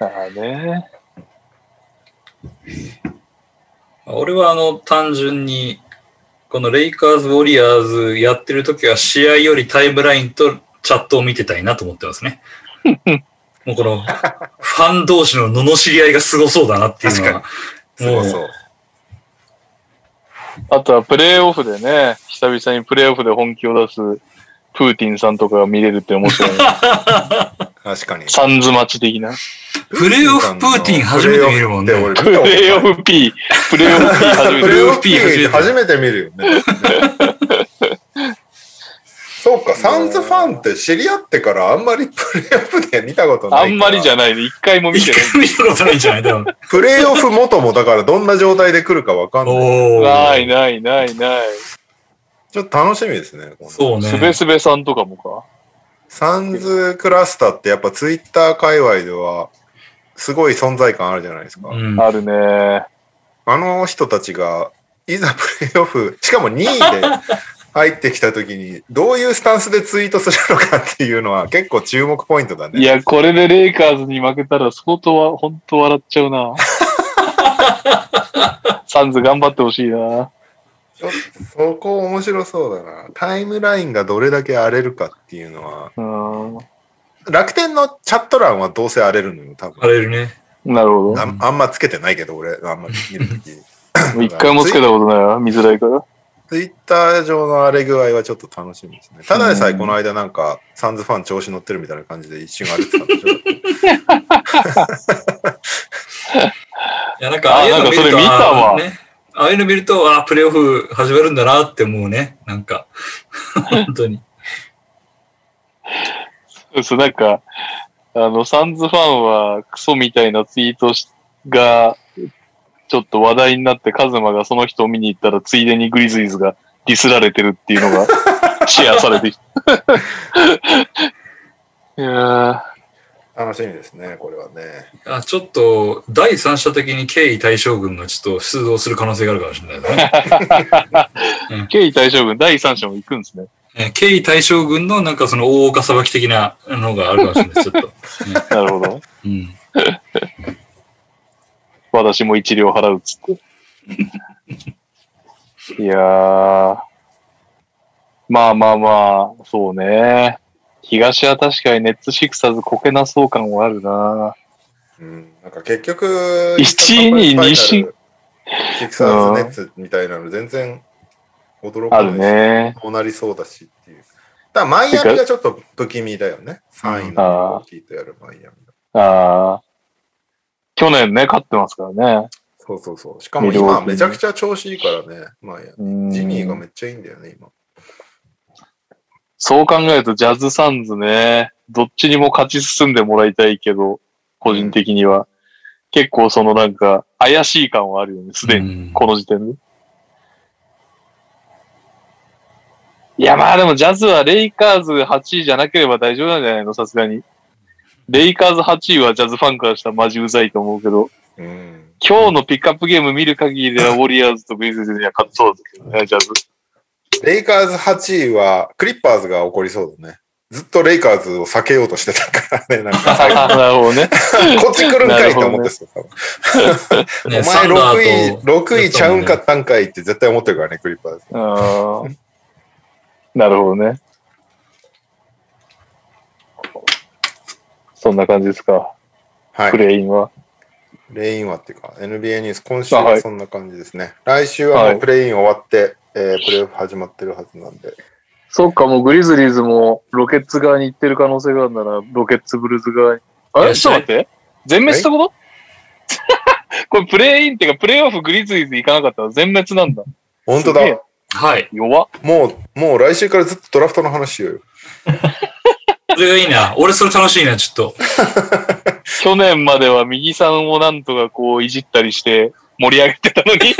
Speaker 2: ああね。
Speaker 5: 俺はあの、単純に、このレイカーズ・ウォリアーズやってる時は試合よりタイムラインとチャットを見てたいなと思ってますね。
Speaker 1: [LAUGHS]
Speaker 5: もうこの、ファン同士の罵り合いがすごそうだなっていうのは。
Speaker 1: すご
Speaker 5: も
Speaker 1: そう。
Speaker 2: あとはプレイオフでね、久々にプレイオフで本気を出すプーティンさんとかが見れるって面白い、ね。 [LAUGHS]
Speaker 1: 確かに。
Speaker 2: サンズ待ち的な。
Speaker 5: プレイオフプーティン初めて見るもんね
Speaker 1: プレイオフって
Speaker 2: プ
Speaker 1: 俺見たことない
Speaker 2: レイオフ P、プレイオフ P 初め
Speaker 1: プ
Speaker 2: て
Speaker 1: レ
Speaker 2: 見
Speaker 1: イ
Speaker 2: る。
Speaker 1: オフ P 初めて見るよね。そうか、サンズファンって知り合ってからあんまりプレイオフで見たことない
Speaker 2: あ
Speaker 1: から。
Speaker 2: んまりじゃないね。一回も見て
Speaker 5: 一
Speaker 2: ない。
Speaker 5: 回見たことないんじゃない多
Speaker 2: [LAUGHS]
Speaker 5: 分。
Speaker 1: プレイオフ元もだからどんな状態で来るかわかんない。
Speaker 5: お
Speaker 2: な
Speaker 5: ー。
Speaker 2: いないないない。
Speaker 1: ちょっと楽しみですね。この
Speaker 5: そう
Speaker 2: すべ
Speaker 5: ね。
Speaker 2: すべさんとかもか。
Speaker 1: サンズクラスターってやっぱツイッター界隈ではすごい存在感あるじゃないですか。
Speaker 5: うん。
Speaker 2: あるね。
Speaker 1: あの人たちがいざプレイオフ、しかも2位で入ってきた時にどういうスタンスでツイートするのかっていうのは結構注目ポイントだね。
Speaker 2: いや、これでレイカーズに負けたら相当は、本当笑っちゃうな。サンズ頑張ってほしいな。
Speaker 1: ちょっとそこ面白そうだな。タイムラインがどれだけ荒れるかっていうのは、
Speaker 2: うん。
Speaker 1: 楽天のチャット欄はどうせ荒れるのよ、多
Speaker 5: あ
Speaker 1: 分。
Speaker 5: れるね。
Speaker 2: なるほ
Speaker 1: あんあんまつけてないけど、俺、あんまり見るとき。
Speaker 2: ど。一回もつけたことないわ。見づらいから。
Speaker 1: ツイッター上の荒れ具合はちょっと楽しみですね。ただでさえこの間なんか、サンズファン調子乗ってるみたいな感じで一瞬荒れてたんでしょ。
Speaker 5: いや、なんか、ああいうの見ると、
Speaker 2: あなんかそれ見たわ
Speaker 5: あねああいうの見ると、ああ、プレイオフ始まるんだなって思うね。なん
Speaker 1: [LAUGHS]
Speaker 5: か、本当に。
Speaker 2: そうそう、なんか、あの、サンズファンはクソみたいなツイートしが、ちょっと話題になって、カズマがその人を見に行ったら、ついでにグリズリーズがディスられてるっていうのがシェアされてきた。いや
Speaker 1: 楽しみですね、これはね。
Speaker 5: あちょっと、第三者的に敬意対象軍がちょっと出動する可能性があるかもしれないね。 [LAUGHS]
Speaker 2: ー、ケイ大将軍第三者も行くんですね。
Speaker 5: えー敬意対象軍のなんかその大岡裁き的なのがあるかもしれない。ちょっと。
Speaker 2: なるほど。
Speaker 5: うん。
Speaker 2: 私も一両払うっつって。い [LAUGHS] やー。まあまあまあ、そうね。東は確かにネッツシクサーズこけなそう感はあるな。
Speaker 1: うん、なんか結局、
Speaker 2: 1位に西
Speaker 1: ファイナルテキサーズネッツみたいなの全然驚
Speaker 2: あ
Speaker 1: か
Speaker 2: る
Speaker 1: ないし、
Speaker 2: ね。
Speaker 1: こうなりそうだしっていう。だからマイアミがちょっと不気味だよね。3位の大きいとやるマイアミが。
Speaker 2: ああ。去年ね、勝ってますからね。
Speaker 1: そうそうそう。しかも
Speaker 2: ミルウォー
Speaker 1: 今
Speaker 2: キー
Speaker 1: めちゃくちゃ調子いいからね、マイア
Speaker 2: うん
Speaker 1: ミ。ジニーがめっちゃいいんだよね、今。
Speaker 2: そう考えると、ジャズサンズね、どっちにも勝ち進んでもらいたいけど、個人的には。結構そのなんか、怪しい感はあるよね、すでに、
Speaker 5: うん
Speaker 2: この時点で。いや、まあでもジャズはレイカーズ8位じゃなければ大丈夫なんじゃないの、さすがに。レイカーズ8位はジャズファンからしたらマジうざいと思うけど、
Speaker 1: うん。
Speaker 2: 今日のピックアップゲーム見る限りではウォリアーズとグリズリーには勝つそうですけどね、ジャズ。
Speaker 1: レイカーズ8位は、クリッパーズが怒りそうだね。ずっとレイカーズを避けようとしてたからね、なん
Speaker 2: [LAUGHS]
Speaker 1: か、
Speaker 2: なるほどね。
Speaker 1: こっち来るんかいと
Speaker 2: なる
Speaker 1: 思
Speaker 2: ほ
Speaker 1: っ
Speaker 2: どね
Speaker 1: てた、多分
Speaker 5: ね
Speaker 1: お
Speaker 5: サ
Speaker 1: 前
Speaker 5: ンダ
Speaker 1: 6
Speaker 5: ー
Speaker 1: 位、
Speaker 5: と
Speaker 1: 6位ちゃうんかったんかいって絶対思ってるからね、クリッパーズ。
Speaker 2: あーなるほどね。そんな感じですか、
Speaker 1: は
Speaker 2: プ
Speaker 1: い。
Speaker 2: レインは。
Speaker 1: レインはっていうか、NBA ニュース、今週
Speaker 2: あは
Speaker 1: はいそんな感じですね。来週は
Speaker 2: は
Speaker 1: も
Speaker 2: いう
Speaker 1: プレイン終わって、えープレイオフ始まってるはずなんで。
Speaker 2: そっか、もうグリズリーズもロケッツ側に行ってる可能性があるなら、ロケッツブルーズ側に。あ
Speaker 5: いら
Speaker 2: れ
Speaker 5: っ
Speaker 2: ち
Speaker 5: し
Speaker 2: ょっ
Speaker 5: ゃ
Speaker 2: と
Speaker 5: い
Speaker 2: 待って。全滅したことこれプレイインっていうか、プレイオフグリズリーズ行かなかったら全滅なんだ。
Speaker 1: 本当
Speaker 2: すげえ
Speaker 1: だ。
Speaker 5: はい。
Speaker 2: 弱っ。
Speaker 1: もう、もう来週からずっとドラフトの話しようよ。
Speaker 5: それがいいな。俺それ楽しいな、ちょっと。
Speaker 2: 去年までは右さんをなんとかこういじったりして盛り上げてたの [LAUGHS] に、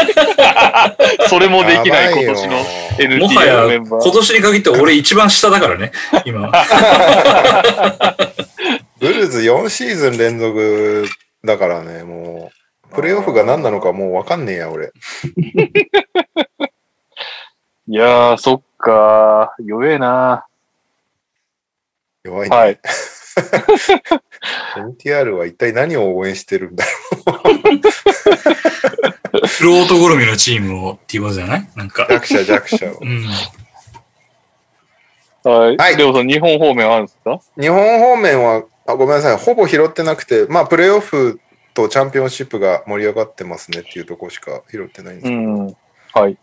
Speaker 2: それもできない今年の
Speaker 1: やばいよ
Speaker 5: も
Speaker 2: NT
Speaker 5: は
Speaker 2: のメ
Speaker 5: や、
Speaker 2: ンバ
Speaker 5: 今
Speaker 2: ー。
Speaker 5: 年に限って俺一番下だからね、今。
Speaker 1: ブルーズ4シーズン連続だからね、もう、プレイオフが何なのかもうわかんねえや、俺。
Speaker 2: いやー、そっかー。弱えな
Speaker 1: 弱い、
Speaker 2: ー。は
Speaker 1: ね
Speaker 2: い。
Speaker 1: NTR は一体何を応援してるんだろ
Speaker 5: フロート好みのチームをっていうことじゃないなんか
Speaker 1: う。。弱者、弱者を。
Speaker 5: うん。
Speaker 2: はい。
Speaker 1: はい
Speaker 2: りょうさん、日本方面あるんですか
Speaker 1: 日本方面はあ、ごめんなさい、ほぼ拾ってなくて、まあ、プレイオフとチャンピオンシップが盛り上がってますねっていうとこしか拾ってないんです
Speaker 2: う
Speaker 1: けど、
Speaker 2: ん。はい。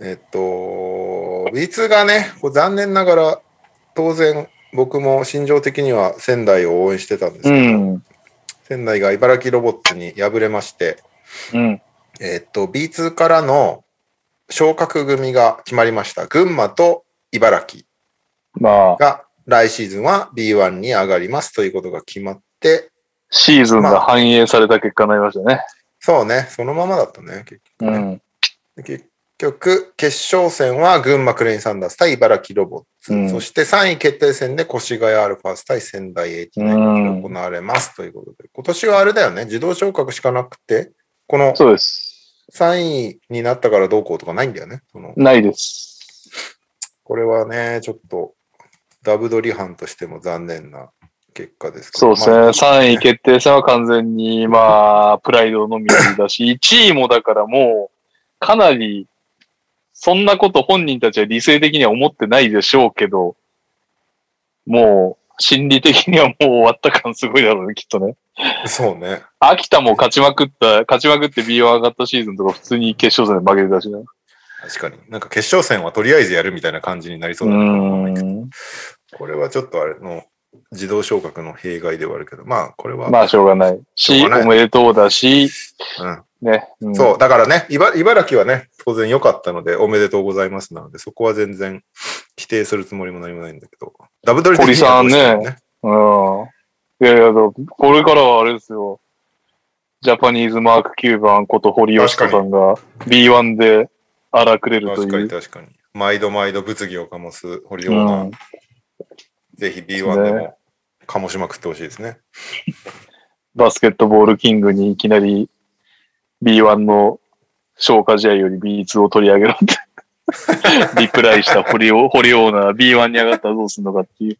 Speaker 1: えっと、B2 がね、こう残念ながら、当然、僕も心情的には仙台を応援してたんですけ
Speaker 2: う
Speaker 1: ど、
Speaker 2: ん。
Speaker 1: 仙台が茨城ロボッツに敗れまして、
Speaker 2: うん。
Speaker 1: えっと、B2 からの昇格組が決まりました。群馬と茨城
Speaker 2: まあ、
Speaker 1: が来シーズンは B1 に上がりますということが決まって、
Speaker 2: シーズンが反映された結果になりましたね。
Speaker 1: そうね、そのままだったね。結局
Speaker 2: う
Speaker 1: ね
Speaker 2: ん。
Speaker 1: 結局、決勝戦は群馬クレインサンダース対茨城ロボッツ、
Speaker 2: うん
Speaker 1: そして3位決定戦で越谷アルファース対仙台エイティナインが行われますということで、今年はあれだよね、自動昇格しかなくて、この
Speaker 2: そうです。
Speaker 1: 3位になったからどうこうとかないんだよね。その
Speaker 2: ないです。
Speaker 1: これはね、ちょっと、ダブドリハンとしても残念な結果ですけ
Speaker 2: そう
Speaker 1: ど
Speaker 2: ですね。
Speaker 1: まあ
Speaker 2: 3位決定戦は完全に、ま
Speaker 1: [LAUGHS]
Speaker 2: あ、プライドのみだし、1位もだからもう、かなり、そんなこと本人たちは理性的には思ってないでしょうけど、もう、心理的にはもう終わった感すごいだろうね、きっとね。
Speaker 1: そうね。
Speaker 2: 秋田も勝ちまくった、勝ちまくって B1 上がったシーズンとか普通に決勝戦で負けてたしね。
Speaker 1: 確かに。なんか決勝戦はとりあえずやるみたいな感じになりそう
Speaker 2: う
Speaker 1: だ、
Speaker 2: ん。
Speaker 1: これはちょっとあれの、自動昇格の弊害ではあるけど、まあ、これは、
Speaker 2: まあ、しょうがない。し、
Speaker 1: しょうがない
Speaker 2: おめでとうだし、ね。
Speaker 1: う。
Speaker 2: うんん
Speaker 1: そう、だからね、茨茨城はね、当然良かったので、おめでとうございますなので、そこは全然否定するつもりも何もないんだけど、ダブドリ的にはどうしても
Speaker 2: 堀さんうん。いやいや、だこれからはあれですよ。ジャパニーズマーク9番こと堀吉子さんが B1 で荒くれると
Speaker 1: 確か
Speaker 2: い
Speaker 1: に
Speaker 2: う。
Speaker 1: 確かに。毎度毎度物議を醸す堀オ
Speaker 2: う
Speaker 1: ーナー、
Speaker 2: ん、
Speaker 1: ぜひ B1 でも醸しまくってほしいですね。
Speaker 2: バスケットボールキングにいきなり B1 の消化試合より B2 を取り上げろ
Speaker 1: [LAUGHS]
Speaker 2: ってリプライした堀オ堀オーナー B1 に上がったらどうするのかっていう。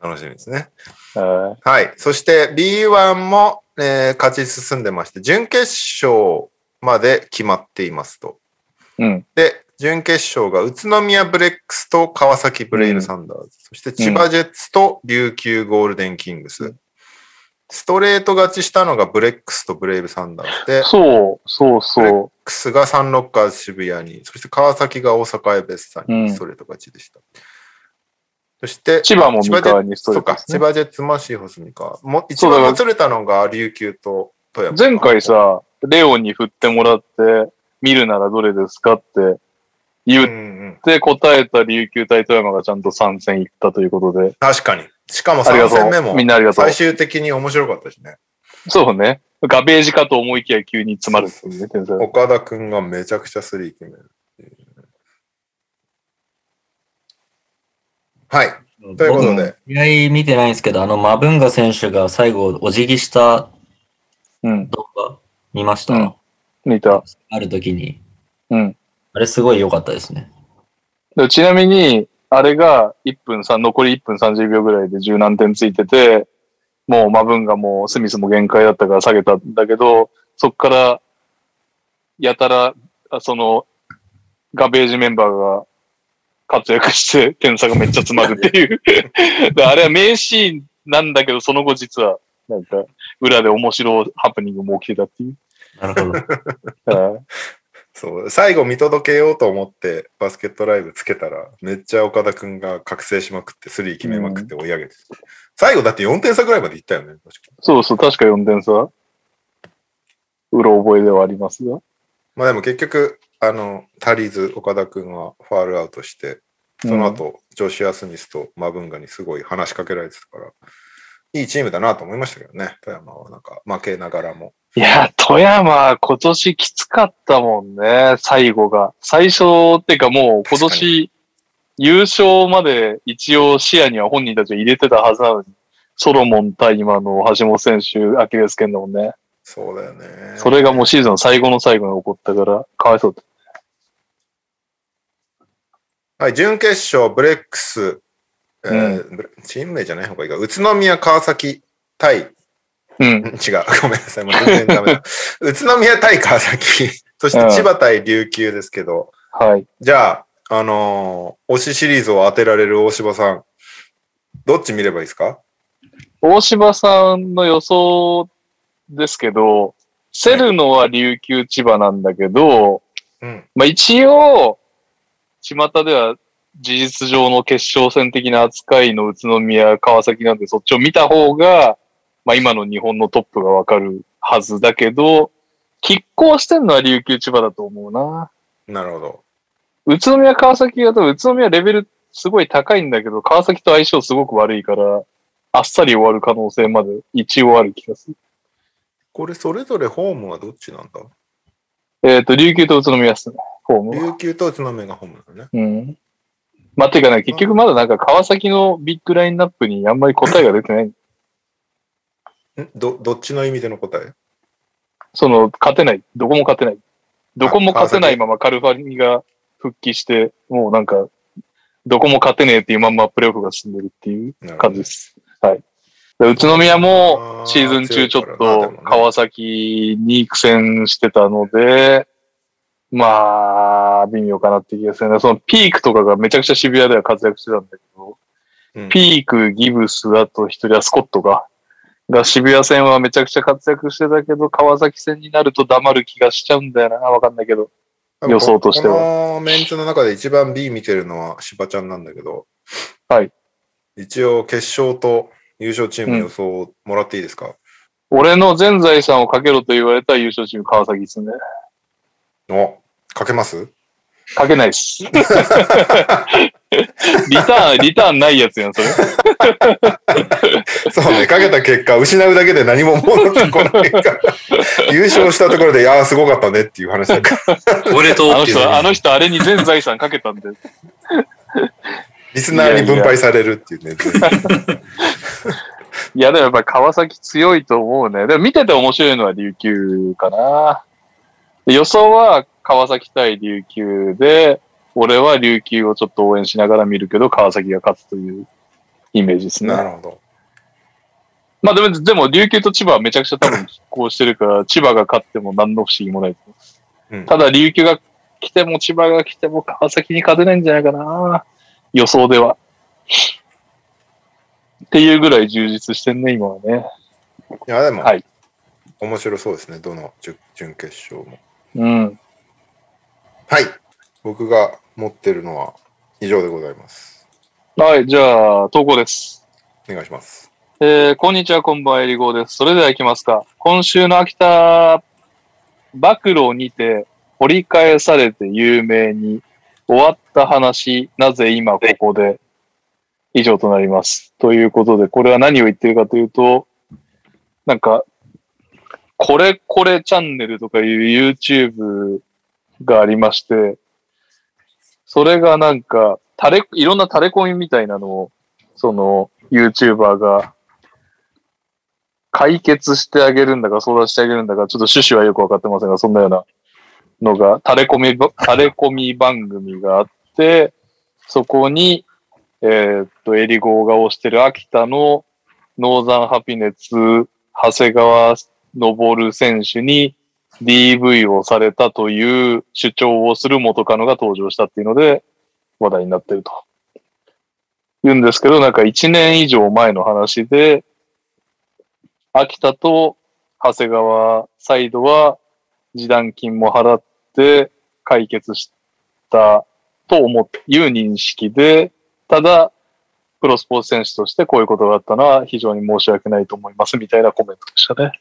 Speaker 1: 楽しみですね。
Speaker 2: は
Speaker 1: はい。そして B1 も、えー勝ち進んでまして、準決勝まで決まっていますと。
Speaker 2: いうん。
Speaker 1: で、準決勝が宇都宮ブレックスと川崎ブレイルサンダーズ、そして千葉ジェッツと琉球ゴールデンキングス。ストレート勝ちしたのがブレックスとブレイブサンダーズで、ブレッ
Speaker 2: そう、そうそ
Speaker 1: クスがサンロッカーズ渋谷に、そして川崎が大阪エベスさん
Speaker 2: うん
Speaker 1: にストレート勝ちでした。そして
Speaker 2: う。、千葉も三河にスト
Speaker 1: そ
Speaker 2: レー
Speaker 1: うか
Speaker 2: トで、す
Speaker 1: 千
Speaker 2: ね。
Speaker 1: 葉ジェッツマシーホスミカ。も一
Speaker 2: そうだ
Speaker 1: 番
Speaker 2: から
Speaker 1: もつれたのが琉球と富山。
Speaker 2: 前回さ、レオンに振ってもらって、見るならどれですかって
Speaker 1: うん
Speaker 2: 言っ
Speaker 1: うん、
Speaker 2: で、答えた琉球対富山がちゃんと参戦行ったということで、
Speaker 1: 確かに。しかも
Speaker 2: ありが
Speaker 1: 3戦目
Speaker 2: と
Speaker 1: も
Speaker 2: う。みんなありがとう
Speaker 1: 最。終的に面白かったしね。
Speaker 2: そうね。ガベージかと思いきや急に詰まるっていうね、天才。
Speaker 1: 岡田くんがめちゃくちゃスリー決めるっていう。はい。ということで、
Speaker 4: 試合見てないんですけど、あの、マブンガ選手が最後、お辞儀した
Speaker 2: うん。
Speaker 4: 動画見ました、
Speaker 2: うん見た。
Speaker 4: ある時に。
Speaker 2: うん。
Speaker 4: あれすごい良かったですね。
Speaker 2: でちなみに、あれが1分3、残り1分30秒ぐらいで十何点ついてて、もうマブンがもうスミスも限界だったから下げたんだけど、そっから、やたら、あその、ガベージメンバーが活躍して、点差がめっちゃ詰まるっ
Speaker 1: [LAUGHS]
Speaker 2: ていう。であれは名シーンなんだけど、その後実は、なんか、裏で面白いハプニングも起きてたっていう。
Speaker 4: なるほど。
Speaker 2: だから
Speaker 1: そう最後見届けようと思ってバスケットライブつけたら、めっちゃ岡田くんが覚醒しまくって、スリー決めまくって追い上げて、最後だって4点差ぐらいまでいったよね。確か
Speaker 2: そうそう、確か4点差。うろ覚えではありますが。
Speaker 1: まあでも結局、あの、足りず岡田くんはファールアウトして、その後、ジョシュア・スミスとマブンガにすごい話しかけられてたから、いいチームだなと思いましたけどね、富山はなんか負けながらも。
Speaker 2: いや、富山、今年きつかったもんね、最後が。最初っていうかもう今
Speaker 1: 確か
Speaker 2: 年、優勝まで一応視野には本人たちは入れてたはずなのに、ソロモン対今の橋本選手、アキレス腱だもんね。
Speaker 1: そうだよね。
Speaker 2: それがもうシーズン最後の最後に起こったから、かわいそうだっ
Speaker 1: はい、準決勝、ブレックス、えーブレチーム名じゃない方がいいか、宇都宮、川崎対、ん
Speaker 2: た。うん。
Speaker 1: 違う、 [LAUGHS] ごめんなさい、もう全然ダ
Speaker 2: [LAUGHS]
Speaker 1: メだ。宇都宮対川崎、 [LAUGHS] そして
Speaker 2: うん
Speaker 1: 千葉対琉球ですけど、
Speaker 2: はい。
Speaker 1: じゃあ、あのー推しシリーズを当てられる大柴さん、どっち見ればいいですか
Speaker 2: 大柴さんの予想ですけど、セルノは琉球千葉なんだけど、
Speaker 1: うん。
Speaker 2: まあ一応、巷では事実上の決勝戦的な扱いの宇都宮、川崎なんで、そっちを見た方が、まあ今の日本のトップがわかるはずだけど、拮抗してんのは琉球千葉だと思うな。
Speaker 1: なるほど。
Speaker 2: 宇都宮、川崎が多分宇都宮レベルすごい高いんだけど、川崎と相性すごく悪いから、あっさり終わる可能性まで一応ある気がする。
Speaker 1: これ、それぞれホームはどっちなんだ
Speaker 2: えっ、と、琉球と宇都宮っすね、ホームは。
Speaker 1: 琉球と宇都宮がホームだね。
Speaker 2: うん。まあ、てかね、結局まだなんか川崎のビッグラインナップにあんまり答えが出てない。
Speaker 1: んど、どっちの意味での答え
Speaker 2: その、勝てない。どこも勝てない。どこも勝てない
Speaker 1: あ
Speaker 2: ままカルファリが復帰して、もうなんか、どこも勝てねえっていうまんまプレーオフが進んでるっていう
Speaker 1: なるほ
Speaker 2: 感
Speaker 1: ど
Speaker 2: じです。はい。で宇都宮も
Speaker 1: あー
Speaker 2: シーズン中ちょっ
Speaker 1: 強いからなで
Speaker 2: と
Speaker 1: もね
Speaker 2: 川崎に苦戦してたので、まあ、微妙かなって気がするね。そのピークとかがめちゃくちゃ渋谷では活躍してたんだけど、
Speaker 1: うん
Speaker 2: ピーク、ギブス、あと一人はスコットが、が渋谷戦はめちゃくちゃ活躍してたけど、川崎戦になると黙る気がしちゃうんだよな。わかんないけど。予想としては
Speaker 1: このメンツの中で一番 B 見てるのは芝ちゃんなんだけど、
Speaker 2: はい。
Speaker 1: 一応、決勝と優勝チームの予想をもらっていいですか、
Speaker 2: 俺の全財産をかけろと言われた優勝チーム川崎ですね。
Speaker 1: お、かけます [LAUGHS]
Speaker 2: かけないっす。リターン、リターンないやつやん、それ。
Speaker 1: そうね、かけた結果、失うだけで何も戻ってこないから、 [LAUGHS] 優勝したところで、いやー、すごかったねっていう話だから、
Speaker 5: おめでとう
Speaker 2: あの
Speaker 5: っていう
Speaker 2: 人、あの人、あれに全財産かけたん
Speaker 5: [LAUGHS]
Speaker 2: で。
Speaker 1: リスナーに分配されるっていうね。
Speaker 2: いや、でもやっぱり川崎強いと思うね。でも見てて面白いのは琉球かな。で予想は川崎対琉球で、俺は琉球をちょっと応援しながら見るけど、川崎が勝つというイメージですね。
Speaker 1: [LAUGHS] なるほど。
Speaker 2: まあでも、でも琉球と千葉はめちゃくちゃ多分拮抗してるから、千葉が勝っても何の不思議もないと思います。
Speaker 1: うん
Speaker 2: ただ琉球が来ても千葉が来ても川崎に勝てないんじゃないかな。予想では。っていうぐらい充実してんね、今はね。
Speaker 1: いや、でも、
Speaker 2: はい
Speaker 1: 面白そうですね、どの準準決勝も。
Speaker 2: うん。
Speaker 1: はい。僕が持ってるのは以上でございます。
Speaker 2: はい、じゃあ、投稿です。
Speaker 1: お願いします。
Speaker 2: えー、こんにちは、こんばんは、えりごです。それでは行きますか。今週の秋田、暴露にて、掘り返されて有名に、終わった話、なぜ今ここで、以上となります。ということで、これは何を言ってるかというと、なんか、これこれチャンネルとかいう YouTube がありまして、それがなんか、垂れ、いろんな垂れ込みみたいなのを、その、YouTuber が解決してあげるんだか相談してあげるんだか、ちょっと趣旨はよくわかってませんが、そんなようなのが、垂れ込みば、垂れ込み番組があって、そこに、えーっと、エリゴーが推してる秋田のノーザンハピネツ、長谷川昇選手に DV をされたという主張をする元カノが登場したっていうので話題になってると。言うんですけど、なんか1年以上前の話で、秋田と長谷川サイドは示談金も払って解決したと思ういう認識で、ただ、プロスポーツ選手としてこういうことがあったのは非常に申し訳ないと思いますみたいなコメントでしたね。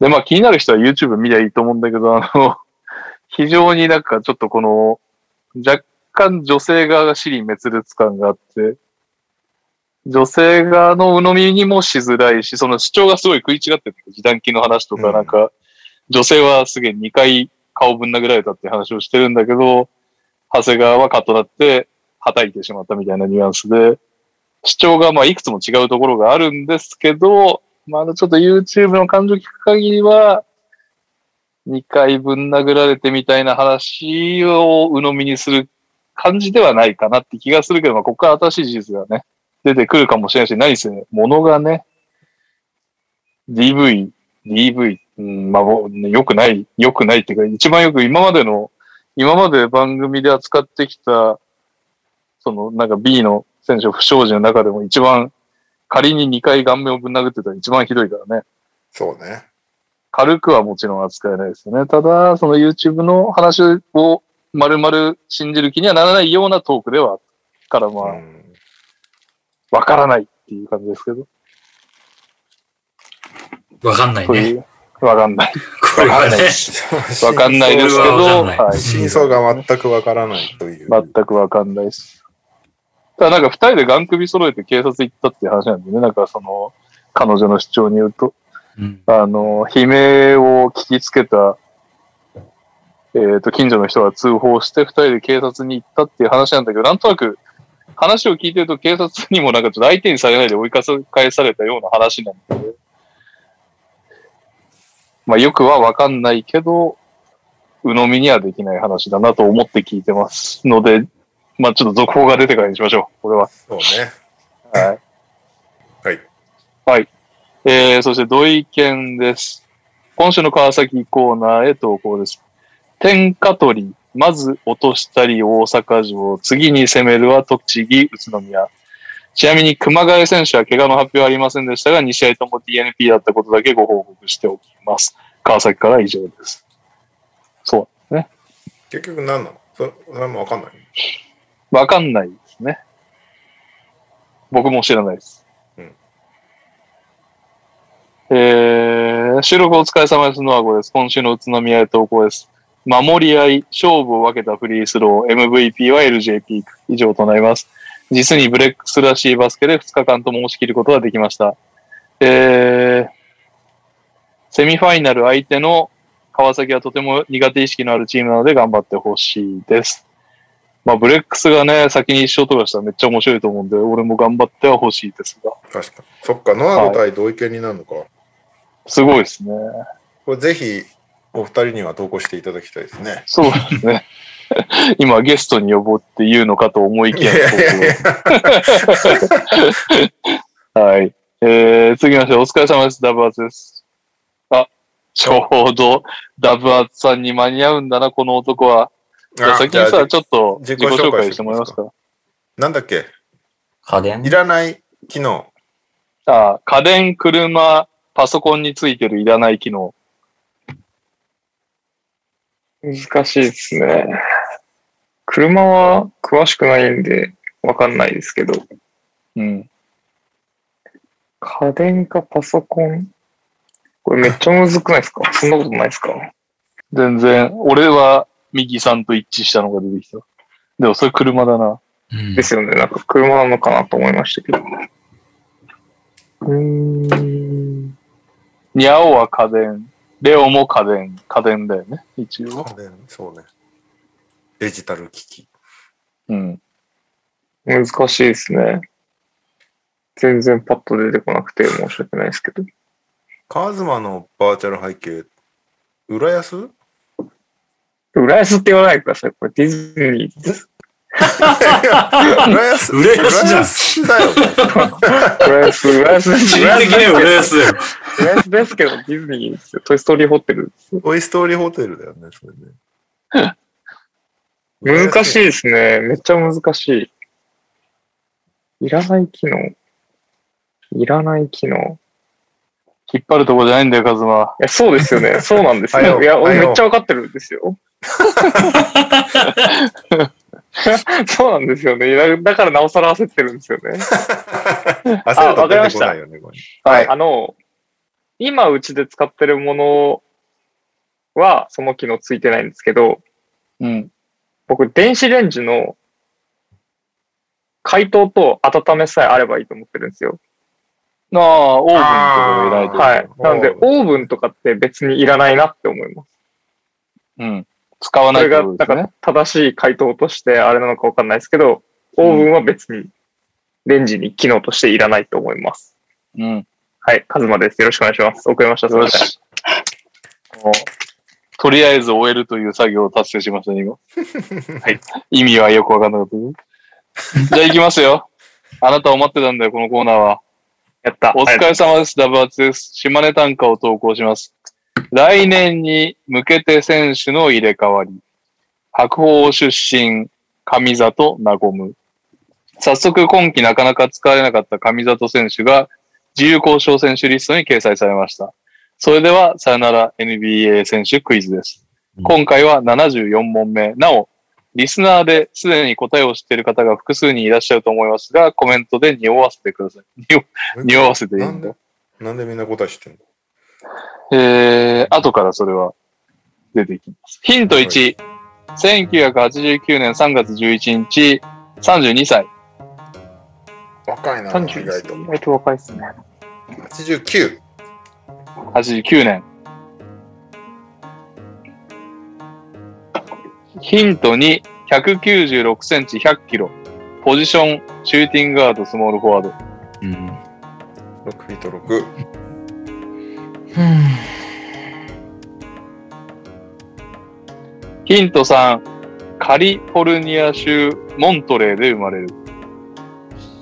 Speaker 2: で、まあ気になる人は YouTube 見りゃいいと思うんだけど、あの、 [LAUGHS] 非常になんかちょっとこの、若若干女性側が尻滅裂感があって、女性側の鵜呑みにもしづらいし、その主張がすごい食い違ってて、時短期の話と
Speaker 1: う
Speaker 2: か、
Speaker 1: ん
Speaker 2: なんか、女性はすげえ2回顔ぶん殴られたっていう話をしてるんだけど、長谷川はカッとなって、叩いてしまったみたいなニュアンスで、主張がまあいくつも違うところがあるんですけど、まああのちょっと YouTube の感情聞く限りは、2回分殴られてみたいな話を鵜呑みにする感じではないかなって気がするけど、まあ、ここから新しい事実がね、出てくるかもしれないし、何せね、ものがね、DV、DV、うん、まあ、もうね良くない、良くないっていうか、一番よく今までの、今まで番組で扱ってきた、その、なんか B の選手、不祥事の中でも一番、仮に2回顔面をぶん殴ってたら一番ひどいからね。
Speaker 1: そうね。
Speaker 2: 軽くはもちろん扱えないですよね。ただ、その YouTube の話を丸々信じる気にはならないようなトークではあったから、ま
Speaker 1: う
Speaker 2: あ、
Speaker 1: ん、
Speaker 2: わからないっていう感じですけど、
Speaker 5: わかんない
Speaker 2: そう
Speaker 5: ね。
Speaker 2: いう、わかんない。
Speaker 5: これは
Speaker 2: わかんない
Speaker 5: ね
Speaker 2: で。わかんないですけ
Speaker 5: そ
Speaker 2: ど、
Speaker 5: れはわかんない
Speaker 2: はい。
Speaker 1: 真相が全くわからないという。
Speaker 2: 全くわかんないし。ただなんか二人で眼首揃えて警察行ったっていう話なんでね、なんかその、彼女の主張によると。
Speaker 5: うん
Speaker 2: あの、悲鳴を聞きつけた、えっ、と、近所の人が通報して、二人で警察に行ったっていう話なんだけど、なんとなく、話を聞いてると警察にもなんかちょっと相手にされないで追い返されたような話なんで、まあよくはわかんないけど、鵜呑みにはできない話だなと思って聞いてますので、まあちょっと続報が出てからにしましょう、これは。
Speaker 1: そうね。
Speaker 2: はい。
Speaker 1: はい。
Speaker 2: はい。えー、そして、土井健です。今週の川崎コーナーへ投稿です。天下取り、まず落としたり大阪城、次に攻めるは栃木、宇都宮。ちなみに熊谷選手は怪我の発表はありませんでしたが、2試合とも DNP だったことだけご報告しておきます。川崎からは以上です。そうですね。
Speaker 1: 結局何なのそ何もわかんない。
Speaker 2: わかんないですね。僕も知らないです。
Speaker 1: うん
Speaker 2: えー、収録お疲れ様です。ノアゴです。今週の宇都宮へ投稿です。守り合い、勝負を分けたフリースロー、MVP は LJP 以上となります。実にブレックスらしいバスケで2日間とも押し切ることができました。えー、セミファイナル相手の川崎はとても苦手意識のあるチームなので頑張ってほしいです。まあ、ブレックスがね、先に一勝とかしたらめっちゃ面白いと思うんで、俺も頑張っては欲しいですが。
Speaker 1: 確かに。そっか、ノアの対同意見になるのか。
Speaker 2: すごいですね。
Speaker 1: これぜひ、お二人には投稿していただきたいですね。
Speaker 2: そうですね。 [LAUGHS] 今、ゲストに呼ぼうって言うのかと思い
Speaker 1: い
Speaker 2: きや、
Speaker 1: やいやいや、
Speaker 2: [LAUGHS] はい。えー、続きまして、お疲れ様です。ダブアツです。あ、ちょうど、ダブアツさんに間に合うんだな、この男は。じゃあ
Speaker 1: あ
Speaker 2: 先に
Speaker 1: じゃあ
Speaker 2: さ、ちょっと
Speaker 1: 自
Speaker 2: 自
Speaker 1: 己
Speaker 2: 己
Speaker 1: 紹
Speaker 2: 紹
Speaker 1: 介
Speaker 2: 介
Speaker 1: し
Speaker 2: してて
Speaker 1: も
Speaker 2: も
Speaker 1: らえま
Speaker 2: らいますす
Speaker 1: か
Speaker 2: か。
Speaker 1: なんだっけ
Speaker 4: 家
Speaker 1: い
Speaker 4: 電
Speaker 1: らない機能。
Speaker 2: あ、家電、車、パソコンについてるいらない機能。
Speaker 6: 難しいですね。車は詳しくないんで、わかんないですけど、
Speaker 2: うん。
Speaker 6: 家電かパソコンこれめっちゃむずくないです [LAUGHS] かそんなことないですか
Speaker 2: 全然、俺は右さんと一致したのが出てきた。でもそれ車だな。
Speaker 5: うん
Speaker 6: ですよね。なんか車なのかなと思いましたけど。うーん。
Speaker 2: ニャオは家電。レオも家電。家電だよね、一応。
Speaker 1: 家電そうね。デジタル機器。
Speaker 2: うん。
Speaker 6: 難しいですね。全然パッと出てこなくて申し訳ないですけど。
Speaker 1: カズマのバーチャル背景、浦
Speaker 2: [LAUGHS]
Speaker 1: 安
Speaker 6: 浦安って言わないでください。これディズニーです。
Speaker 1: 浦安
Speaker 3: 浦安じゃん
Speaker 1: 安だよ。
Speaker 6: 浦安、浦安です。
Speaker 3: 地
Speaker 6: 浦
Speaker 3: 理
Speaker 6: 安
Speaker 3: 的には浦安だよ。
Speaker 6: ですけど、ディズニーですよ。トイストーリーホテルですよ。
Speaker 1: トイストーリーホテルだよね、それね。
Speaker 6: 難しい
Speaker 1: い。
Speaker 6: ですね。めっちゃ難しい。いらない機能。いらない機能。
Speaker 2: 引っ張るとこじゃないんだよ、カズマ。
Speaker 6: いや、そうですよ
Speaker 1: [LAUGHS]
Speaker 6: ね。そうなんです
Speaker 1: はよ
Speaker 6: よ。いや、俺
Speaker 1: はよ
Speaker 6: めっちゃわかってるんですよ。 [LAUGHS] そうなんですよね。だだからなおさら焦ってるんですよね。
Speaker 1: 焦ると出てこないよね、これ。はい
Speaker 6: あの、今うちで使ってるものは、その機能ついてないんですけど、
Speaker 2: うん。
Speaker 6: 僕、電子レンジの解凍と温めさえあればいいと思ってるんですよ。
Speaker 2: ああ、オーブンとかでいらないと。
Speaker 6: はい。なので
Speaker 1: お、
Speaker 6: オーブンとかって別にいらないなって思います。
Speaker 2: うん。使わ
Speaker 6: そ
Speaker 2: ない
Speaker 6: れ
Speaker 2: って
Speaker 6: が、
Speaker 2: ことで
Speaker 6: だ
Speaker 2: す
Speaker 6: か
Speaker 2: ね
Speaker 6: ら。正しい回答としてあれなのかわかんないですけど、オーブンは別にレンジに機能としていらないと思います。
Speaker 2: うん。よ
Speaker 6: はい、カズマです。よろしくお願いします。遅れました。すいません。
Speaker 2: し。もうとりあえず終えるという作業を達成しましたね、
Speaker 6: [LAUGHS]
Speaker 2: 今。はい。意味はよくわかんなかったです。じゃあ行きますよ。あなたを待ってたんだよ、このコーナーは。
Speaker 6: やった。
Speaker 2: お疲
Speaker 6: ありがとう
Speaker 2: れ様です。ダブアツです。島根短歌を投稿します。来年に向けて選手の入れ替わり。白鵬出身、上里なごむ。早速、今季なかなか使われなかった上里選手が自由交渉選手リストに掲載されました。それでは、さよなら NBA 選手クイズです。
Speaker 3: うん
Speaker 2: 今回は74問目。なお、リスナーですでに答えを知っている方が複数人いらっしゃると思いますが、コメントで匂わせてください。匂匂わせていい
Speaker 1: なんん
Speaker 2: だ
Speaker 1: で。なんでみんな答え知ってんの
Speaker 2: えー、後からそれは出てきます。ヒント1、1989年3月11日、32歳。
Speaker 1: 若いな、
Speaker 6: ござ
Speaker 1: 意
Speaker 6: いま
Speaker 1: 外
Speaker 6: す
Speaker 1: と。
Speaker 6: 30、意外と若いですね。
Speaker 1: 89。
Speaker 2: 89年。ヒント2、196センチ100キロ。ポジション、シューティングガード、スモールフォワード。
Speaker 3: うん。
Speaker 1: 6フィート6。
Speaker 2: ヒント3、カリフォルニア州モントレーで生まれる。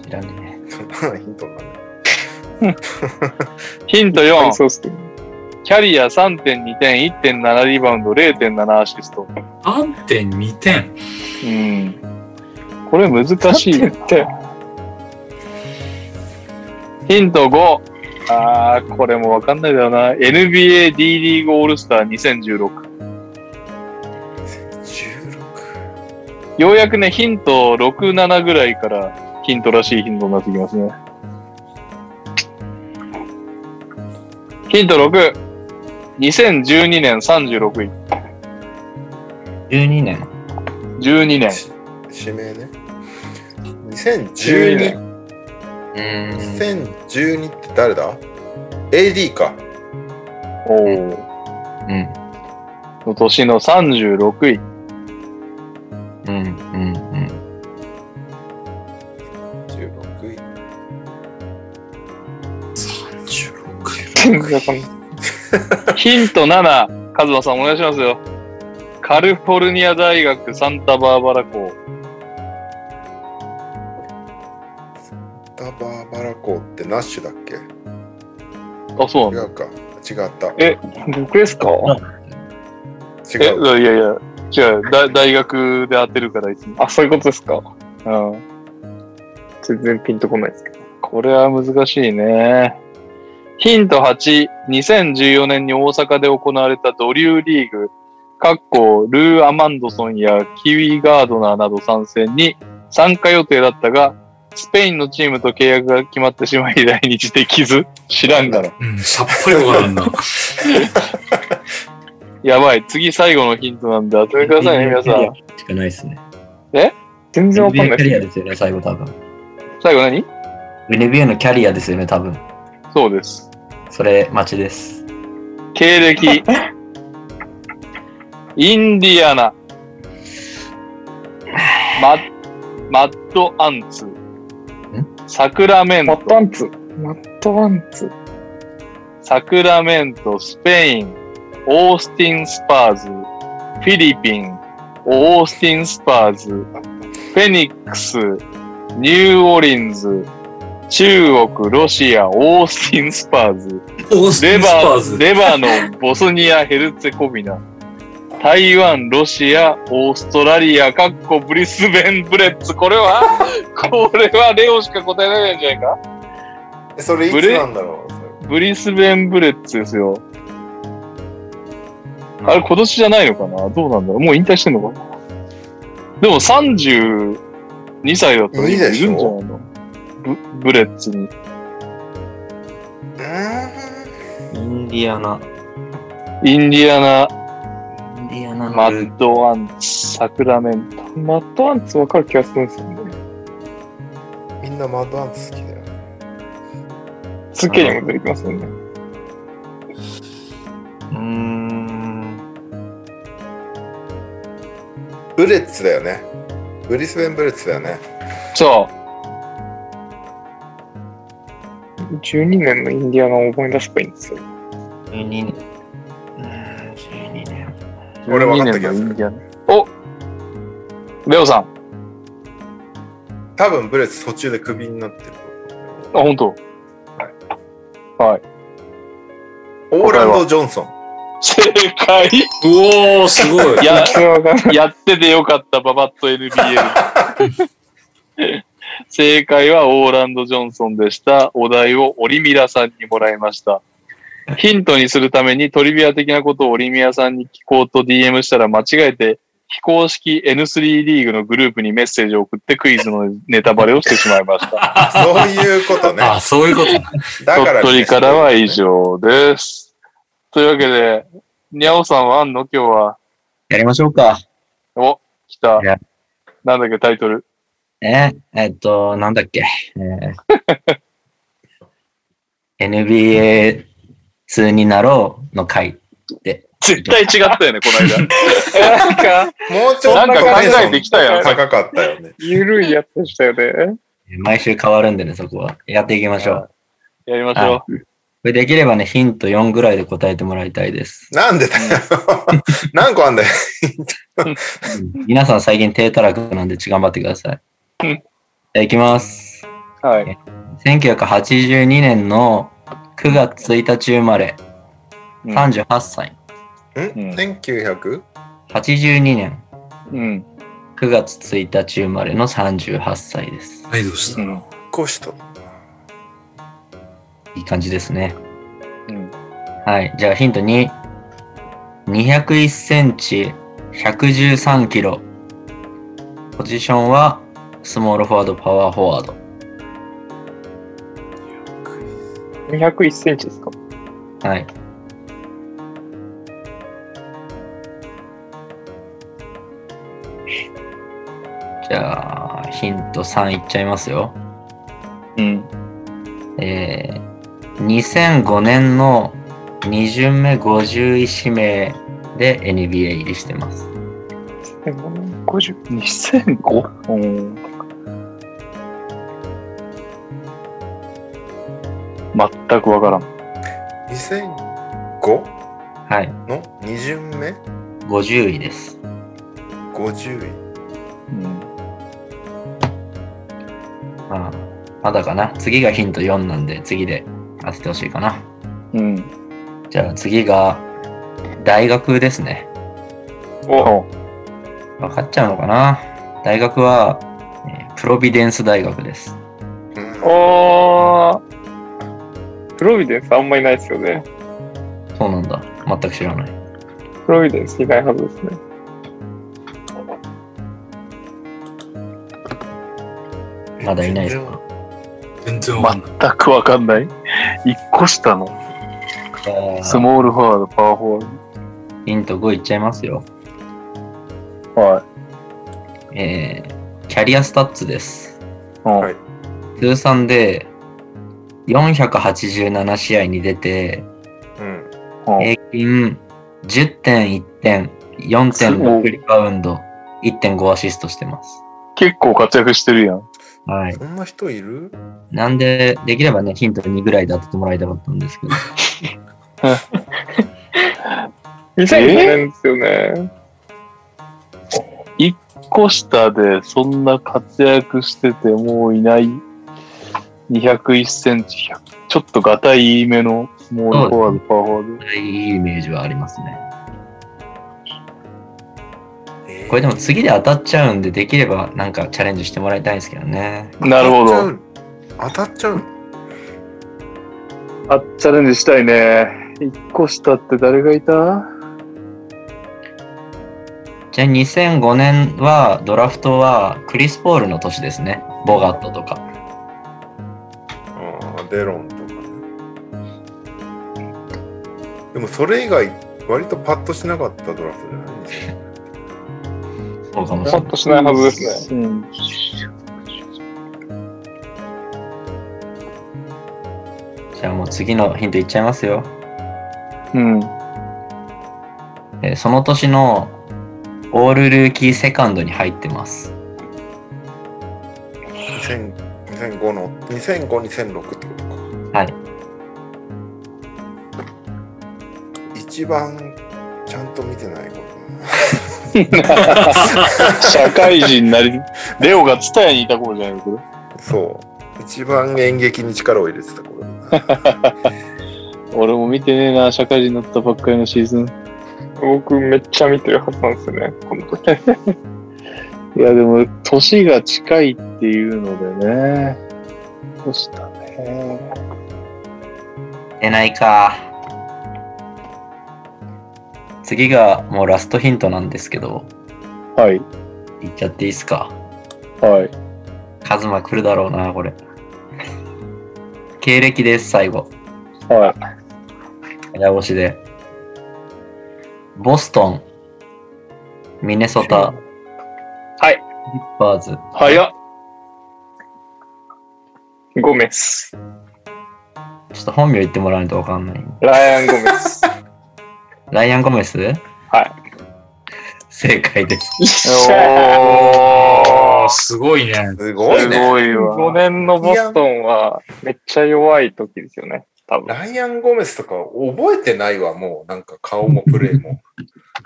Speaker 4: 知らね
Speaker 1: そんなヒントなんだ
Speaker 2: ヒント
Speaker 6: はい、
Speaker 2: 4、
Speaker 6: そうっすね。
Speaker 2: キャリア3.2点、1.7リバウンド、0.7アシスト。
Speaker 5: 3.2点。
Speaker 2: うん。これ難しいな。 [LAUGHS] ヒント5。ああ、これもわかんないだろうな。NBA D リーグオールスター2016。
Speaker 1: 16。
Speaker 2: ようやくね、ヒント6、7ぐらいからヒントらしいヒントになってきますね。ヒント6。2012年36位。
Speaker 4: 12年。
Speaker 2: 12年。
Speaker 1: 指名ね。2012年。
Speaker 4: うーん。
Speaker 1: 2012って誰だ ?AD か。
Speaker 2: おお。
Speaker 4: うん。
Speaker 2: の年の36位。
Speaker 4: うん。うん。うん。
Speaker 1: 16位。
Speaker 5: 36。
Speaker 2: [LAUGHS]
Speaker 6: 全然わかんない。
Speaker 2: ヒント7、カズマさんお願いしますよ。カリフォルニア大学サンタバーバラ校。
Speaker 1: ダバーバラ校ってナッシュだっけ
Speaker 2: あ、そう
Speaker 1: 違
Speaker 2: なんだ。
Speaker 1: うか。違った。
Speaker 2: え
Speaker 6: 僕ですか
Speaker 1: 違う。
Speaker 2: え、いやいや、違う。だ大学で当てるからいつも。
Speaker 6: あ、そういうことですか
Speaker 2: うん。
Speaker 6: 全然ピンとこないですけど。
Speaker 2: これは難しいね。ヒント8、2014年に大阪で行われたドリューリーグ、かっこルー・アマンドソンやキウィ・ガードナーなど参戦に参加予定だったが、スペインのチームと契約が決まってしまい来日できず、知らんがな。
Speaker 5: うん、さっぱりわから [LAUGHS] んな。
Speaker 2: やばい、次最後のヒントなんで当ててくださいね、皆さん。
Speaker 4: しかないですね。
Speaker 6: 全然わかんな
Speaker 4: NBA キャリア
Speaker 6: い。
Speaker 4: ですよね、最後多分。
Speaker 2: 最後何
Speaker 4: NBA のキャリアですよね、多分。
Speaker 2: そうです。
Speaker 4: それ、待ちです。
Speaker 2: 経歴。インディアナ。マッ、マッドアンツ。サクラメン
Speaker 6: マ
Speaker 2: ト
Speaker 6: ッ。トワンツ。マットワンツ。
Speaker 2: サクラメント、スペイン、オースティン・スパーズ、フィリピン、オースティン・スパーズ、フェニックス、ニューオリンズ、中国、ロシア、オースティン・スパーズ、
Speaker 5: オースティ
Speaker 2: レ
Speaker 5: ン・スパー
Speaker 2: バ
Speaker 5: ズ。
Speaker 2: レバノン、ボスニア、ヘルツェコビナ、台湾、ロシア、オーストラリア、カッコ、ブリスベン、ブレッツ。こ
Speaker 1: [LAUGHS]
Speaker 2: れは、これはレオしか答えられないんじゃないか
Speaker 1: それいつなんだろ
Speaker 2: ブリスベンブレッツですよ。あれ、今年じゃないのかなどうなんだろうもう引退してんのかなでも32歳だったら
Speaker 1: いいでしょ
Speaker 2: るんじゃないのブブレッツに。
Speaker 1: う。うー
Speaker 4: インディアナ。
Speaker 2: インディアナ、
Speaker 4: インディアナ
Speaker 2: マ
Speaker 4: のルー
Speaker 2: ッドワンツ、サクラメント。
Speaker 6: マットワンツわかる気がするんですよね。
Speaker 1: んみんなマッドアンツ好きだよ。
Speaker 6: すっげえにも出てきますよね。
Speaker 4: うーん。
Speaker 1: ブレッツだよね。ブリスベンブレッツだよね。
Speaker 2: そう。
Speaker 6: 12年のインディアナを思い出せばいいんですよ。
Speaker 4: 12年。うーん、12年。
Speaker 1: 俺分かった気がする
Speaker 2: 12年のインディアナおレオさん。あ、
Speaker 1: 多分ブレッツ途中でクビになってる。
Speaker 2: 本当。
Speaker 1: オーランド・ジョンソン。
Speaker 2: 正解
Speaker 5: うおー、すごい。
Speaker 2: いや、
Speaker 6: それは [LAUGHS] わかんない。
Speaker 2: やっててよかった、ババッと NBL。正 [LAUGHS] 解はオーランド・ジョンソンでした。お題をオリミラさんにもらいました。ヒントにするためにトリビア的なことをオリミラさんに聞こうと DM したら間違えて非公式 N3 リーグのグループにメッセージを送ってクイズのネタバレをしてしまいました。
Speaker 1: そういうことね。
Speaker 5: [LAUGHS]
Speaker 2: [LAUGHS]
Speaker 5: あ、そういうことね。
Speaker 1: だから、
Speaker 2: 鳥取からは以。上です。というわけで、にゃおさんはあんの今日は。
Speaker 7: やりましょうか。
Speaker 2: お、来た
Speaker 7: いや。
Speaker 2: なんだっけタイトル。
Speaker 7: えーえっと、なんだっけ。えー
Speaker 4: NBA 通になろうの回。
Speaker 2: 絶対違った [LAUGHS] よね、この間。なんか、
Speaker 1: もうちょっと
Speaker 2: なんか考え
Speaker 1: テ
Speaker 2: て
Speaker 1: ン
Speaker 2: き
Speaker 1: シ
Speaker 2: た
Speaker 1: ョ
Speaker 2: や
Speaker 1: ン
Speaker 2: ん。
Speaker 1: 高かったよね。
Speaker 6: ゆるいやつでしたよね。
Speaker 4: 毎週変わるんでね、そこは。やっていきましょう。
Speaker 2: やりましょう。
Speaker 4: はいこれできればね、ヒント4ぐらいで答えてもらいたいです。
Speaker 1: なんでだ
Speaker 2: [LAUGHS]
Speaker 1: よ。何個あんだよ。
Speaker 4: 皆さん最近低たらくなんで、ち頑張ってください。
Speaker 2: うん
Speaker 4: じゃあいきます。
Speaker 2: はい。
Speaker 4: 1982年の9月1日生まれ、
Speaker 2: うん
Speaker 4: 38歳。
Speaker 1: ん ?1900?
Speaker 4: 82年
Speaker 2: うん。
Speaker 4: 9月1日生まれの38歳です。
Speaker 5: はい、どうしたの
Speaker 1: コシト。
Speaker 4: いい感じですね。
Speaker 2: うん
Speaker 4: はい。じゃあヒント2。201センチ、113キロ。ポジションは、スモールフォワード、パワーフォワード。
Speaker 6: 201センチですか
Speaker 4: はい。じゃあ、ヒント3いっちゃいますよ。
Speaker 2: うん。
Speaker 4: えー、2005年の2巡目51指名で NBA 入りしてます。
Speaker 6: 50
Speaker 2: 2005? うん。全くわからん。
Speaker 1: 2005
Speaker 4: はい。
Speaker 1: の2巡目
Speaker 4: 50位です。
Speaker 1: ?50
Speaker 2: うん。
Speaker 4: まあ、まだかな。次がヒント4なんで、次で当ててほしいかな。
Speaker 2: うん。
Speaker 4: じゃあ次が、大学ですね。
Speaker 2: お
Speaker 4: わかっちゃうのかな大学は、えープロビデンス大学です。
Speaker 1: 位。うん
Speaker 6: おプロビデンスあんまりないですよね。
Speaker 4: そうなんだ。全く知らない。
Speaker 6: プロビデンスいないはずですね。
Speaker 4: まだいないですか。
Speaker 5: 全然わかんない。
Speaker 2: 全くわかんない。一個下のスモールフォワード、パワーフォワー
Speaker 4: ヒント5いっちゃいますよ。
Speaker 2: ド。はい。
Speaker 4: えー、キャリアスタッツです。
Speaker 2: うん
Speaker 1: はい
Speaker 4: 通算で487試合に出て、
Speaker 1: うん。
Speaker 4: 平均10.1点、4.6リバウンド、1.5アシストしてます。
Speaker 2: 結構活躍してるやん。
Speaker 4: はい。
Speaker 1: そんな人いる
Speaker 4: なんで、できればね、ヒント2ぐらいで当ててもらいたかったんですけど。 [LAUGHS]
Speaker 6: 2004年ですよね。
Speaker 2: 一個下でそんな活躍しててもういない。201センチ、100ちょっとがたいめのスモールフォワード、パワーフォワード。
Speaker 4: いいイメージはありますね。これでも次で当たっちゃうんで、できればなんかチャレンジしてもらいたいんですけどね。
Speaker 2: なるほど。
Speaker 1: 当たっちゃう。
Speaker 2: あ、チャレンジしたいね。一個下って誰がいた
Speaker 4: じゃあ2005年はドラフトはクリス・ポールの年ですね。ボガットとか。
Speaker 1: ああ、デロンとかね。でもそれ以外、割とパッとしなかったドラフトじゃないんですよね。
Speaker 4: そうかもし
Speaker 6: パ
Speaker 4: れ
Speaker 6: ッ
Speaker 4: ない。
Speaker 6: としないはずですね。
Speaker 2: ね。
Speaker 4: じゃあもう次のヒントいっちゃいますよ。
Speaker 2: うん。
Speaker 4: えーその年のオールルーキーセカンドに入ってます。
Speaker 1: 2000 2005の、2005、2006ってことか。
Speaker 4: はい。
Speaker 1: 一番ちゃんと見てないこと
Speaker 2: 社会人になり、レオがツタヤにいた頃じゃないのこれ。
Speaker 1: な。そう。一番演劇に力を入れてた頃だな。
Speaker 2: 俺も見てねえな、社会人になったばっかりのシーズン。
Speaker 6: 僕めっちゃ見てるはずなんですよね。この時
Speaker 2: いや、でも、年が近いっていうのでね。どしたね。
Speaker 4: 出ないか。次がもうラストヒントなんですけど、
Speaker 2: はい、
Speaker 4: いっちゃっていいっすか。
Speaker 2: はい。
Speaker 4: カズマ来るだろうな、これ。経歴です、最後。
Speaker 2: はい。
Speaker 4: 早押しで。ボストン、ミネソタ、
Speaker 6: は
Speaker 4: リ
Speaker 6: い。
Speaker 4: ッパーズ、
Speaker 2: 早っ
Speaker 6: ゴメス。
Speaker 4: ちょっと本名言ってもらわないとわかんない。
Speaker 6: ライアン・ゴメス。。
Speaker 2: [LAUGHS]
Speaker 4: ライアン・ゴメスはい正解です。
Speaker 6: 一
Speaker 2: [LAUGHS]
Speaker 3: おー、すごいね。
Speaker 1: すごい
Speaker 2: す
Speaker 1: ね。
Speaker 2: ごい
Speaker 6: 5
Speaker 2: わ。
Speaker 6: 年のボストンはめっちゃ弱い時ですよね。多分。
Speaker 1: ライアン・ゴメスとか覚えてないわ、もう。なんか顔もプレー
Speaker 6: [LAUGHS]
Speaker 1: も。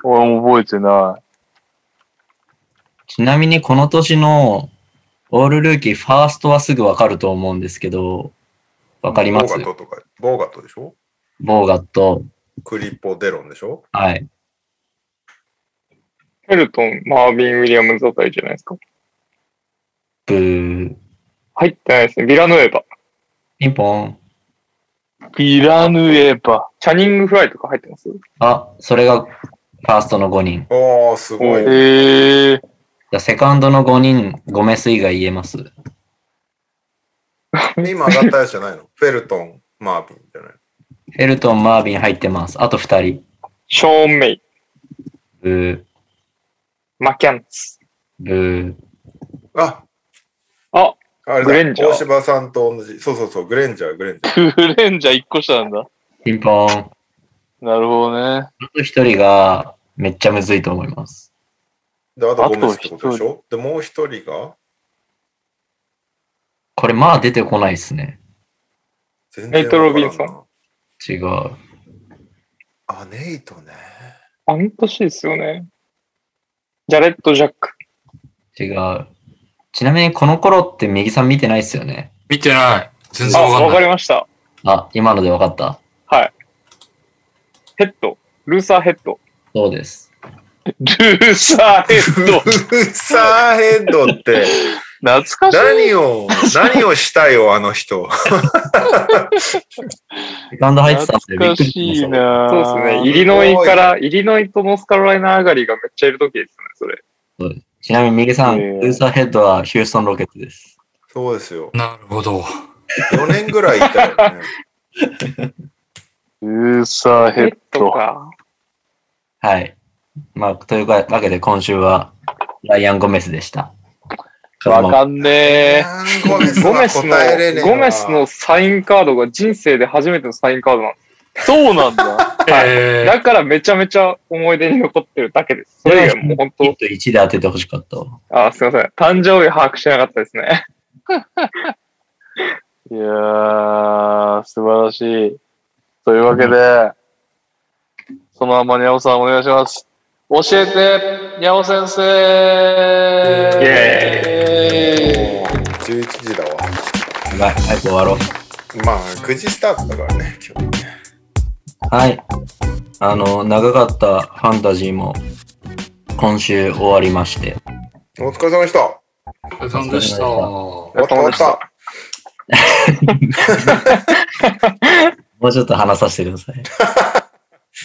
Speaker 2: 俺も覚えてな
Speaker 4: ちなみにこの年のオールルーキーファーストはすぐわかると思うんですけど、わかります
Speaker 1: ボーガットとか、ボーガットでしょ
Speaker 4: ボーガット。
Speaker 1: クリポ・デロンでしょ
Speaker 4: はい。
Speaker 6: ヘルトン、マービン・ウィリアムズあたりじゃないですか。
Speaker 4: ブー。
Speaker 6: 入ってないですね。ビラノエバ。
Speaker 4: ピンポン。
Speaker 2: い。いらぬえば。
Speaker 6: チャニング・フライとか入ってます
Speaker 4: あ、それがファーストの5人。
Speaker 1: おー、すごい。
Speaker 2: ええ
Speaker 4: じゃあセカンドの5人、ゴメス以外言えます。
Speaker 1: 今上がったやつじゃないの [LAUGHS] フェルトン、マービンじゃない
Speaker 4: フェルトン、マービン入ってます。あと2人。
Speaker 6: ショーン・メイ、
Speaker 4: ブー、
Speaker 6: マキャンツ。
Speaker 4: ブー。
Speaker 1: のあ
Speaker 6: あ
Speaker 1: あれだ
Speaker 6: グレンジャー
Speaker 1: 大柴さんと同じ。そうそうそう、グレンジャー、グレンジャー。
Speaker 2: ー。クレンジャー1個下なんだ。
Speaker 4: ピンポン。あ
Speaker 2: なるほどね。
Speaker 4: と1人がめっちゃむずいと思います。
Speaker 1: で、あと
Speaker 2: あと
Speaker 1: ゴメスってことでしょで、もう一人が
Speaker 4: これまあ出てこないですね。
Speaker 1: 全
Speaker 6: ネイトロビンソン
Speaker 1: わか
Speaker 4: 違う。
Speaker 1: らんな。あ、ネイトね。
Speaker 6: あの年ですよね。ジャレット・ジャック。
Speaker 4: 違う。ちなみにこの頃って右さん見てないっすよね。
Speaker 5: 見てない。全
Speaker 6: あ、
Speaker 5: 然わか
Speaker 6: わ
Speaker 5: ん
Speaker 6: か
Speaker 5: ない。
Speaker 6: りました。
Speaker 4: あ、今ので分かった。
Speaker 6: ヘッド。ルーサー・ヘッド。
Speaker 4: そうです。
Speaker 6: [LAUGHS]
Speaker 2: ルーサーヘッド。
Speaker 1: ルーサーヘッドって、
Speaker 2: 懐かしい。
Speaker 1: 何を、何をしたよ、あの人。
Speaker 4: セカンド入ってたんで、び
Speaker 2: 懐か
Speaker 4: っく
Speaker 2: し
Speaker 4: りし
Speaker 2: い
Speaker 4: ました。
Speaker 2: な
Speaker 6: そうですね。イリノイから、イリノイとノースカロライナ上がりがめっちゃいる時ですね、それ。
Speaker 4: ちなみに右さん、
Speaker 2: えー
Speaker 4: ルーサーヘッドはヒューストンロケッツです。
Speaker 1: そうですよ。
Speaker 5: なるほど。
Speaker 1: 4年ぐらいいたよね。
Speaker 2: ルーサーヘ
Speaker 6: え
Speaker 2: ッ
Speaker 6: っと
Speaker 2: ド。
Speaker 6: か。
Speaker 4: はい。まあ、というわけで今週は、ライアン・ゴメスでした。
Speaker 2: わかん [LAUGHS] ねえ。
Speaker 1: あーゴメス
Speaker 6: ゴメ
Speaker 1: は
Speaker 6: ス
Speaker 1: 答えれね
Speaker 6: の、
Speaker 1: えな
Speaker 6: ゴメスのサインカードが人生で初めてのサインカードなんです。
Speaker 2: そうなんだ。
Speaker 5: えー
Speaker 6: だからめちゃめちゃ思い出に残ってるだけです。それ以外もう本
Speaker 4: ヒット
Speaker 6: 当、
Speaker 4: 1で当ててほしかったわ。
Speaker 6: あー、すいません。誕生日把握してなかったですね。
Speaker 2: [LAUGHS] いやー、素晴らしい。というわけで、そのままにゃおさんお願いします。教えて、にゃお先生
Speaker 6: イエーイ
Speaker 1: もう11時だわ。
Speaker 4: やばい、早く終わろう。
Speaker 1: まあ、9時スタートだからね、今日ね。
Speaker 4: はい。あの、長かったファンタジーも、今週終わりまして。
Speaker 1: お疲れ様でした。
Speaker 5: お疲れ様でした。
Speaker 1: 終わった終わった。
Speaker 4: もうちょっと話させてください。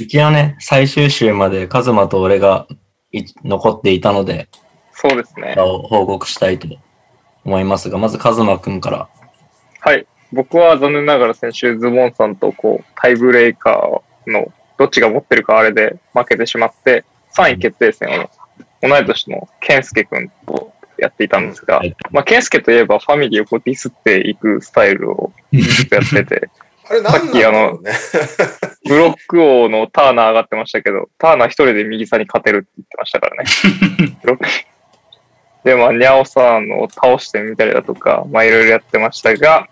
Speaker 4: 一応ね、最終週までカズマと俺がい残っていたので、
Speaker 6: そうですね。
Speaker 4: 報告したいと思いますが、まずカズマくんから。
Speaker 6: はい。僕は残念ながら先週ズボンさんとこう、タイブレイカーのどっちが持ってるかあれで負けてしまって、3位決定戦を同い年のケンスケ君とやっていたんですが、まあ、ケンスケといえばファミリーをこうディスっていくスタイルをずっとやって [LAUGHS] て、
Speaker 1: あれ、なんなんだろうね。
Speaker 6: ブロック王のターナー上がってましたけど、ターナー一人で右差に勝てるって言ってましたからね。
Speaker 5: [LAUGHS]
Speaker 6: ブロックで、まあ、ニャオさんを倒してみたりだとか、まあ、いろいろやってましたが、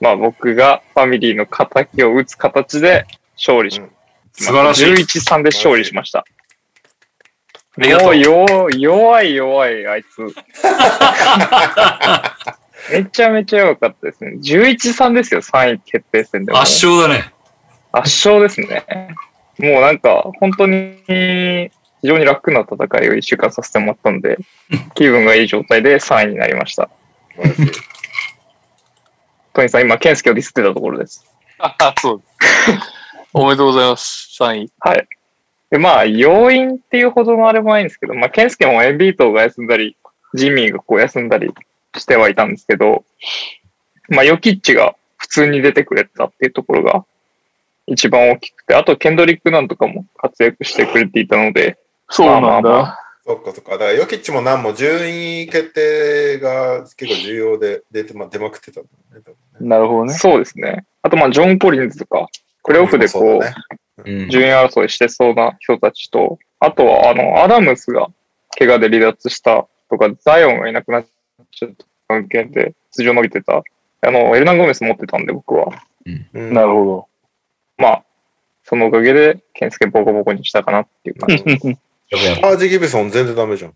Speaker 6: まあ、僕がファミリーの敵を打つ形で勝利しまし
Speaker 5: 素晴らしい。
Speaker 6: た。11-3で勝利しました。
Speaker 5: ありがとう
Speaker 6: もう弱弱い弱い、あいつ。
Speaker 5: [LAUGHS]
Speaker 6: めちゃめちゃ弱かったですね。11-3ですよ、3位決定戦でも。
Speaker 5: 圧勝だね。
Speaker 6: 圧勝ですね。もうなんか、本当に、非常に楽な戦いを一週間させてもらったんで、気分がいい状態で3位になりました。トニーさん、今、ケンスケをディスってたところです。
Speaker 2: あ、そう。おめでとうございます。3位。
Speaker 6: はい。で、まあ、要因っていうほどのあれもないんですけど、まあ、ケンスケもエンビートが休んだり、ジミーがこう休んだりしてはいたんですけど、まあ、ヨキッチが普通に出てくれたっていうところが一番大きくて、あと、ケンドリックなんとかも活躍してくれていたので、
Speaker 2: そうなん
Speaker 6: まあまあ
Speaker 2: だ。
Speaker 1: [LAUGHS] そっかそっか。だから、ヨキッチも何も順位決定が結構重要で出て、まあ、出まくってたんだよね。多分ね
Speaker 2: なるほどね。
Speaker 6: そうですね。あと、まあ、ジョン・コリンズとか、プレーオフで
Speaker 1: そ
Speaker 6: こ
Speaker 1: だね
Speaker 4: うん
Speaker 6: う、順位争いしてそうな人たちと、あとは、あの、アダムスが怪我で離脱したとか、ザイオンがいなくなっちゃった関係で、出場伸びてた、あの、エルナン・ゴメス持ってたんで、僕は。
Speaker 1: うん
Speaker 2: なるほど。
Speaker 6: まあ、そのおかげで、ケンスケボコボコにしたかなっていう感じ。
Speaker 1: タージ・ギブソン全然ダメじゃん。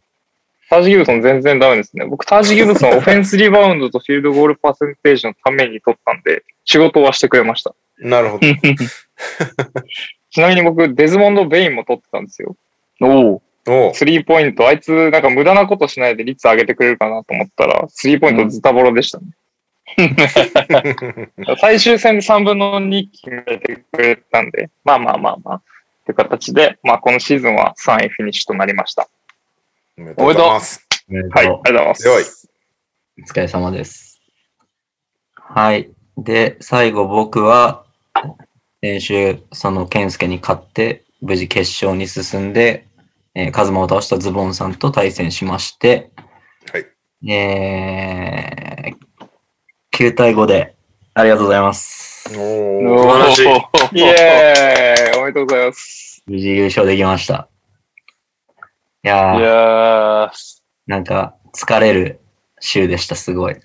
Speaker 6: タージ・ギブソン全然ダメですね。僕、タージ・ギブソンはオフェンスリバウンドとフィールドゴールパーセンテージのために取ったんで、仕事はしてくれました。
Speaker 1: なるほど。
Speaker 6: ちなみに僕、デズモンド・ベインも取ってたんですよ。
Speaker 2: おう。
Speaker 1: おう
Speaker 6: スリーポイント、あいつなんか無駄なことしないで率上げてくれるかなと思ったら、スリーポイントズタボロでしたね。最終戦で3分の2決めてくれたんで、まあまあまあまあ、という形で、まあこのシーズンは3位フィニッシュとなりました。
Speaker 1: [LAUGHS] おめでとうございます。
Speaker 4: おめでと
Speaker 6: は
Speaker 4: う
Speaker 6: い、ありがとうございます。
Speaker 1: 強い。
Speaker 4: お疲れ様です。はい。で、最後僕は、先週、その、健介に勝って、無事決勝に進んで、えー、カズマを倒したズボンさんと対戦しまして、
Speaker 1: はい。
Speaker 4: えー、9対5で、ありがとうございます。
Speaker 1: お
Speaker 2: 素
Speaker 1: ー
Speaker 2: 晴らしい。
Speaker 6: イエーイおめでとうございます。 [LAUGHS]
Speaker 4: 無事優勝できました。いや
Speaker 2: い
Speaker 4: ー、
Speaker 2: やー、
Speaker 4: なんか、疲れる週でした、すごい。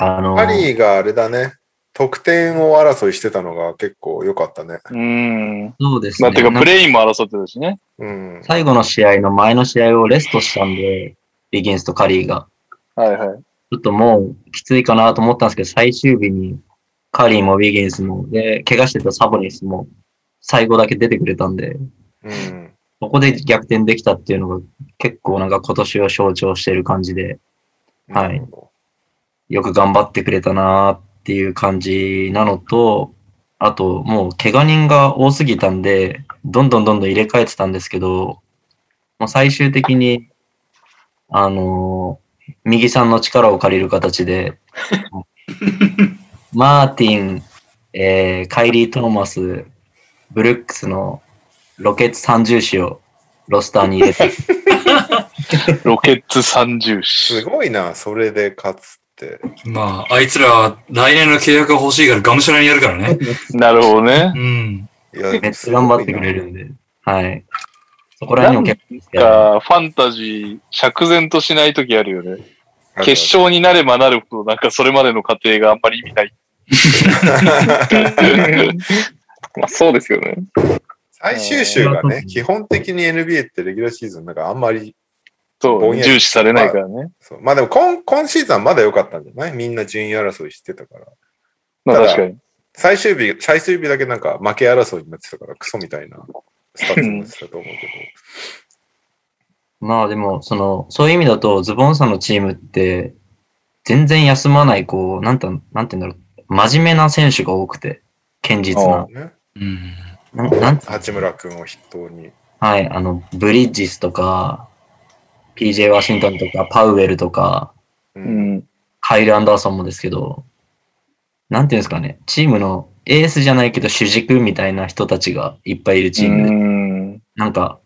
Speaker 4: あのー
Speaker 1: ハリーがあれだね。得点を争いしてたのが結構良かったね。
Speaker 2: うん。
Speaker 4: そうです
Speaker 2: ま
Speaker 4: ね。
Speaker 2: あ、てか、プレインも争ってたしね。
Speaker 1: うん。
Speaker 4: 最後の試合の前の試合をレストしたんで、ビギンスとカリーが。
Speaker 2: はいはい。
Speaker 4: ちょっともうきついかなと思ったんですけど、最終日にカリーもビギンスも、で、怪我してたサボニスも最後だけ出てくれたんで、
Speaker 1: うん。
Speaker 4: そそこで逆転できたっていうのが結構なんか今年を象徴してる感じで、は
Speaker 1: な
Speaker 4: い
Speaker 1: るほど
Speaker 4: よく頑張ってくれたなーっていう感じなのと、あともう怪我人が多すぎたんで、どんどんどんどん入れ替えてたんですけど、もう最終的に、あのー右さんの力を借りる形で、マーティン、えーカイリー・トーマス、ブルックスのロケッツ三重視をロスターに入れて、
Speaker 2: ロケッツ三重視
Speaker 1: す。ごいな、それで勝つって。
Speaker 5: まあ、あいつらは来年の契約が欲しいからがむしゃらにやるからね。
Speaker 2: なるほどね。
Speaker 5: うん。
Speaker 1: い
Speaker 4: [LAUGHS]
Speaker 1: や
Speaker 4: めっちゃ頑張ってくれるん。で、はい。そこら辺も結構好きだな
Speaker 2: なんか、ファンタジー、釈然としない時あるよね。決
Speaker 1: 勝
Speaker 2: 勝になればなるほど、なんかそれまでの過程があんまり意味ない。
Speaker 6: まあそうですよね。
Speaker 1: 最終週がね、基本的に NBA ってレギュラーシーズンなんかあんまり、
Speaker 2: そ
Speaker 1: ぼん
Speaker 2: う、
Speaker 1: やり
Speaker 2: 重視されないからね。
Speaker 1: そうまあでも今今シーズンはまだ良かったんじゃないみんな順位争いしてたから。
Speaker 2: まあ
Speaker 1: ただ
Speaker 2: 確かに。
Speaker 1: 最終日、最終日だけなんか負け争いになってたから、クソみたいなスタッツになってたと思うけ
Speaker 4: まあでも、その、そういう意味だと、ズボンさんのチームって、全然休まない、こう、なんた、なんて言うんだろう、真面目な選手が多くて、堅実
Speaker 2: あ
Speaker 4: な。
Speaker 1: ど、ね。
Speaker 5: うん。
Speaker 4: なんなん
Speaker 1: 八村君を筆頭に。
Speaker 4: はい、あの、ブリッジスとか、PJ ワシントンとか、パウエルとか、
Speaker 1: う
Speaker 2: うんん。
Speaker 4: カイル・アンダーソンもですけど、なんていうんですかね、チームのエースじゃないけど主軸みたいな人たちがいっぱいいるチームで、
Speaker 2: うん
Speaker 4: なんか、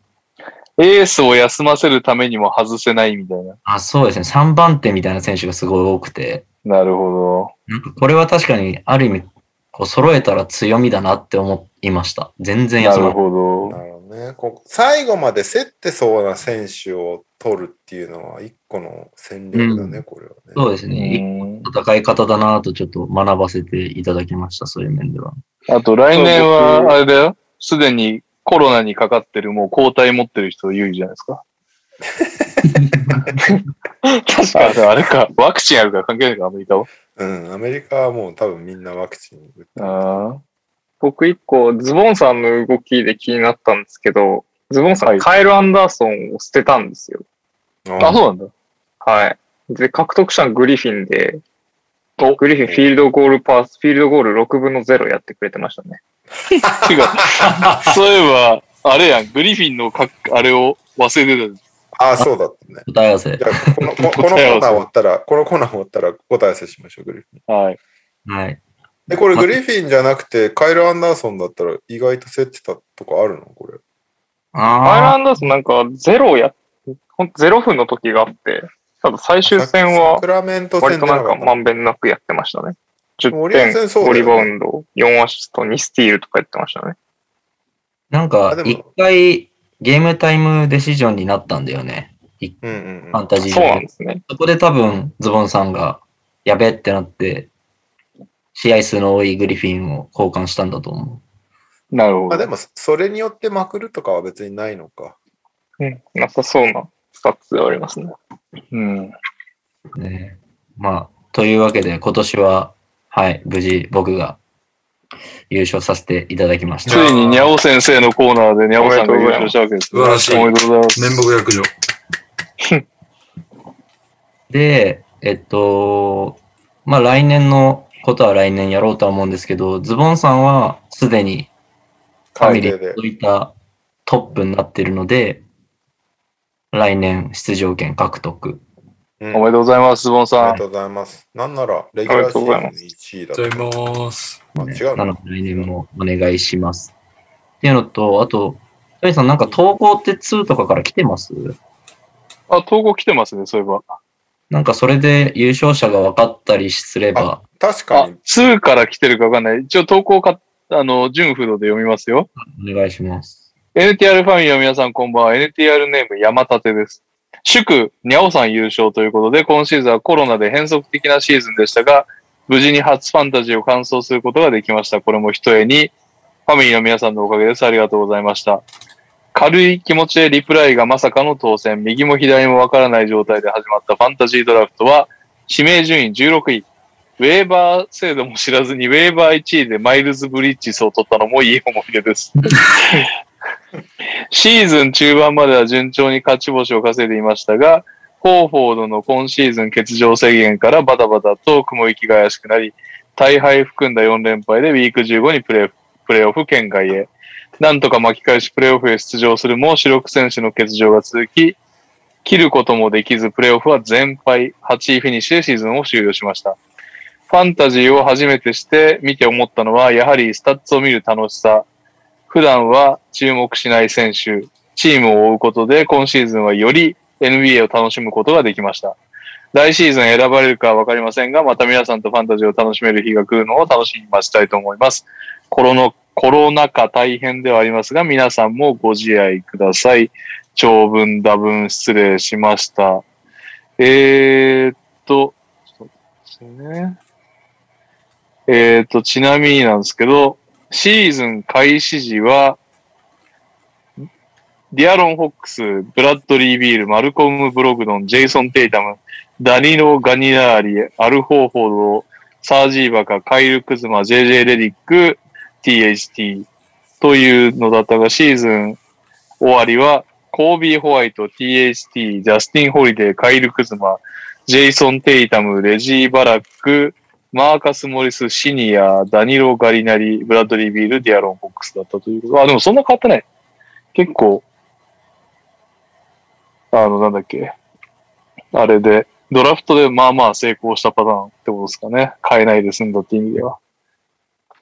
Speaker 2: エースを休ませるためにも外せないみたいな。
Speaker 4: あ、そうですね、3番手みたいな選手がすごい多くて、
Speaker 2: なるほ
Speaker 4: なんかこれは確かにある意味こう揃えたら強みだなって思いました。全
Speaker 2: ど。
Speaker 4: 然
Speaker 2: な
Speaker 4: 休
Speaker 2: る
Speaker 4: まない。
Speaker 2: ほど
Speaker 1: な。るほどね。こう最後まで競ってそうな選手を取るっていうのは、一個の戦略だね、これはね。
Speaker 4: そうですね。
Speaker 2: うん
Speaker 4: 戦い方だなとちょっと学ばせていただきました。そういう面では。
Speaker 2: あと来年は、あれだよ。すでにコロナにかかってる、もう抗体持ってる人有利じゃないですか。確かに、あれか。ワクチンあるから関係ないか、アメリカは。
Speaker 1: うん、アメリカはもう多分みんなワクチン打ってる
Speaker 2: あ
Speaker 6: 僕一個、ズボンさんの動きで気になったんですけど、ズボンさん、
Speaker 2: はい
Speaker 6: カエル・アンダーソンを捨てたんですよ。
Speaker 2: あ。あ、そうなんだ。
Speaker 6: はい。で、獲得したのグリフィンで、グリフィンフィールドゴールパース、フィールドゴール6分の0やってくれてましたね。
Speaker 2: てか、そういえば、あれやん、グリフィンのか、あれを忘れて
Speaker 1: あ、そうだったね。
Speaker 4: 答え合わせ
Speaker 1: じ。ゃあ、このここのコーナー終わったら、このコーナー終わったら答え合わせしましょう、グリフィン。
Speaker 2: た。はい。
Speaker 4: はい。
Speaker 1: で、これグリフィンじゃなくて、カイル・アンダーソンだったら意外と競ってたとかあるのこれ。
Speaker 6: アイル・
Speaker 4: あ
Speaker 6: アンダーソンなんか0や、ほんと0分の時があって、ただ最終戦
Speaker 1: サ
Speaker 6: は
Speaker 1: クラメント
Speaker 6: 割
Speaker 1: 戦
Speaker 6: と
Speaker 1: じゃ
Speaker 6: なん
Speaker 1: か
Speaker 6: か
Speaker 1: った
Speaker 6: まんべんなくやってましたね。
Speaker 1: オリオン
Speaker 6: 10
Speaker 1: 戦そ
Speaker 6: 点、
Speaker 1: うだよね
Speaker 6: 5リバウンド、4アシスト、2スティールとかやってましたね。
Speaker 4: ーなん
Speaker 1: あ
Speaker 4: か
Speaker 1: でも
Speaker 4: 一回ゲームタイムデシジョンになったんだよね。
Speaker 1: うんうん
Speaker 4: ファンタジー
Speaker 6: そうなん
Speaker 4: で。
Speaker 6: ですね。
Speaker 4: そこで多分ズボンさんがやべってなって、試合数の多いグリフィンを交換したんだと思う。
Speaker 2: なるほ
Speaker 1: まあで
Speaker 2: ど。
Speaker 1: も、それによってまくるとかは別にないのか。
Speaker 6: うん。なさそうなスタッツではありますね。
Speaker 2: うん。
Speaker 4: ねまあ、というわけで、今年は、はい、無事僕が優勝させていただきまし
Speaker 2: つ
Speaker 4: た。
Speaker 2: いににゃお先生のコーナーでにゃおさんが優勝したわけですね。
Speaker 5: おめでとうございます素晴らしい
Speaker 2: おめでとうございます。
Speaker 5: 面目躍上。
Speaker 4: で、えっと、まあ来年のことは来年やろうとは思うんですけど、ズボンさんはすでにファミリーに届いたトップになってるので、来年出場権獲得。
Speaker 1: うん
Speaker 2: おめでとうございます、ズボン
Speaker 1: あり
Speaker 2: さ
Speaker 1: が
Speaker 2: ん。
Speaker 1: とうございます。なんなら、レギュラーシーズン1位だ
Speaker 5: あ
Speaker 1: と
Speaker 5: りがとうございます。
Speaker 1: あ違う
Speaker 4: な
Speaker 1: の
Speaker 4: ので来年もお願いします。っていうのと、あと、トミさんなんか投稿って2とかから来てます
Speaker 2: あ、統合来てますね、そういえば。
Speaker 4: なんかそれで優勝者が分かったりすれば、
Speaker 1: 確か
Speaker 2: あ
Speaker 1: に、、
Speaker 2: 2から来てるかわかんない。一応投稿か、あの、純不動で読みますよ。
Speaker 4: お願いします。
Speaker 2: NTR ファミリーの皆さんこんばんは。NTR ネーム山立です。祝、にゃおさん優勝ということで、今シーズンはコロナで変則的なシーズンでしたが、無事に初ファンタジーを完走することができました。これも一重に、ファミリーの皆さんのおかげです。ありがとうございました。軽い気持ちでリプライがまさかの当選。右も左もわからない状態で始まったファンタジードラフトは、指名順位16位。ウェーバー制度も知らずに、ウェーバー1位でマイルズ・ブリッジスを取ったのもいい思い出です。シーズン中盤までは順調に勝ち星を稼いでいましたが、フォーフォードの今シーズン欠場制限からバタバタと雲行きが怪しくなり、大敗含んだ4連敗でウィーク15にプレープレーオフ圏外へ。なんとか巻き返しプレーオフへ出場するも主力選手の欠場が続き、切ることもできずプレーオフは全敗、8位フィニッシュでシーズンを終了しました。ファンタジーを初めてして見て思ったのは、やはりスタッツを見る楽しさ。普段は注目しない選手、チームを追うことで今シーズンはより NBA を楽しむことができました。来シーズン選ばれるかはわかりませんが、また皆さんとファンタジーを楽しめる日が来るのを楽しみに待ちたいと思います。コロナコロナ禍大変ではありますが、皆さんもご自愛ください。長文、多文、失礼しました。えー、っと、ちょっと待ってくださいね。えー、っと、ちなみになんですけど、シーズン開始時は、ディアロン・フォックス、ブラッドリー・ビール、マルコム・ブログドン、ジェイソン・テイタム、ダニロ・ガニラーリ、アル・ホーフォード、サージーバカ、カイル・クズマ、JJ ・レディック、THT というのだったが、シーズン終わりは、コービー・ホワイト、THT、ジャスティン・ホリデー、カイル・クズマ、ジェイソン・テイタム、レジー・バラック、マーカス・モリス・シニア、ダニロ・ガリナリ、ブラッドリー・ビール、ディアロン・フォックスだったということ。あ、でもそんな変わってない。結構、あの、なんだっけ。あれで、ドラフトでまあまあ成功したパターンってことですかね。変えないで済んだって意味では。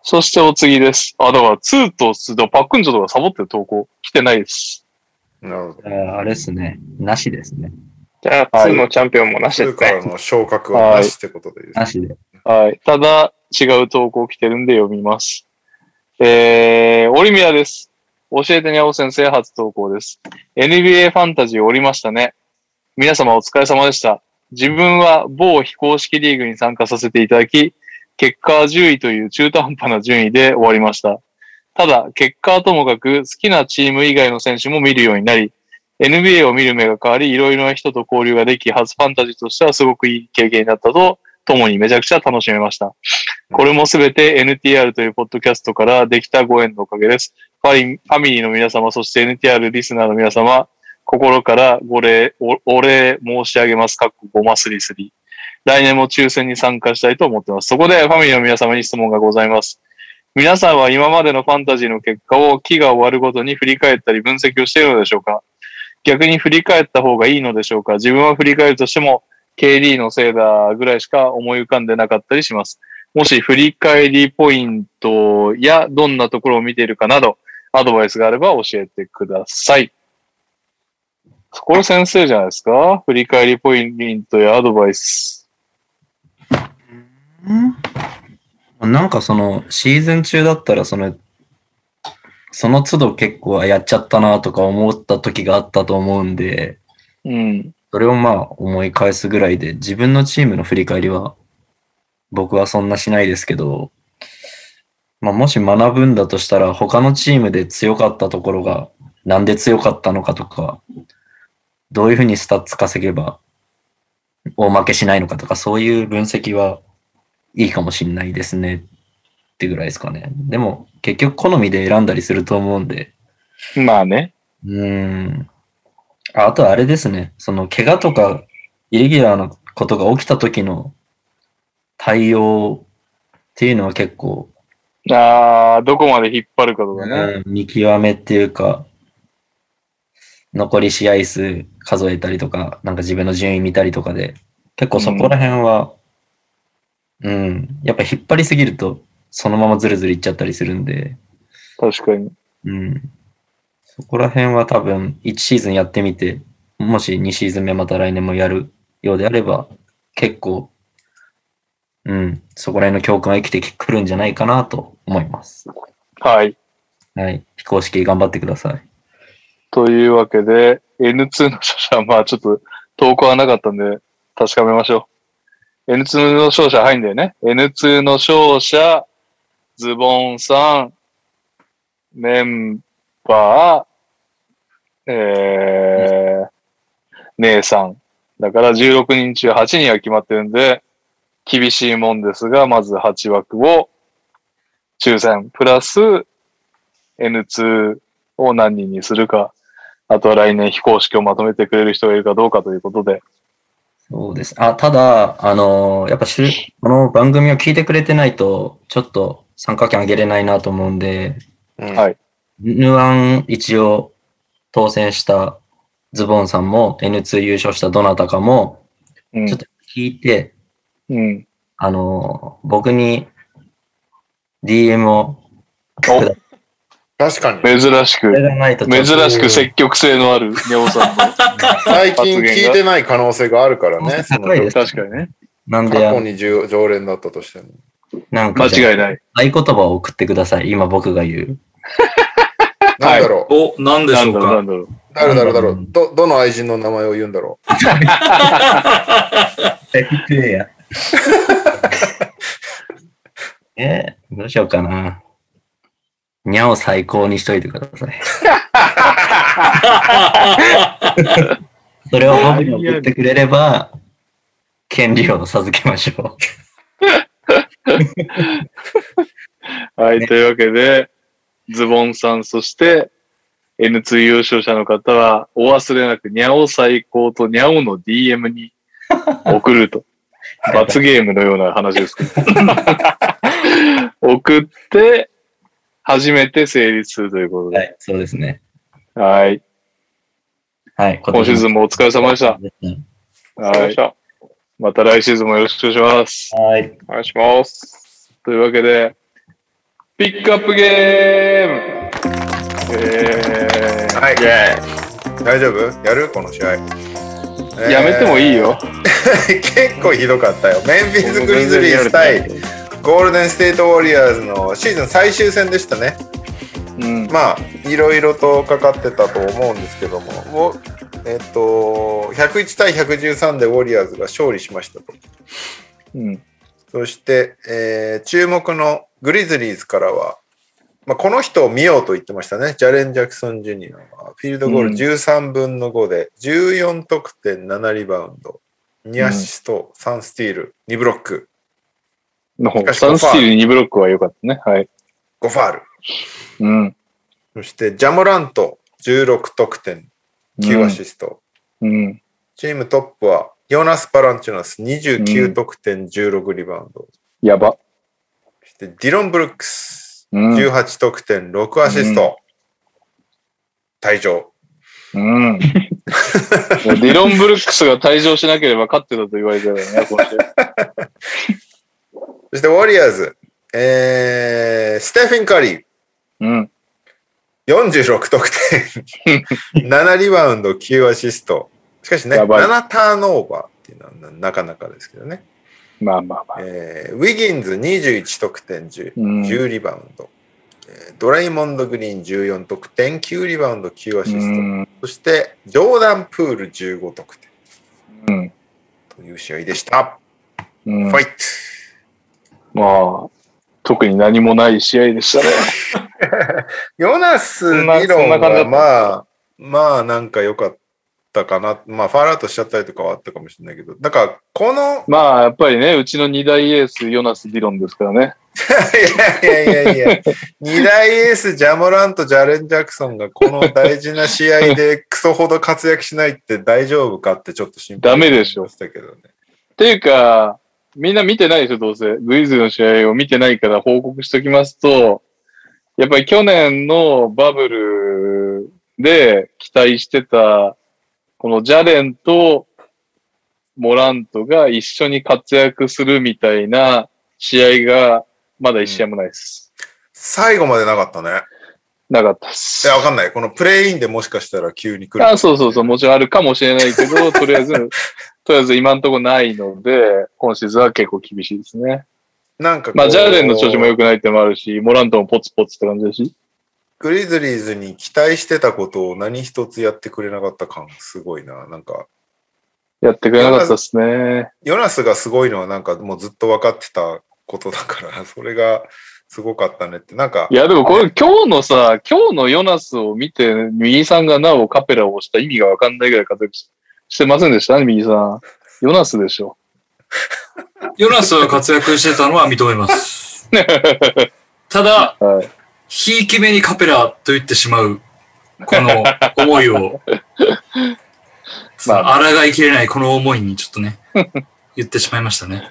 Speaker 2: そしてお次です。あ、だから2と2でパックンジョとかサボってる投稿来てないです。
Speaker 1: なるほど。
Speaker 7: あーあれですね。なしですね。
Speaker 6: じゃあ、
Speaker 2: はい
Speaker 6: 2のチャンピオンもなしで
Speaker 1: 通
Speaker 6: す
Speaker 1: から
Speaker 6: ね。
Speaker 1: の昇格はなしってことでいいですか
Speaker 7: なしで。
Speaker 2: はい。ただ、違う投稿来てるんで読みます。えー、オリミアです。教えてにゃお先生初投稿です。NBA ファンタジーおりましたね。皆様お疲れ様でした。自分は某非公式リーグに参加させていただき、結果は10位という中途半端な順位で終わりました。ただ、結果はともかく好きなチーム以外の選手も見るようになり、NBA を見る目が変わり、いろいろな人と交流ができ、初ファンタジーとしてはすごくいい経験になったとともにめちゃくちゃ楽しめました。これもすべて NTR というポッドキャストからできたご縁のおかげです。ファリファミリーの皆様、そして NTR リスナーの皆様、心からご礼、おお礼申し上げます。かっこごますりすり。来年も抽選に参加したいと思ってます。そこでファミリーの皆様に質問がございます。皆さんは今までのファンタジーの結果を期が終わるごとに振り返ったり分析をしているのでしょうか逆に振り返った方がいいのでしょうか自分は振り返るとしても KD のせいだぐらいしか思い浮かんでなかったりします。もし振り返りポイントやどんなところを見ているかなど、アドバイスがあれば教えてください。これ先生じゃないですか振り返りポイントやアドバイス。
Speaker 4: なんかそのシーズン中だったらそのその都度結構あやっちゃったなとか思った時があったと思うんで
Speaker 2: うん。
Speaker 4: それをまあ思い返すぐらいで自分のチームの振り返りは僕はそんなしないですけど、まあ、もし学ぶんだとしたら他のチームで強かったところがなんで強かったのかとかどういうふうにスタッツ稼げば大負けしないのかとかそういう分析はいいかもしんないですねってぐらいですかね。でも結局好みで選んだりすると思うんで、
Speaker 2: まあね。
Speaker 4: うーん。ああとあれですね。その、怪我とか、イレギュラーのことが起きた時の対応っていうのは結構、
Speaker 2: ああ、どこまで引っ張るかとかね。
Speaker 4: うん見極めっていうか、残り試合数数えたりとか、なんか自分の順位見たりとかで、結構そこら辺は、うん、やっぱ引っ張りすぎると、そのままずるずるいっちゃったりするんで、
Speaker 2: 確かに。
Speaker 4: うん。そこら辺は多分、1シーズンやってみて、もし2シーズン目また来年もやるようであれば、結構、うん、そこら辺の教訓は生きてくるんじゃないかなと思います。
Speaker 2: はい。
Speaker 4: はい。非公式頑張ってください。
Speaker 2: というわけで、N2 の勝者は、まあちょっと投稿はなかったんで、確かめましょう。N2 の勝者入んだよね。N2 の勝者、ズボンさん、メンバー、えー、姉さん。だから16人中8人は決まってるんで、厳しいもんですが、まず8枠を抽選、プラス N2 を何人にするか、あとは来年非公式をまとめてくれる人がいるかどうかということで、
Speaker 4: そうです。あ、ただ、あのやっぱしゅ、この番組を聞いてくれてないと、ちょっと参加権あげれないなと思うんで、
Speaker 1: うん
Speaker 2: はい
Speaker 4: ヌアン一応当選したズボンさんも、N2 優勝したどなたかも、
Speaker 2: うん
Speaker 4: ちょっと聞いて、
Speaker 2: うん。
Speaker 4: あの僕に DM をくだ
Speaker 1: 確かに。
Speaker 2: 珍し
Speaker 4: これ
Speaker 2: く、
Speaker 4: がないとちょっ
Speaker 2: 珍
Speaker 4: と
Speaker 2: しく積極性のあるネオさんの。
Speaker 1: [LAUGHS] 最近聞いてない可能性があるからね。その
Speaker 4: 高いです
Speaker 2: 確かにね。
Speaker 4: なん
Speaker 1: 過
Speaker 4: で、あ
Speaker 1: 去
Speaker 4: の
Speaker 1: に常常連だったとしても。
Speaker 4: なんか、
Speaker 2: 間
Speaker 4: 合
Speaker 2: 違いない。
Speaker 4: 言葉を送ってください。今僕が言う。
Speaker 1: なんだろう、
Speaker 5: お、なんで
Speaker 2: な
Speaker 5: しょ
Speaker 2: ん
Speaker 5: う
Speaker 2: だろう、な
Speaker 5: か
Speaker 2: んだろう。
Speaker 1: 誰だろうだろうど、どの愛人の名前を言うんだろう
Speaker 4: エピクレイヤ [LAUGHS] ー。えーどうしようかな。にゃを最高にしといてくださ [LAUGHS] い。それを僕に送ってくれれば、権利を授けましょ
Speaker 2: はい、というわけで、ズボンさん、そして N2 優勝者の方は、お忘れなく、にゃお最高とにゃおの
Speaker 1: [LAUGHS]
Speaker 2: DM に送ると。罰ゲームのような話で
Speaker 1: [LAUGHS]
Speaker 2: すけど。送って、初めて成立するということ
Speaker 4: う。は
Speaker 2: で。
Speaker 4: い、そうですね。
Speaker 2: はい。
Speaker 4: はい、今
Speaker 2: 今シーズンもお疲れ様でした。
Speaker 4: ン。
Speaker 6: よ
Speaker 2: は
Speaker 6: っ
Speaker 2: い
Speaker 6: し。ゃ
Speaker 2: また来シーズンもよろしくお願いします。
Speaker 4: はい。
Speaker 6: お願いします。
Speaker 2: というわけで、ピックアップゲームえー
Speaker 1: はい。大丈夫やるこの試合。
Speaker 2: やめてもいいよ。
Speaker 1: えー。 [LAUGHS] 結構ひどかったよ。メンフィス・グリズリース対ゴールデン・ステート・ウォリアーズのシーズン最終戦でしたね。
Speaker 2: うん。
Speaker 1: まあいろいろとかかってたと思うんですけども、ウォえっと、101対113でウォリアーズが勝利しましたと。
Speaker 2: うん。
Speaker 1: そして、えー注目のグリズリーズからは、まあ、この人を見ようと言ってましたね、ジャレン・ジャクソン・ジュニアは、フィールドゴール
Speaker 2: うん
Speaker 1: 13分の5で、14得点、7リバウンド、2アシスト、3スティール、2ブロック、
Speaker 2: の方
Speaker 1: しかし
Speaker 2: サンスティール2ブロックは良かったね。はい。
Speaker 1: 5ファール。
Speaker 2: うん。
Speaker 1: そして、ジャモラント、16得点、9アシスト。
Speaker 2: うん。
Speaker 1: チームトップは、ヨナス・パランチュナス、29得点、16リバウンド。
Speaker 2: やば。
Speaker 1: そして、ディロン・ブルックス、
Speaker 2: うん。
Speaker 1: 18得点、6アシスト。退場。
Speaker 2: [LAUGHS] うん。ディロン・ブルックスが退場しなければ勝ってたと言われてたよね、今週。
Speaker 1: そして、ウォリアーズ、えー、ステフィン・カリー、
Speaker 2: うん。
Speaker 1: 46得
Speaker 2: [LAUGHS]
Speaker 1: 点、7リバウンド、9アシスト。しかしね、
Speaker 2: やばい
Speaker 1: 7ターンオーバーっていうのはななかなかですけどね。
Speaker 2: まあまあまあ。
Speaker 1: えーウィギンズ21得点10、
Speaker 2: うん
Speaker 1: 10リバウンド、えードライモンド・グリーン14得点9リバウンド9アシ
Speaker 2: う
Speaker 1: スト、
Speaker 2: ん。
Speaker 1: そしてジョーダン・プール15得点
Speaker 2: うん。
Speaker 1: という試合でした、
Speaker 2: うん
Speaker 1: ファイト
Speaker 2: まあ、特に何もない試合でしたね。 [LAUGHS]
Speaker 1: ヨナス・
Speaker 2: そ
Speaker 1: 理
Speaker 2: んなそ
Speaker 1: 論
Speaker 2: んな感
Speaker 1: は
Speaker 2: じだった
Speaker 1: まあまあなんか良かったかなまあファールアウトしちゃったりとかはあったかもしれないけどだからこの
Speaker 2: まあ、やっぱりね、うちの2大エース、ヨナス・ディロンですからね。
Speaker 1: いやいやいやいや2大エースジャモランとジャレン・ジャクソンがこの大事な試合でクソほど活躍しないって大丈夫かってちょっと心配
Speaker 2: ダメでしょ
Speaker 1: したけどね
Speaker 2: っていうか、みんな見てないでしょ、どうせ。グイズの試合を見てないから報告しときますと、やっぱり去年のバブルで期待してた、このジャレンとモラントが一緒に活躍するみたいな試合が、まだ一試合もないです。
Speaker 1: 最後までなかったね。
Speaker 2: なかったで
Speaker 1: い
Speaker 2: す
Speaker 1: や、。わかんない。このプレイインでもしかしたら急に来る。
Speaker 2: あそうそうそう、もちろんあるかもしれないけど、とりあえず、とりあえず今んとこないので、今シーズンは結構厳しいですね。
Speaker 1: なんかこう
Speaker 2: まあ、ジャーレンの調子も良くないってのもあるし、モラントもポツポツって感じだし。
Speaker 1: グリズリーズに期待してたことを何一つやってくれなかった感すごいな。なんか、
Speaker 2: やってくれなかったですね。
Speaker 1: ヨナスがすごいのはなんかもうずっと分かってたことだから、 [LAUGHS] それがすごかったねって。なんか
Speaker 2: い、や、でもこれ今日のさ、今日のヨナスを見て、右さんがなおカペラを押した意味がわかんないぐらい活躍ししてませんでしたね、右さん。ヨナスでしょ。
Speaker 5: ヨナスが活躍してたのは認めます。ただ、
Speaker 2: はい。
Speaker 5: ひいき目にカペラと言ってしまう
Speaker 3: この思い
Speaker 2: [LAUGHS]
Speaker 3: を、まあ、抗いきれないこの思いにちょっとね、言ってしまいましたね。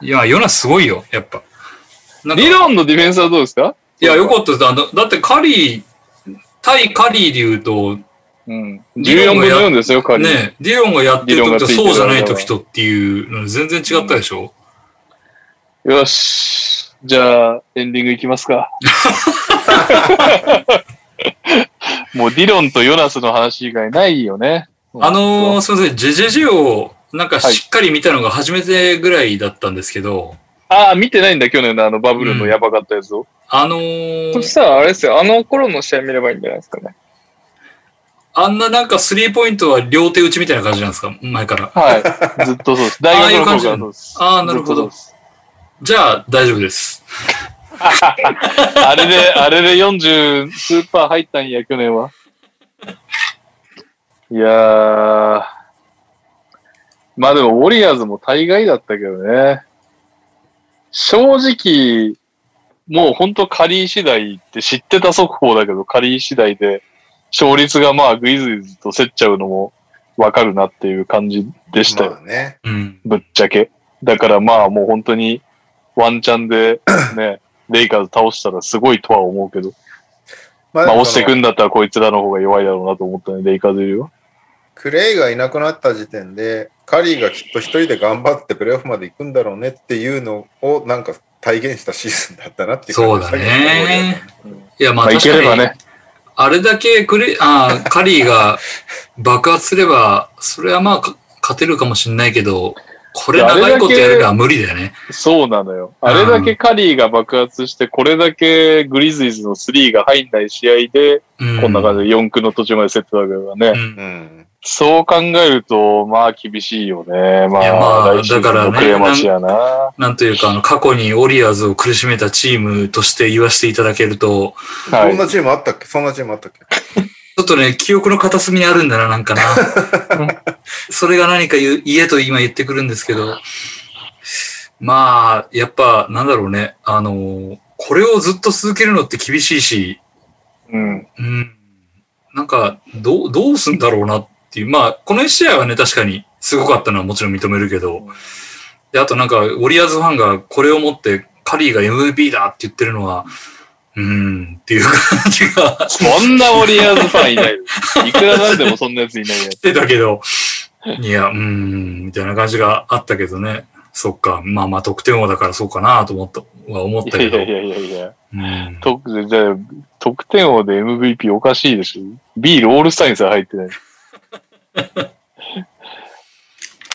Speaker 3: いや、ヨナすごいよ、やっぱ。なんか
Speaker 2: リロンのディフェンスはどうですか
Speaker 3: いや、よかったです。あのだってカリー、対カリーで言うと、
Speaker 2: うん。14分の4ですよ、カリー。
Speaker 3: ね、ディロンがやってる
Speaker 2: ディロン
Speaker 3: 時
Speaker 2: が
Speaker 3: と
Speaker 2: ついてる
Speaker 3: そうじゃない時とっていうの全然違ったでしょ、
Speaker 2: よし。じゃあ、エンディングいきますか。もうディロンとヨナスの話以外ないよね。
Speaker 3: あのー、すみません、ジェジェジェをなんかしっかり見たのが初めてぐらいだったんですけど、
Speaker 2: ああ、見てないんだ、去年のあのバブルのやばかったやつを。
Speaker 3: あの
Speaker 6: そ
Speaker 3: ー
Speaker 6: し、たらあれですよ、あの頃の試合見ればいいんじゃないですかね。
Speaker 3: あんななんかスリーポイントは両手打ちみたいな感じなんですか前から。
Speaker 2: はい。ずっとそう
Speaker 3: [LAUGHS]
Speaker 2: です。大学の頃からそうです。
Speaker 3: ああいう感じあーなるほど
Speaker 2: ずっとそう
Speaker 3: じゃあ大丈夫です。
Speaker 2: です [LAUGHS] あれで、あれで40スーパー入ったんや、去年は。いやー。まあでも、ウォリアーズも大概だったけどね。正直、もうほんとカリー次第って知ってた速報だけど、カリー次第で勝率がまあグイズイズと競っちゃうのもわかるなっていう感じでしたよ
Speaker 1: まあね。
Speaker 3: うん。
Speaker 2: ぶっちゃけ。だからまあもう本当にワンチャン [COUGHS] でね、レイカーズ倒したらすごいとは思うけど、
Speaker 1: まあ
Speaker 2: まあ押してく
Speaker 1: ん
Speaker 2: んだったらこいつらの方が弱いだろうなと思ったね、レイカーズよりは。
Speaker 1: クレイがいなくなった時点で、カリーがきっと一人で頑張ってプレーオフまで行くんだろうねっていうのをなんか体現したシーズンだったなっていう
Speaker 3: そう
Speaker 1: 感
Speaker 3: だ
Speaker 1: じ
Speaker 3: ね。。いや、まあ
Speaker 2: まあい
Speaker 3: 確
Speaker 2: け
Speaker 3: か
Speaker 2: れば
Speaker 3: に、
Speaker 2: ね、
Speaker 3: あれだけクリ、あーカリーが爆発すれば、それはまあか勝てるかもしれないけど、これ長いことやれば無理だよね。
Speaker 2: そうなのよ。あれだけカリーが爆発して、これだけグリズイズの3が入んない試合で、
Speaker 3: うん。
Speaker 2: こんな感じで4区の途中まで競ってたわけだからね。
Speaker 3: うん
Speaker 1: うん。
Speaker 2: そう考えると、まあ厳しいよね。ま
Speaker 3: いやまあ
Speaker 2: あ、来週
Speaker 3: だから
Speaker 2: の
Speaker 3: ね
Speaker 2: クレマチやな。
Speaker 3: なんというか、あの、過去にオリアーズを苦しめたチームとして言わせていただけると、
Speaker 2: は
Speaker 1: そん
Speaker 2: い。
Speaker 1: なチームあったっけそんなチームあったっけ
Speaker 3: ちょっとね、記憶の片隅にあるんだな、なんかな。それが何か言う言えと今言ってくるんですけど、まあ、やっぱ、なんだろうね、あの、これをずっと続けるのって厳しいし、
Speaker 2: うん。
Speaker 3: うん、なんか、どう、どうすんだろうなっていう、まあ、この1試合はね、確かにすごかったのはもちろん認めるけど、で、あとなんか、ウォリアーズファンがこれを持って、カリーが MVP だって言ってるのは、うん、っていう感じが。
Speaker 2: そんなウォリアーズファンいないです。いくらなんでもそんなやついないよ。
Speaker 3: [LAUGHS] ってたけど、いや、うーん、みたいな感じがあったけどね。そっか、まあまあ得点王だからそうかなと思った、は思っ
Speaker 2: い
Speaker 3: た
Speaker 2: や
Speaker 3: け
Speaker 2: い
Speaker 3: ど。
Speaker 2: やいやいやいや。
Speaker 3: うん
Speaker 2: とじゃあ得点王で MVP おかしいでしょ。ビールオールスタインさえ入ってない。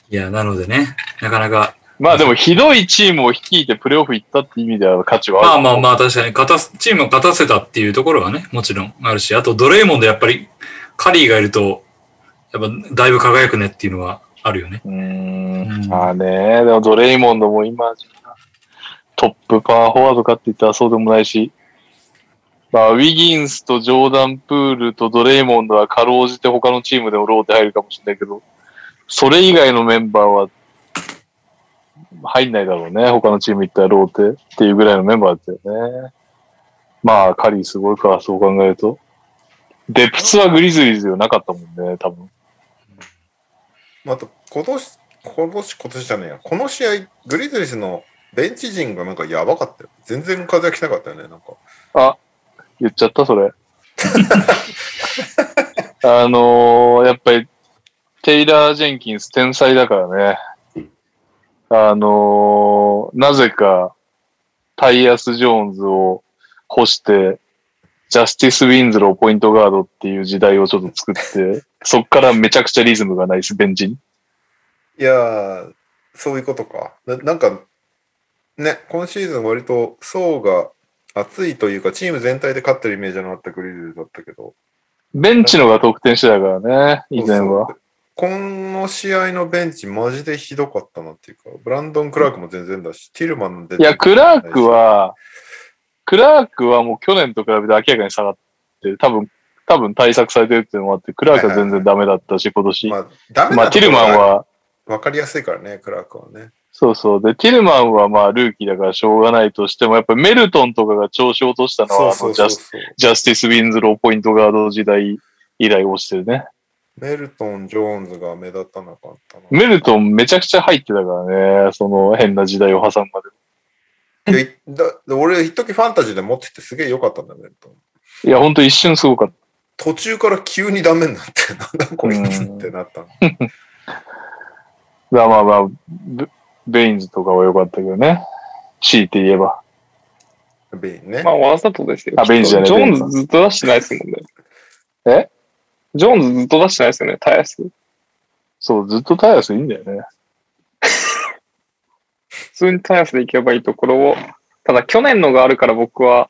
Speaker 3: いや、なのでね、なかなか、
Speaker 2: まあでもひどいチームを率いてプレーオフ行ったって意味では価値はある。
Speaker 3: まあまあまあ確かに勝たす、チームを勝たせたっていうところはね、もちろんあるし、あとドレイモンドやっぱりカリーがいると、やっぱだいぶ輝くねっていうのはあるよね。
Speaker 2: うーん。まあね、でもドレイモンドも今、トップパワーフォワードかって言ったらそうでもないし、まあ、ウィギンスとジョーダン・プールとドレイモンドはかろうじて他のチームでもローテ入るかもしれないけど、それ以外のメンバーは入んないだろうね。他のチーム行ったらローテっていうぐらいのメンバーだったよね。まあ、カリーすごいか、そう考えると。デプツはグリズリーズではなかったもんね、多分。
Speaker 1: また今年、今年、今年じゃねえや。この試合、グリズリーズのベンチ陣がなんかやばかったよ。全然活躍しなかったよね、なんか。
Speaker 2: 言っちゃった、それ。あのーやっぱり、テイラー・ジェンキンス天才だからね。あのーなぜか、タイヤス・ジョーンズを干して、ジャスティス・ウィンズローポイントガードっていう時代をちょっと作って、そっからめちゃくちゃリズムがないです、ベンチに。
Speaker 1: いやー、そういうことか。ななんか、ね、今シーズン割と層が厚いというか、チーム全体で勝ってるイメージのあったグリズリーズだったけど、
Speaker 2: ベンチのが得点してたからね、以前
Speaker 1: そ
Speaker 2: は。
Speaker 1: うそうこの試合のベンチ、マジでひどかったなっていうか、ブランドン・クラークも全然だし、ティルマンで。
Speaker 2: いや、クラーク、は、クラークはもう去年と比べて明らかに下がってる、多分、多分対策されてるっていうのもあって、クラークは全然ダメだったし、今年。
Speaker 1: まあ、ダメ
Speaker 2: まあ、
Speaker 1: な
Speaker 2: テ
Speaker 1: と
Speaker 2: ィ
Speaker 1: こ
Speaker 2: ル
Speaker 1: ろ
Speaker 2: マン
Speaker 1: は
Speaker 2: は、
Speaker 1: 分かりやすいからね、クラークはね。
Speaker 2: そうそう。で、ティルマンはまあ、ルーキーだからしょうがないとしても、やっぱりメルトンとかが調子を落としたの
Speaker 1: そう
Speaker 2: は、
Speaker 1: そう
Speaker 2: あ
Speaker 1: そ
Speaker 2: の
Speaker 1: う
Speaker 2: ジャス
Speaker 1: そう。
Speaker 2: ジャスティス・ウィンズローポイントガード時代以来落ちてるね。
Speaker 1: メルトン・ジョーンズが目立たなかったな。
Speaker 2: メルトンめちゃくちゃ入ってたからね、その変な時代を挟むまで。
Speaker 1: でだで俺、一時ファンタジーで持っててすげえ良かったんだよ、メルトン。
Speaker 2: いや、ほんと一瞬すごかっ
Speaker 1: 途中から急にダメになって、 [LAUGHS] なんだこいつってなったの。
Speaker 2: た。だまあまあベ、ベインズとかは良かったけどね。強いて言えば。
Speaker 1: ベインね
Speaker 6: [LAUGHS] ま。あ、わざとですよ。
Speaker 2: あベンジじゃない
Speaker 6: ジョーンズずっと出してないですもんね。
Speaker 2: え
Speaker 6: ジョーンズずっと出してないですよね、タイヤス。普
Speaker 2: そう、ずっとタイヤスいいんだよね。
Speaker 6: 通にタイヤスで行けばいいところを、ただ去年のがあるから僕は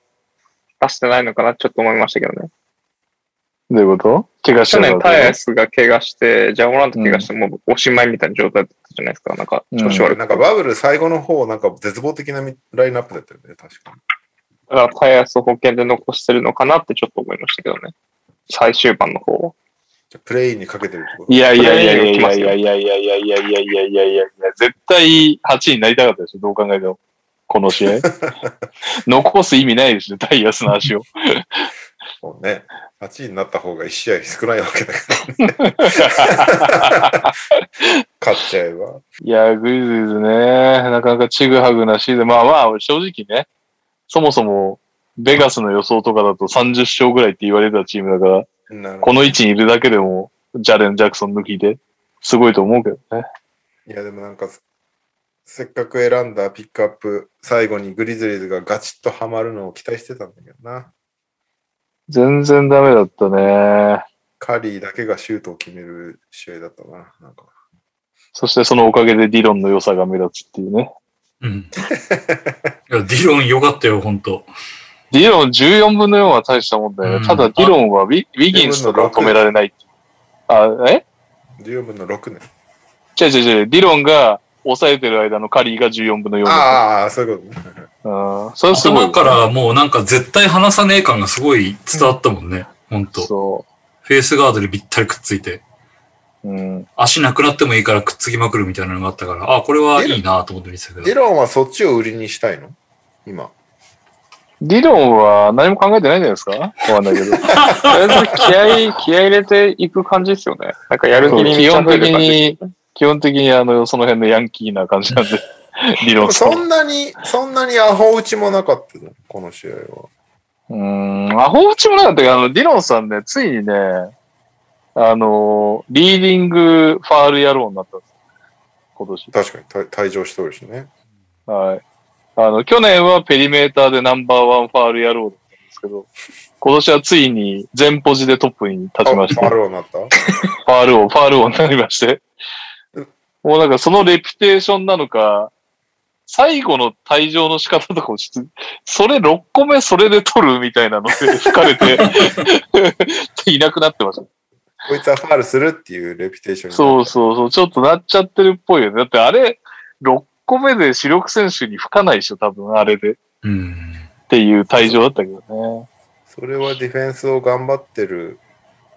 Speaker 6: 出してないのかな、ちょっと思いましたけどね。
Speaker 2: どういうこと怪我し
Speaker 6: 去
Speaker 2: て
Speaker 6: 年
Speaker 2: たか
Speaker 6: タ
Speaker 2: ら
Speaker 6: イ
Speaker 2: ね
Speaker 6: ヤスが怪我して、ジャモラント怪我して、もうおしまいみたいな状態だったじゃないですか、なんか調子悪く
Speaker 1: なん
Speaker 6: て。
Speaker 1: かバブル最後の方、なんか絶望的なみラインナップだったよね、確かに。
Speaker 6: だからタイヤスを保険で残してるのかなってちょっと思いましたけどね。最終盤の方は。
Speaker 1: じゃあプレイにかけてるってこと
Speaker 2: いやいやいや
Speaker 6: プレイ
Speaker 2: い
Speaker 6: に行
Speaker 2: や
Speaker 6: き
Speaker 2: いやいやいやいやいやいやいやいやいやいや、絶対8位になりたかったでしょ、どう考えても。この試合。残す意味ないでしょ、タイヤスの足を。
Speaker 1: そうね。8位になった方が1試合少ないわけだからね。勝っちゃえば。
Speaker 2: いや、グイズイズね、なかなかちぐはぐなシーズン。まあまあ、正直ね、そもそも、ベガスの予想とかだと30勝ぐらいって言われてたチームだから、
Speaker 1: なるほ
Speaker 2: こ
Speaker 1: ど
Speaker 2: の位置にいるだけでも、ジャレン・ジャクソン抜きで、すごいと思うけどね。
Speaker 1: いや、でもなんか、せっかく選んだピックアップ、最後にグリズリーズがガチッとハマるのを期待してたんだけどな。
Speaker 2: 全然ダメだったね。
Speaker 1: カリーだけがシュートを決める試合だったな。なんか
Speaker 2: そしてそのおかげでディロンの良さが目立つっていうね。 [LAUGHS]
Speaker 3: うん。いや、ディロンよかったよ、本当
Speaker 2: ディロン14分の4は大したもんだよね。
Speaker 3: うん
Speaker 2: ただディロンはウィウィギンスとかは止められない。あ、え
Speaker 1: 14分の6ね。
Speaker 2: 違う違う違う。ディロンが抑えてる間のカリーが14分の4だった。
Speaker 1: ああ、そういうことね。
Speaker 2: うんそれはすごい
Speaker 3: 頭。からもうなんか絶対離さねえ感がすごい伝わったもんね。本当
Speaker 2: そ
Speaker 3: フェイスガードにぴったりくっついて。
Speaker 2: う。うん。
Speaker 3: 足なくなってもいいからくっつきまくるみたいなのがあったから、あ、これはいいなと思って見てたけ
Speaker 1: ディ
Speaker 3: ど。
Speaker 1: ロンはそっちを売りにしたいの今。
Speaker 2: ディロンは何も考えてないんじゃないですかわかんないけど。
Speaker 6: とりあえず気合い、気合い入れていく感じですよね。なんかやる気に
Speaker 2: 基
Speaker 6: 満ち
Speaker 2: 本
Speaker 6: 溢れ
Speaker 2: 的
Speaker 6: る感じ。
Speaker 2: に、基本的にあの、その辺のヤンキーな感じなん
Speaker 6: [LAUGHS]
Speaker 2: で、ディロンさん
Speaker 1: そ
Speaker 2: は。
Speaker 1: んなに、そんなにアホ打ちもなかったの、この試合は。
Speaker 2: うん、アホ打ちもなかったけど、あの、ディロンさんね、ついにね、あの、リーディングファール野郎になったんですよ今年。
Speaker 1: 確かに退退場してるしね。
Speaker 2: はい。あの、去年はペリメーターでナンバーワンファール野郎だったんですけど、今年はついに全ポジでトップに立ちまして、
Speaker 1: あ
Speaker 2: フ
Speaker 1: ファウルになった
Speaker 2: ァール王、ファール王になりまして、もうなんかそのレピュテーションなのか、最後の退場の仕方とかもちょっと、それ6個目それで取るみたいなので吹かれて、
Speaker 3: [LAUGHS]
Speaker 2: いなくなってました。
Speaker 1: こいつはファールするっていうレピュテーションに
Speaker 2: そうそうそう、ちょっとなっちゃってるっぽいよね。だってあれ、6個目で主力選手に吹かないでしょ、多分あれで。
Speaker 3: うん。
Speaker 2: っていう退場だったけどね。
Speaker 1: それはディフェンスを頑張ってる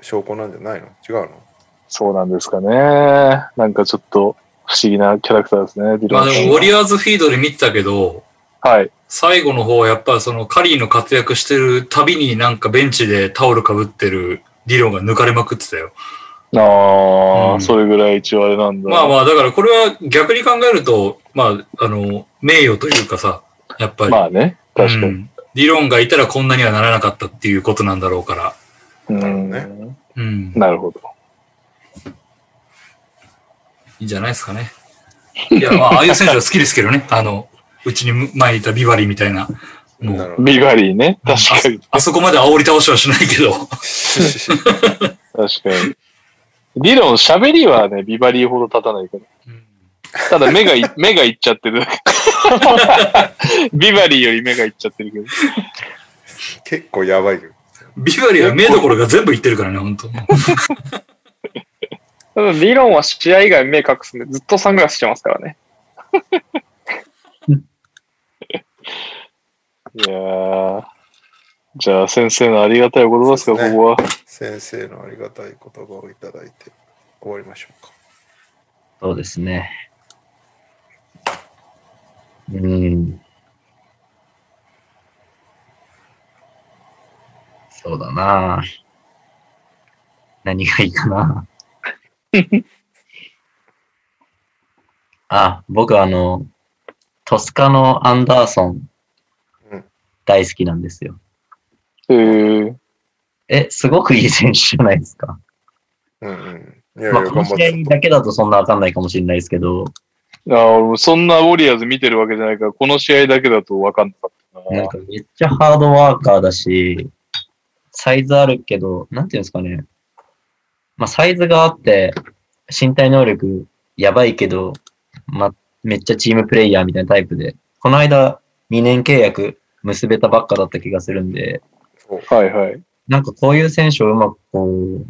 Speaker 1: 証拠なんじゃないの違うの
Speaker 2: そうなんですかね。なんかちょっと不思議なキャラクターですね、ディ
Speaker 3: ま
Speaker 2: ロ
Speaker 3: あ
Speaker 2: ン
Speaker 3: でも、ウォリアーズフィードで見てたけど、
Speaker 2: はい。
Speaker 3: 最後の方はやっぱそのカリーの活躍してるたびになんかベンチでタオルかぶってるディロンが抜かれまくってたよ。
Speaker 2: ああ、
Speaker 3: うん
Speaker 2: それぐらい一応あれなんだ。
Speaker 3: まあまあ、だからこれは逆に考えると、まあ、あの、名誉というかさ、やっぱり。
Speaker 2: まあね、確か
Speaker 3: う
Speaker 2: に。
Speaker 3: んディロンがいたらこんなにはならなかったっていうことなんだろうから。
Speaker 2: うん、
Speaker 1: なるほど
Speaker 3: うん。
Speaker 2: なるほど。
Speaker 3: いいんじゃないですかね。いや、まあ、ああいう選手は好きですけどね。あの、うちに前にいたビバリーみたいな。も
Speaker 1: な
Speaker 3: う、
Speaker 1: る
Speaker 4: [LAUGHS]
Speaker 1: ほど。
Speaker 2: ビガリーね。確かに。
Speaker 3: あそこまで煽り倒しはしないけど。
Speaker 2: 確かに。ディロン、喋りはね、ビバリーほど立たないから。ただ目がい、目がいっちゃってる。ビバリーより目がいっちゃってるけど。
Speaker 1: [LAUGHS] 結構やばいよ。
Speaker 3: ビバリーは目どころが全部いってるからね、本当
Speaker 6: ただ理論は試合以外目隠すんで、ずっとサングラスしてますからね。
Speaker 2: いやー。じゃあ、先生のありがたいお言葉です
Speaker 1: そ
Speaker 2: か、
Speaker 1: うですね
Speaker 2: ここは。
Speaker 1: 先生のありがたい言葉をいただいて終わりましょうか。
Speaker 8: そうですね。
Speaker 4: うん。そうだな
Speaker 7: 何がいいかな。
Speaker 4: [LAUGHS] あ、僕あの、トスカのアンダーソン
Speaker 1: うん、
Speaker 4: 大好きなんですよ。
Speaker 6: へー
Speaker 4: え、すごくいい選手じゃないですか。
Speaker 1: うんうん。いやい
Speaker 4: まあ、
Speaker 1: や、
Speaker 4: この
Speaker 1: 頑張っ
Speaker 4: 試
Speaker 1: て
Speaker 4: 合だけだとそんなわかんないかもしれないですけど、
Speaker 2: ああ、俺もそんなウォリアーズ見てるわけじゃないから、この試合だけだと分かんなかった
Speaker 4: なん
Speaker 2: な。
Speaker 4: かめっちゃハードワーカーだし、サイズあるけど、なんていうんですかね。まあ、サイズがあって、身体能力やばいけど、まあ、めっちゃチームプレイヤーみたいなタイプで、この間2年契約結べたばっかだった気がするんで、
Speaker 2: はいはい。
Speaker 4: なんかこういう選手をうまくこう、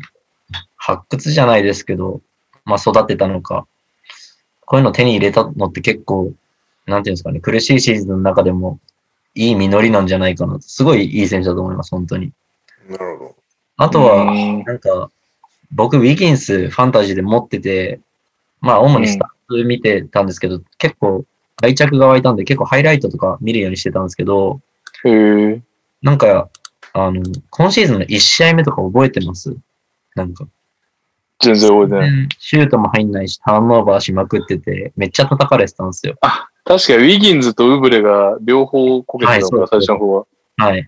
Speaker 4: 発掘じゃないですけど、まあ育てたのか、こういうの手に入れたのって結構、なんていうんですかね、苦しいシーズンの中でもいい実りなんじゃないかな。すごいいい選手だと思います、本当に。
Speaker 1: なるほど。
Speaker 4: あとは、
Speaker 2: うん
Speaker 4: なんか、僕、ウィギンスファンタジーで持ってて、まあ主にスタッフ見てたんですけど、結構愛着が湧いたんで、結構ハイライトとか見るようにしてたんですけど、
Speaker 6: へー
Speaker 4: なんか、あの、今シーズンの1試合目とか覚えてますなんか、
Speaker 2: 全然覚えてない。
Speaker 4: シュートも入んないし、ターンオーバーしまくってて、めっちゃ叩かれてたんですよ。
Speaker 2: 確かにウィギンズとウブレが両方こけてたのか、
Speaker 4: は
Speaker 2: 最
Speaker 4: いそうです
Speaker 2: 初の方は。
Speaker 4: はい。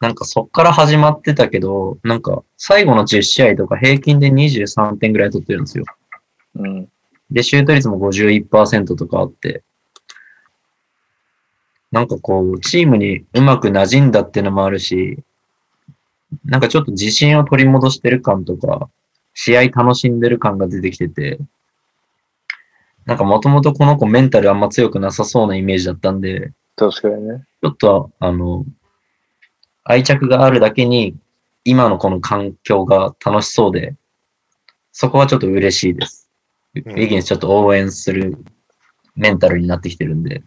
Speaker 4: なんかそっから始まってたけど、なんか最後の10試合とか平均で23点ぐらい取ってるんですよ。
Speaker 2: うん。
Speaker 4: で、シュート率も51%とかあって、なんかこう、チームにうまく馴染んだっていうのもあるし、なんかちょっと自信を取り戻してる感とか、試合楽しんでる感が出てきてて、なんかもともとこの子メンタルあんま強くなさそうなイメージだったんで、
Speaker 2: 確かにね。
Speaker 4: ちょっと、あの、愛着があるだけに、今のこの環境が楽しそうで、そこはちょっと嬉しいです。ウ
Speaker 1: うん
Speaker 4: ィギンスちょっと応援するメンタルになってきてるんで。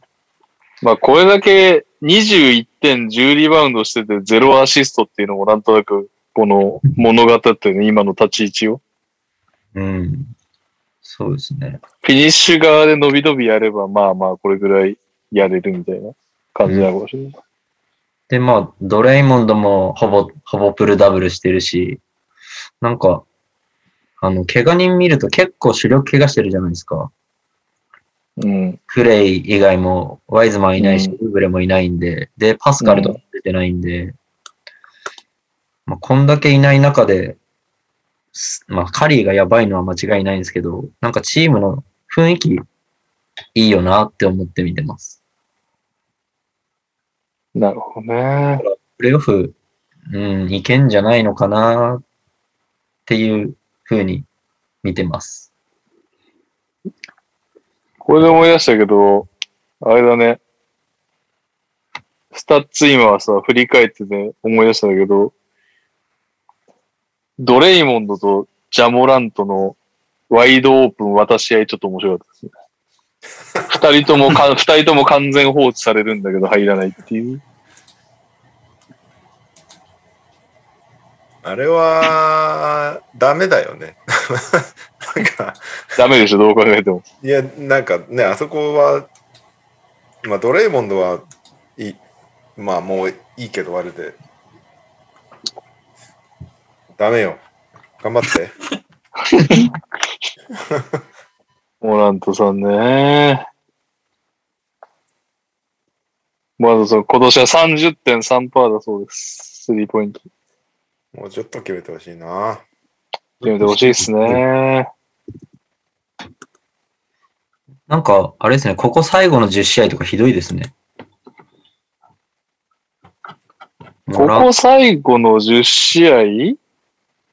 Speaker 2: まあ、これだけ21点10リバウンドしてて0アシストっていうのもなんとなく、この物語っていうね、今の立ち位置を。
Speaker 4: うん。そうですね。
Speaker 2: フィニッシュ側で伸び伸びやれば、まあまあ、これぐらいやれるみたいな感じなのかもしれない。
Speaker 4: で、まあ、ドレイモンドもほぼ、ほぼプルダブルしてるし、なんか、あの、怪我人見ると結構主力怪我してるじゃないですか。
Speaker 2: うん。
Speaker 4: クレイ以外も、ワイズマンいないし、
Speaker 2: うん
Speaker 4: ウーブレもいないんで、で、パスカルとか出てないんで、まあ、こんだけいない中で、すまあ、カリーがやばいのは間違いないんですけど、なんかチームの雰囲気、いいよなって思って見てます。
Speaker 2: なるほどね。
Speaker 4: プレイオフ、うん、いけんじゃないのかなっていうふうに見てます。
Speaker 2: これで思い出したけど、あれだね。スタッツ今はさ、振り返ってね、思い出したんだけど、ドレイモンドとジャモラントのワイドオープン渡し合いちょっと面白かったですね。二人ともか、二人とも完全放置されるんだけど入らないっていう。
Speaker 1: あれは、ダメだよね。 [LAUGHS] なんか、
Speaker 2: ダメでしょ、どう考えても。
Speaker 1: いや、なんかね、あそこは、まあ、ドレイモンドはいい、まあ、もういいけど、あれで。ダメよ。頑張って。
Speaker 2: モラントさんね。まずその、今年は30.3%だそうです。スリーポイント。
Speaker 1: もうちょっと決めてほしいな。
Speaker 2: 決めてほしいです [LAUGHS] ね。
Speaker 4: なんか、あれですね、ここ最後の10試合とかひどいですね。
Speaker 2: ここ最後の10試合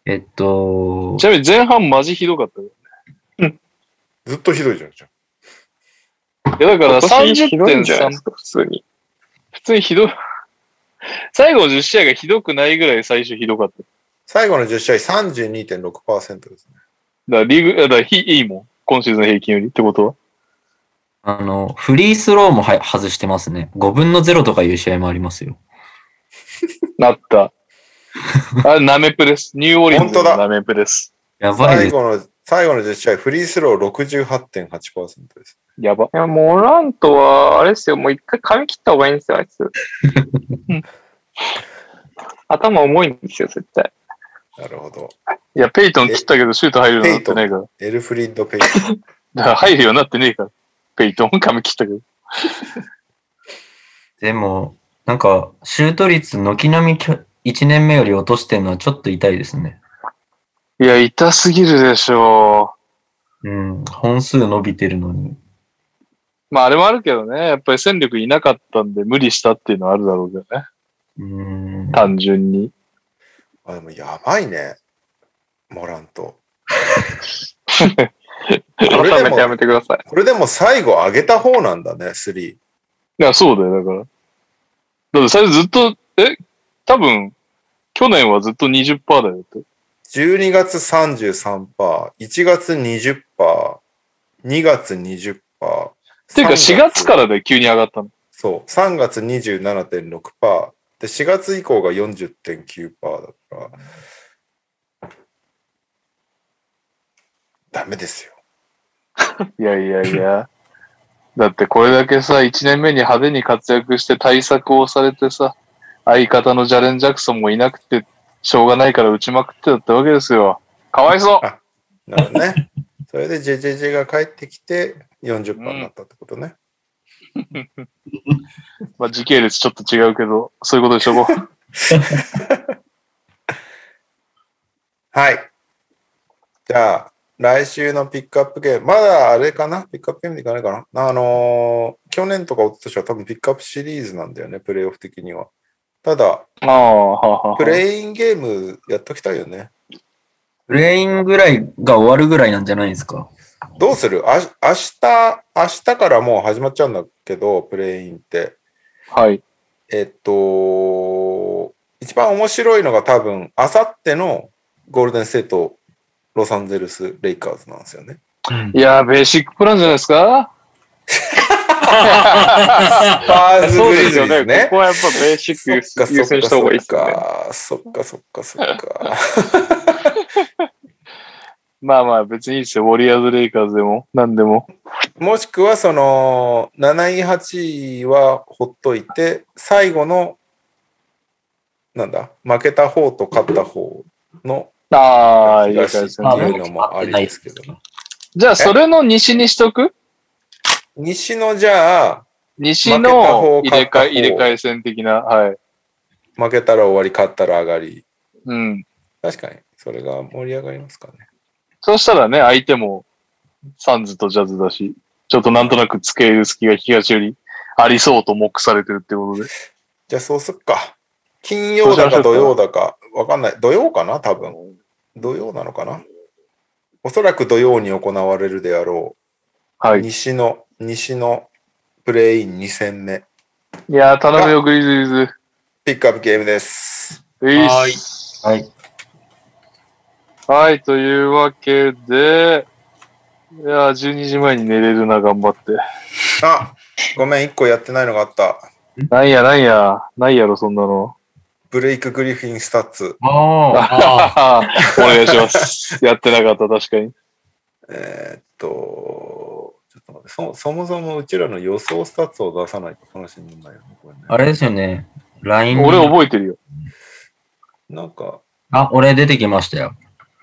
Speaker 4: えっと
Speaker 2: ち、なみに前半マジひどかったよ。
Speaker 1: ずっとひどいじゃん、じゃ
Speaker 2: いやだから
Speaker 6: 今年ひどいんじゃないで
Speaker 2: 30.3
Speaker 6: す、か、普通に。
Speaker 2: 普通にひどい。最後の10試合がひどくないぐらい最初ひどかった。だか
Speaker 1: 最後の10試合32.6%ですね。
Speaker 2: らリーグ、だからひいいもん。今シーズンの平均よりってことは。
Speaker 4: あの、フリースローもは外してますね。5分の0とかいう試合もありますよ。
Speaker 2: な
Speaker 6: [LAUGHS]
Speaker 2: った。あれ、ナメプレス。ニューオリンズの
Speaker 1: 本当だ
Speaker 2: ナメプレス。
Speaker 4: やばい
Speaker 1: 最
Speaker 4: です。
Speaker 1: 後の、最後の10試合、フリースロー68.8%です。
Speaker 2: やば。
Speaker 6: いや、モラントは、あれですよ、もう一回髪切った方がいいんですよ、あいつ。頭重いんですよ、絶対。
Speaker 1: なるほど。
Speaker 2: いや、ペイトン切ったけどシュート入るようになってないから。
Speaker 1: エルフリッド・ペイトン。
Speaker 2: だから入るようになってねえから。ペイトン髪切ったけど。
Speaker 4: でも、なんか、シュート率、軒並みきょ1年目より落としてるのはちょっと痛いですね。
Speaker 2: いや、痛すぎるでしょ
Speaker 4: うん、本数伸びてるのに。
Speaker 2: う。まあ、あれもあるけどね。やっぱり戦力いなかったんで無理したっていうのはあるだろうけどね。
Speaker 4: うん。
Speaker 2: 単純に。
Speaker 1: あ、でもやばいね。モラント。れ
Speaker 6: 改
Speaker 1: でも
Speaker 6: めてやめてください。
Speaker 1: これでも最後上げた方なんだね、3。
Speaker 2: いや、そうだよ、だから。だって最初ずっと、え、多分、去年はずっと20%だよって。
Speaker 1: 12月33%、1月20%、2月20%。
Speaker 2: ていうか4月からで急に上がったの。
Speaker 1: そう、3月27.6%、で、4月以降が40.9%だから、ダメですよ。
Speaker 2: いやいやいや。だってこれだけさ、1年目に派手に活躍して対策をされてさ、相方のジャレン・ジャクソンもいなくて、しょうがないから打ちまくってだったわけですよ。かわいそう
Speaker 1: なるほどね。それで JJJ が帰ってきて40%になったってことね。
Speaker 2: まあ時系列ちょっと違うけど、そういうことでしょこう。
Speaker 1: はい。じゃあ、来週のピックアップゲーム、まだあれかなピックアップゲームでいかないかなあのー去年とか一昨年は多分ピックアップシリーズなんだよね、プレイオフ的には。ただ、
Speaker 2: [LAUGHS] ああ、はあはあ。
Speaker 1: プレインゲームやっときたいよね。
Speaker 4: プレインぐらいが終わるぐらいなんじゃないですか。
Speaker 1: どうするあし明日、明日からもう始まっちゃうんだけど、プレインって。
Speaker 2: はい。
Speaker 1: えっと、一番面白いのが多分、あさってのゴールデンステート、ロサンゼルス・レイカーズなんですよね。
Speaker 2: いやー、ベーシックプランじゃないですか
Speaker 1: パーズ・
Speaker 2: そう
Speaker 1: グ
Speaker 2: で
Speaker 1: リ
Speaker 2: す
Speaker 1: ズリ
Speaker 2: よ
Speaker 1: ーズ
Speaker 2: ね。
Speaker 1: ね
Speaker 2: ここ。はやっぱベーシック優
Speaker 1: そっか
Speaker 2: 先した方がいいですよね。
Speaker 1: そっかそっかそっかそっか。
Speaker 2: まあまあ別にいいですよ。ウォリアーズ・レイカーズでも、何でも。
Speaker 1: もしくはその7位8位はほっといて最後のなんだ負けた方と勝った方の
Speaker 2: ああ、いい
Speaker 1: 東
Speaker 2: 感
Speaker 1: っ
Speaker 2: じ
Speaker 1: て
Speaker 2: ね。
Speaker 1: いうのもありですけど、
Speaker 2: じゃあそれの西にしとく
Speaker 1: 西のじゃあ
Speaker 2: 西の
Speaker 1: 負け
Speaker 2: 入
Speaker 1: た
Speaker 2: れ
Speaker 1: 方
Speaker 2: 替え、入れ
Speaker 1: 勝った方
Speaker 2: 替え戦的な、はい。
Speaker 1: 負けたら終わり勝ったら上がり
Speaker 2: うん。
Speaker 1: 確かにそれが盛り上がりますかね
Speaker 2: そうしたらね、相手もサンズとジャズだし、ちょっとなんとなくつけ入る隙が東よりありそうと目されてるってことで。
Speaker 1: じゃあそうすっか金曜だか土曜だかわかんない土曜かな多分土曜なのかなおそらく土曜に行われるであろう
Speaker 2: はい。い
Speaker 1: 西の、西のプレイン2戦目、
Speaker 2: やー、頼むよ、グリズリーズ。
Speaker 1: ピックアップゲームです。
Speaker 2: ういっ
Speaker 5: はーい
Speaker 2: す
Speaker 4: はい。
Speaker 2: はい、というわけで、いやー、12時前に寝れるな、頑張って。
Speaker 1: あ、ごめん、1個やってないのがあった。
Speaker 2: なんやなんや、ないやろ、そんなの。
Speaker 1: ブレイク・グリフィン・スタッツ。
Speaker 4: あ
Speaker 5: あ
Speaker 4: あ。
Speaker 2: お願いし [LAUGHS] ます。やってなかった、確かに。
Speaker 1: えーっと、ちょっと待ってそ、そもそもうちらの予想スタッツを出さないと話にならないよね、これね。
Speaker 4: あれですよね。LINE に
Speaker 2: 俺覚えてるよ。
Speaker 1: なんか、
Speaker 4: あ、俺出てきましたよ。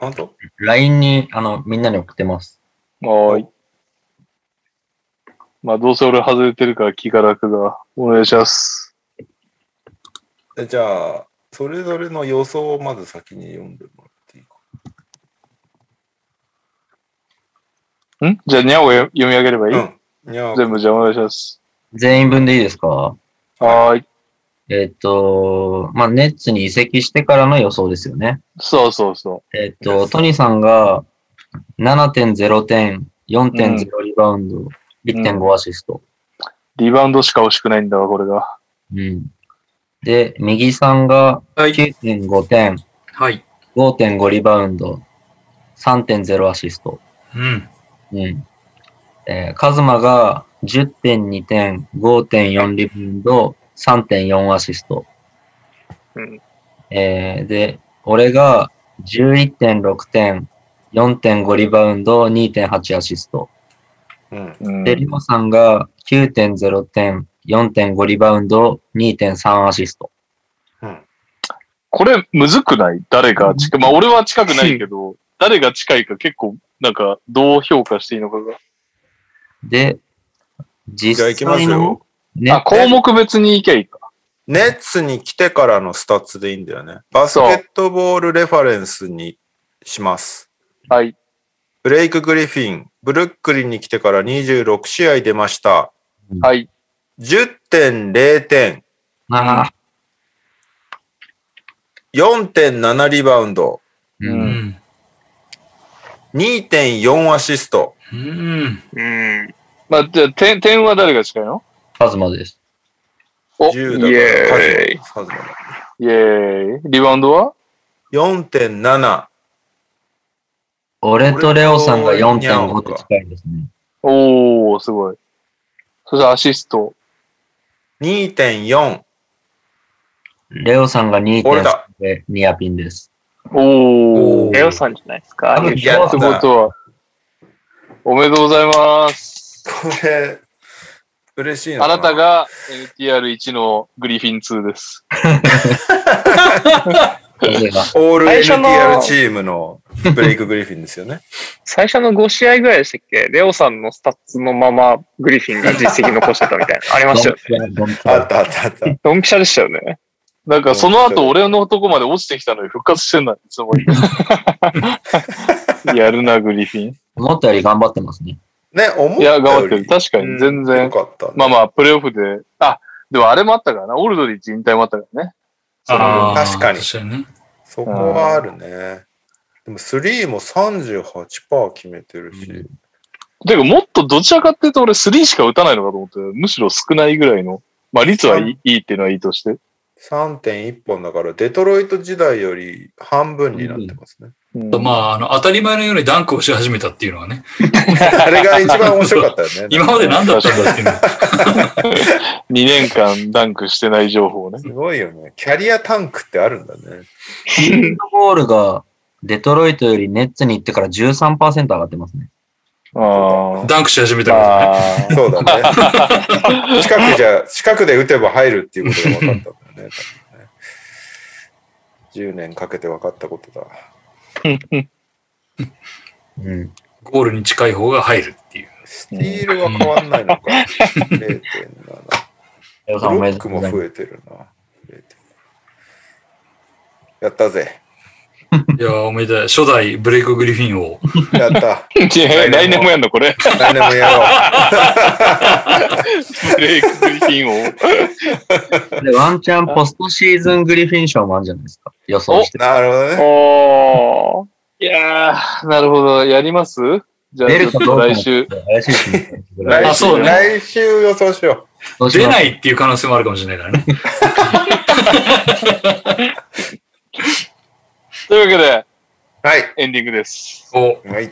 Speaker 1: あんと
Speaker 4: LINE に、あの、みんなに送ってます。
Speaker 2: はーい。まあ、どうせ俺外れてるから気が楽だ。お願いします。
Speaker 1: えじゃあ、それぞれの予想をまず先に読んでもらっていいか。
Speaker 2: んじゃあ、にゃおを読み上げればいい、
Speaker 1: うん。いや、
Speaker 2: 全部じゃあお願いします。
Speaker 4: 全員分でいいですか
Speaker 2: はーい。
Speaker 4: えっ、と、まあ、ネッツに移籍してからの予想ですよね。
Speaker 2: そうそうそ
Speaker 4: えっ、と、トニーさんが7.0点、4.0リバウンド、1.5アシスト。
Speaker 2: う。リバウンドしか欲しくないんだわ、これが。
Speaker 4: うん。で、右さんが
Speaker 5: あ。はい。
Speaker 4: 9.5点、
Speaker 5: はい。
Speaker 4: 5.5リバウンド、3.0アシスト。
Speaker 5: うん。
Speaker 4: うん。えー、カズマが10.2点、5.4リバウンド、3.4アシスト。
Speaker 6: うん
Speaker 4: えー、で、俺が11.6点、4.5リバウンド、2.8アシスト。
Speaker 1: うん。
Speaker 2: うん
Speaker 4: で、リオさんが9.0点、4.5リバウンド、2.3アシスト。
Speaker 2: これ、むずくない誰が近く、まあ俺は近くないけど、誰が近いか結構、なんか、どう評価していいのかが。
Speaker 4: で、実
Speaker 1: じゃあ行きます
Speaker 4: 際の
Speaker 1: よ。
Speaker 4: ね
Speaker 2: あ、項目別にいけばいいか。
Speaker 1: ネッツに来てからのスタッツでいいんだよね。バスケットボールレファレンスにします。
Speaker 2: はい。
Speaker 1: ブレイク・グリフィン、ブルックリンに来てから26試合出ました。
Speaker 2: はい。
Speaker 1: 10.0点、
Speaker 4: ああ、
Speaker 1: 4.7リバウンド、
Speaker 4: う。
Speaker 3: うんん。
Speaker 1: 2.4アシスト。
Speaker 3: うん。
Speaker 6: うん。
Speaker 2: まあ、じゃあ、点、点は誰が近いの
Speaker 4: カズマです。
Speaker 2: お
Speaker 1: 10だ
Speaker 6: イ
Speaker 1: から
Speaker 6: エーイ
Speaker 1: カズマカズマだ
Speaker 2: イェーイ。リバウンドは
Speaker 1: 4.7。
Speaker 4: 俺とレオさんが
Speaker 1: 俺とニャン
Speaker 4: 4.5
Speaker 1: は
Speaker 4: と近いですね。
Speaker 2: おー、すごい。そしてアシスト。
Speaker 1: 2.4。
Speaker 4: レオさんが
Speaker 1: これ
Speaker 4: 2.3
Speaker 1: だ。
Speaker 4: でニアピンです。
Speaker 2: おー。
Speaker 6: レオさんじゃないですか。
Speaker 4: 多分
Speaker 1: いや
Speaker 2: ってことは、おめでとうございます。
Speaker 1: これ、嬉しいの
Speaker 2: あ
Speaker 1: かな
Speaker 2: なた。が NTR1 のグリフィン2です。
Speaker 4: 家が
Speaker 1: オール
Speaker 6: 最初の
Speaker 1: NTR チームのブレイク・グリフィンですよ
Speaker 2: [LAUGHS]
Speaker 1: ね。
Speaker 6: 最初の5試合ぐらいでしたっけレオさんのスタッツのままグリフィンが実績残してたみたいな。ありましたよね。
Speaker 4: ドンピシ
Speaker 1: あ
Speaker 4: ャ
Speaker 1: ったあったあった。
Speaker 6: ドンピシャでしたよね。
Speaker 2: なんかその後俺のとこまで落ちてきたのに復活してんない。いつもやるな、グリフィン。
Speaker 4: 思ったより頑張ってますね。
Speaker 1: ね、思っ
Speaker 2: い
Speaker 1: た
Speaker 2: や、
Speaker 1: より
Speaker 2: 頑張ってる。確かに、全
Speaker 1: よ
Speaker 2: 然。
Speaker 1: かったね。
Speaker 2: まあまあ、プレイオフで。あ、でもあれもあったからな。オールドリッチ引退もあったからね。
Speaker 3: あー
Speaker 1: 確かに
Speaker 3: 確かにね。
Speaker 1: そこはあるね。でも3も38%決めてるし、
Speaker 2: てか、もっとどちらかっていうと俺3しか打たないのかと思って、むしろ少ないぐらいの。まあ、率はいいいいっていうのはいいとして。
Speaker 1: 3.1本だから、デトロイト時代より半分になってますね。
Speaker 2: うん
Speaker 3: まあ、あの、当たり前のようにダンクをし始めたっていうのはね、
Speaker 1: あれが一番面白かった
Speaker 2: [LAUGHS]
Speaker 1: よね。
Speaker 3: 今まで何だったんだっていうのは。
Speaker 2: 2年間ダンクしてない情報ね
Speaker 1: す。ごいよね。キャリアタンクってあるんだね。
Speaker 4: フットボールがデトロイトよりネッツに行ってから13%上がってますね。
Speaker 2: あ
Speaker 3: ダンクし始め
Speaker 2: あ。
Speaker 3: たからね。
Speaker 2: ああ。
Speaker 1: そうだね。近くじゃ、近くで打てば入るっていうことが分かったんだよね。多分ね10年かけて分かったことだ。
Speaker 4: うん。
Speaker 3: ゴールに近い方が入るっていう。
Speaker 1: スティールは変わんないのか。0.7。
Speaker 4: レオさんお
Speaker 1: ブロ
Speaker 4: め
Speaker 1: ッ
Speaker 4: でと
Speaker 1: ク
Speaker 4: うご
Speaker 1: も
Speaker 4: ざいます。
Speaker 1: 増えてるな。やったぜ。
Speaker 3: いやー、おめでたい。初代ブレイク・グリフィンを。
Speaker 1: やった。
Speaker 2: いや来年もやんのこれ。
Speaker 1: 来年もやろ
Speaker 2: ブレイクグリフィンを。
Speaker 4: でワンチャンポストシーズングリフィン賞もあるんじゃないですか。予想し
Speaker 1: う。
Speaker 4: て。
Speaker 1: なるほどね。
Speaker 6: おー。
Speaker 2: いやー、なるほど。やりますじゃあ、
Speaker 4: 出
Speaker 2: ちょっ
Speaker 4: るか
Speaker 2: と
Speaker 4: どうかも
Speaker 2: 来週。
Speaker 4: 怪しいですね。
Speaker 1: 来週
Speaker 3: あそうね
Speaker 1: 来週予想しよ
Speaker 4: そうしま
Speaker 3: 出
Speaker 4: す
Speaker 3: ないっていう可能性もあるかもしれないから
Speaker 1: [LAUGHS]
Speaker 3: ね。
Speaker 2: というわけで、
Speaker 1: う。はい。
Speaker 2: エンディングです。
Speaker 3: お
Speaker 1: はい。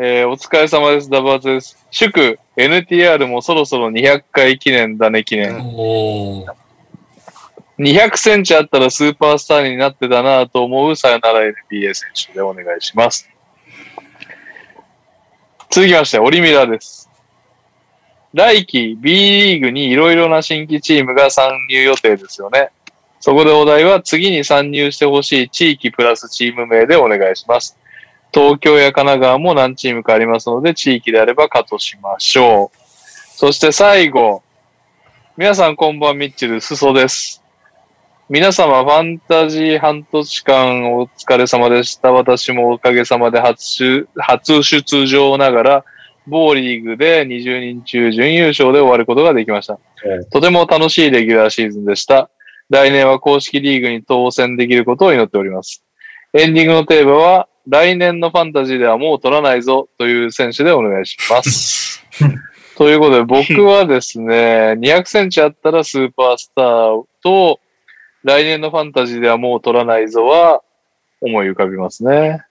Speaker 2: えーお疲れ様です。ダバーツです。祝、NTR もそろそろ200回記念だね記念。
Speaker 3: おー
Speaker 2: 200センチあったらスーパースターになってたなぁと思うさよなら NBA 選手でお願いします。続きまして、オリミラです。来季 B リーグにいろいろな新規チームが参入予定ですよね。そこでお題は次に参入してほしい地域プラスチーム名でお願いします。東京や神奈川も何チームかありますので地域であればカットしましょう。そして最後、皆さんこんばんミッチェル、すそです。皆様、ファンタジー半年間お疲れ様でした。私もおかげさまで初出初出場ながら、某リーグで20人中準優勝で終わることができました。とても楽しいレギュラーシーズンでした。来年は公式リーグに当選できることを祈っております。エンディングのテーマは、来年のファンタジーではもう取らないぞという選手でお願いします。ということで、僕はですね、200センチあったらスーパースターと、来年のファンタジーではもう取らないぞは思い浮かびますね。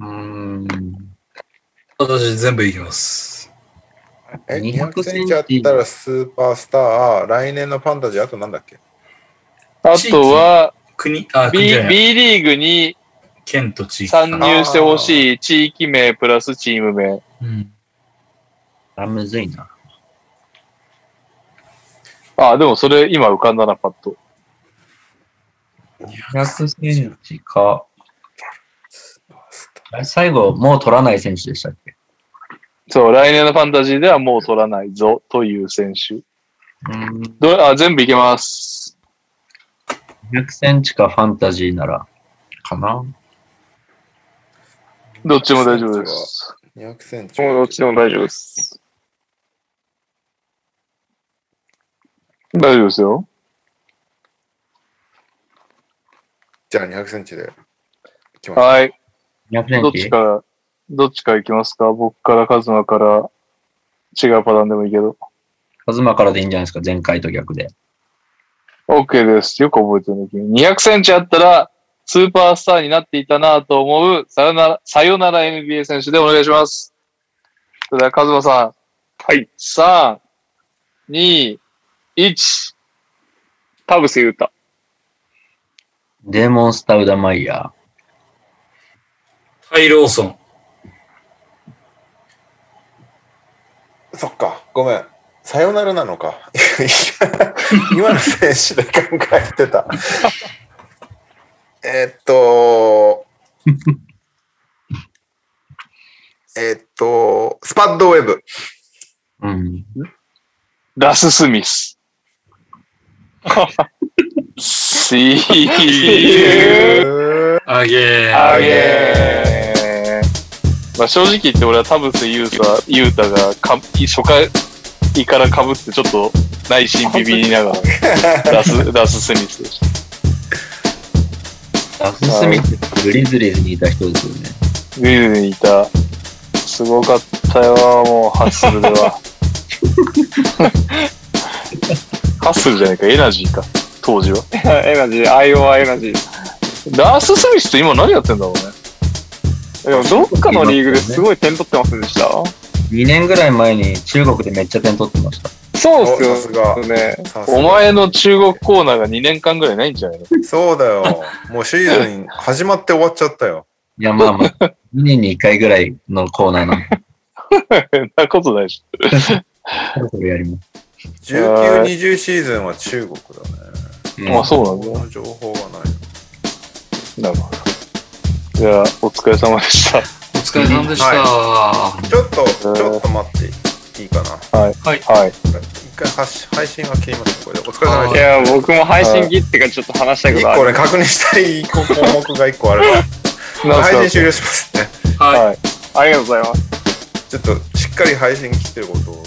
Speaker 4: うーん。
Speaker 3: 私全部いきます。
Speaker 1: え、200
Speaker 4: 200
Speaker 1: センチあったらスーパースター、来年のファンタジー、あとなんだっけ
Speaker 2: あとは
Speaker 3: 国、あ、国
Speaker 2: B,
Speaker 3: じゃない
Speaker 2: B リーグに
Speaker 3: 県と地域か
Speaker 2: 参
Speaker 3: な。
Speaker 2: 入してほしい地域名プラスチーム名。
Speaker 3: うん。
Speaker 4: あ、むずいな。
Speaker 2: あ、でもそれ今浮かんだな、パッと。
Speaker 4: 100センチか。あれ最後、もう取らない選手でしたっけ
Speaker 2: そう、来年のファンタジーではもう取らないぞという選手。
Speaker 4: うん、
Speaker 2: どれあ、全部いけます。
Speaker 4: 100センチかファンタジーなら、かな。
Speaker 2: どっちも大丈夫です。
Speaker 1: 200センチ。
Speaker 6: もうどっちでも大丈夫です。 [LAUGHS]
Speaker 2: 大丈夫ですよ。
Speaker 1: じゃあ200センチで。いきましょう
Speaker 2: はい。
Speaker 4: 200セ
Speaker 2: どっ
Speaker 4: ン
Speaker 2: ち
Speaker 4: チ
Speaker 2: から、どっちからいきますか僕からカズマから、違うパターンでもいいけど。
Speaker 4: カズマからでいいんじゃないですか前回と逆で。
Speaker 2: OK です。よく覚えてるね、君。200センチあったら、スーパースターになっていたなと思う、さよなら、さよなら NBA 選手でお願いします。それでは、カズマさん。はい。3、2、1。
Speaker 6: 田臥勇太。
Speaker 4: デーモンスタウダマイヤ
Speaker 3: タイローソン。
Speaker 1: そっか、ごめん。さよならなのか。 [LAUGHS] 今の選手で考えて [LAUGHS] た。えーっ [LAUGHS] と、えーっと、スパッドウェブ。
Speaker 4: ー。うん。
Speaker 2: ラス・スミ
Speaker 6: [LAUGHS]
Speaker 2: ス。See you!
Speaker 3: あげー。
Speaker 2: あげー。まあ正直言って俺は田臥勇太勇太がか初回からかぶってちょっと内心ビビりながらラスラススミスでした。
Speaker 4: ラススミスってグリズリーズにいた人ですよね。
Speaker 2: グリルにいた。すごかったよ、もうハッスルでは。ハッスルじゃないか、エナジーか、当時は。
Speaker 6: エナジー、IOI エナジー。
Speaker 2: ラススミスって今何やってんだろうね。
Speaker 6: でもどっかのリーグですごい点取ってませんでした
Speaker 4: 2年ぐらい前に中国でめっちゃ点取ってました。
Speaker 6: そうっす
Speaker 1: おさすが
Speaker 6: よね。
Speaker 1: さすが
Speaker 2: お前の中国コーナーが2年間ぐらいないんじゃない
Speaker 6: [LAUGHS]
Speaker 2: の
Speaker 1: そうだよ。もうシーズン始まって終わっちゃったよ。
Speaker 4: いや、まあまあ、2年に1
Speaker 2: [LAUGHS]
Speaker 4: 回ぐらいのコーナーなんで、
Speaker 2: そんなことないでしょ
Speaker 4: そろそろやります。
Speaker 1: 19、20シーズンは中国だね。
Speaker 4: うん
Speaker 2: まあそうなんだ
Speaker 1: この情報はない。
Speaker 2: なるほど。じゃあ、お疲れ様でした。
Speaker 3: お疲れ様でした。
Speaker 1: ちょっと、ちょっと待っていいかな。
Speaker 2: はい。
Speaker 1: 一回はし配信は切ります。これでお疲れ様でした
Speaker 6: い。や、僕も配信切ってからちょっと話したいこと
Speaker 1: 1
Speaker 6: あ
Speaker 1: 個
Speaker 6: る。
Speaker 1: ね、確認したい項目が1個あるから、配信終了しますね。
Speaker 3: はい。
Speaker 6: ありがとうございます。
Speaker 1: ちょっとしっかり配信切ってることを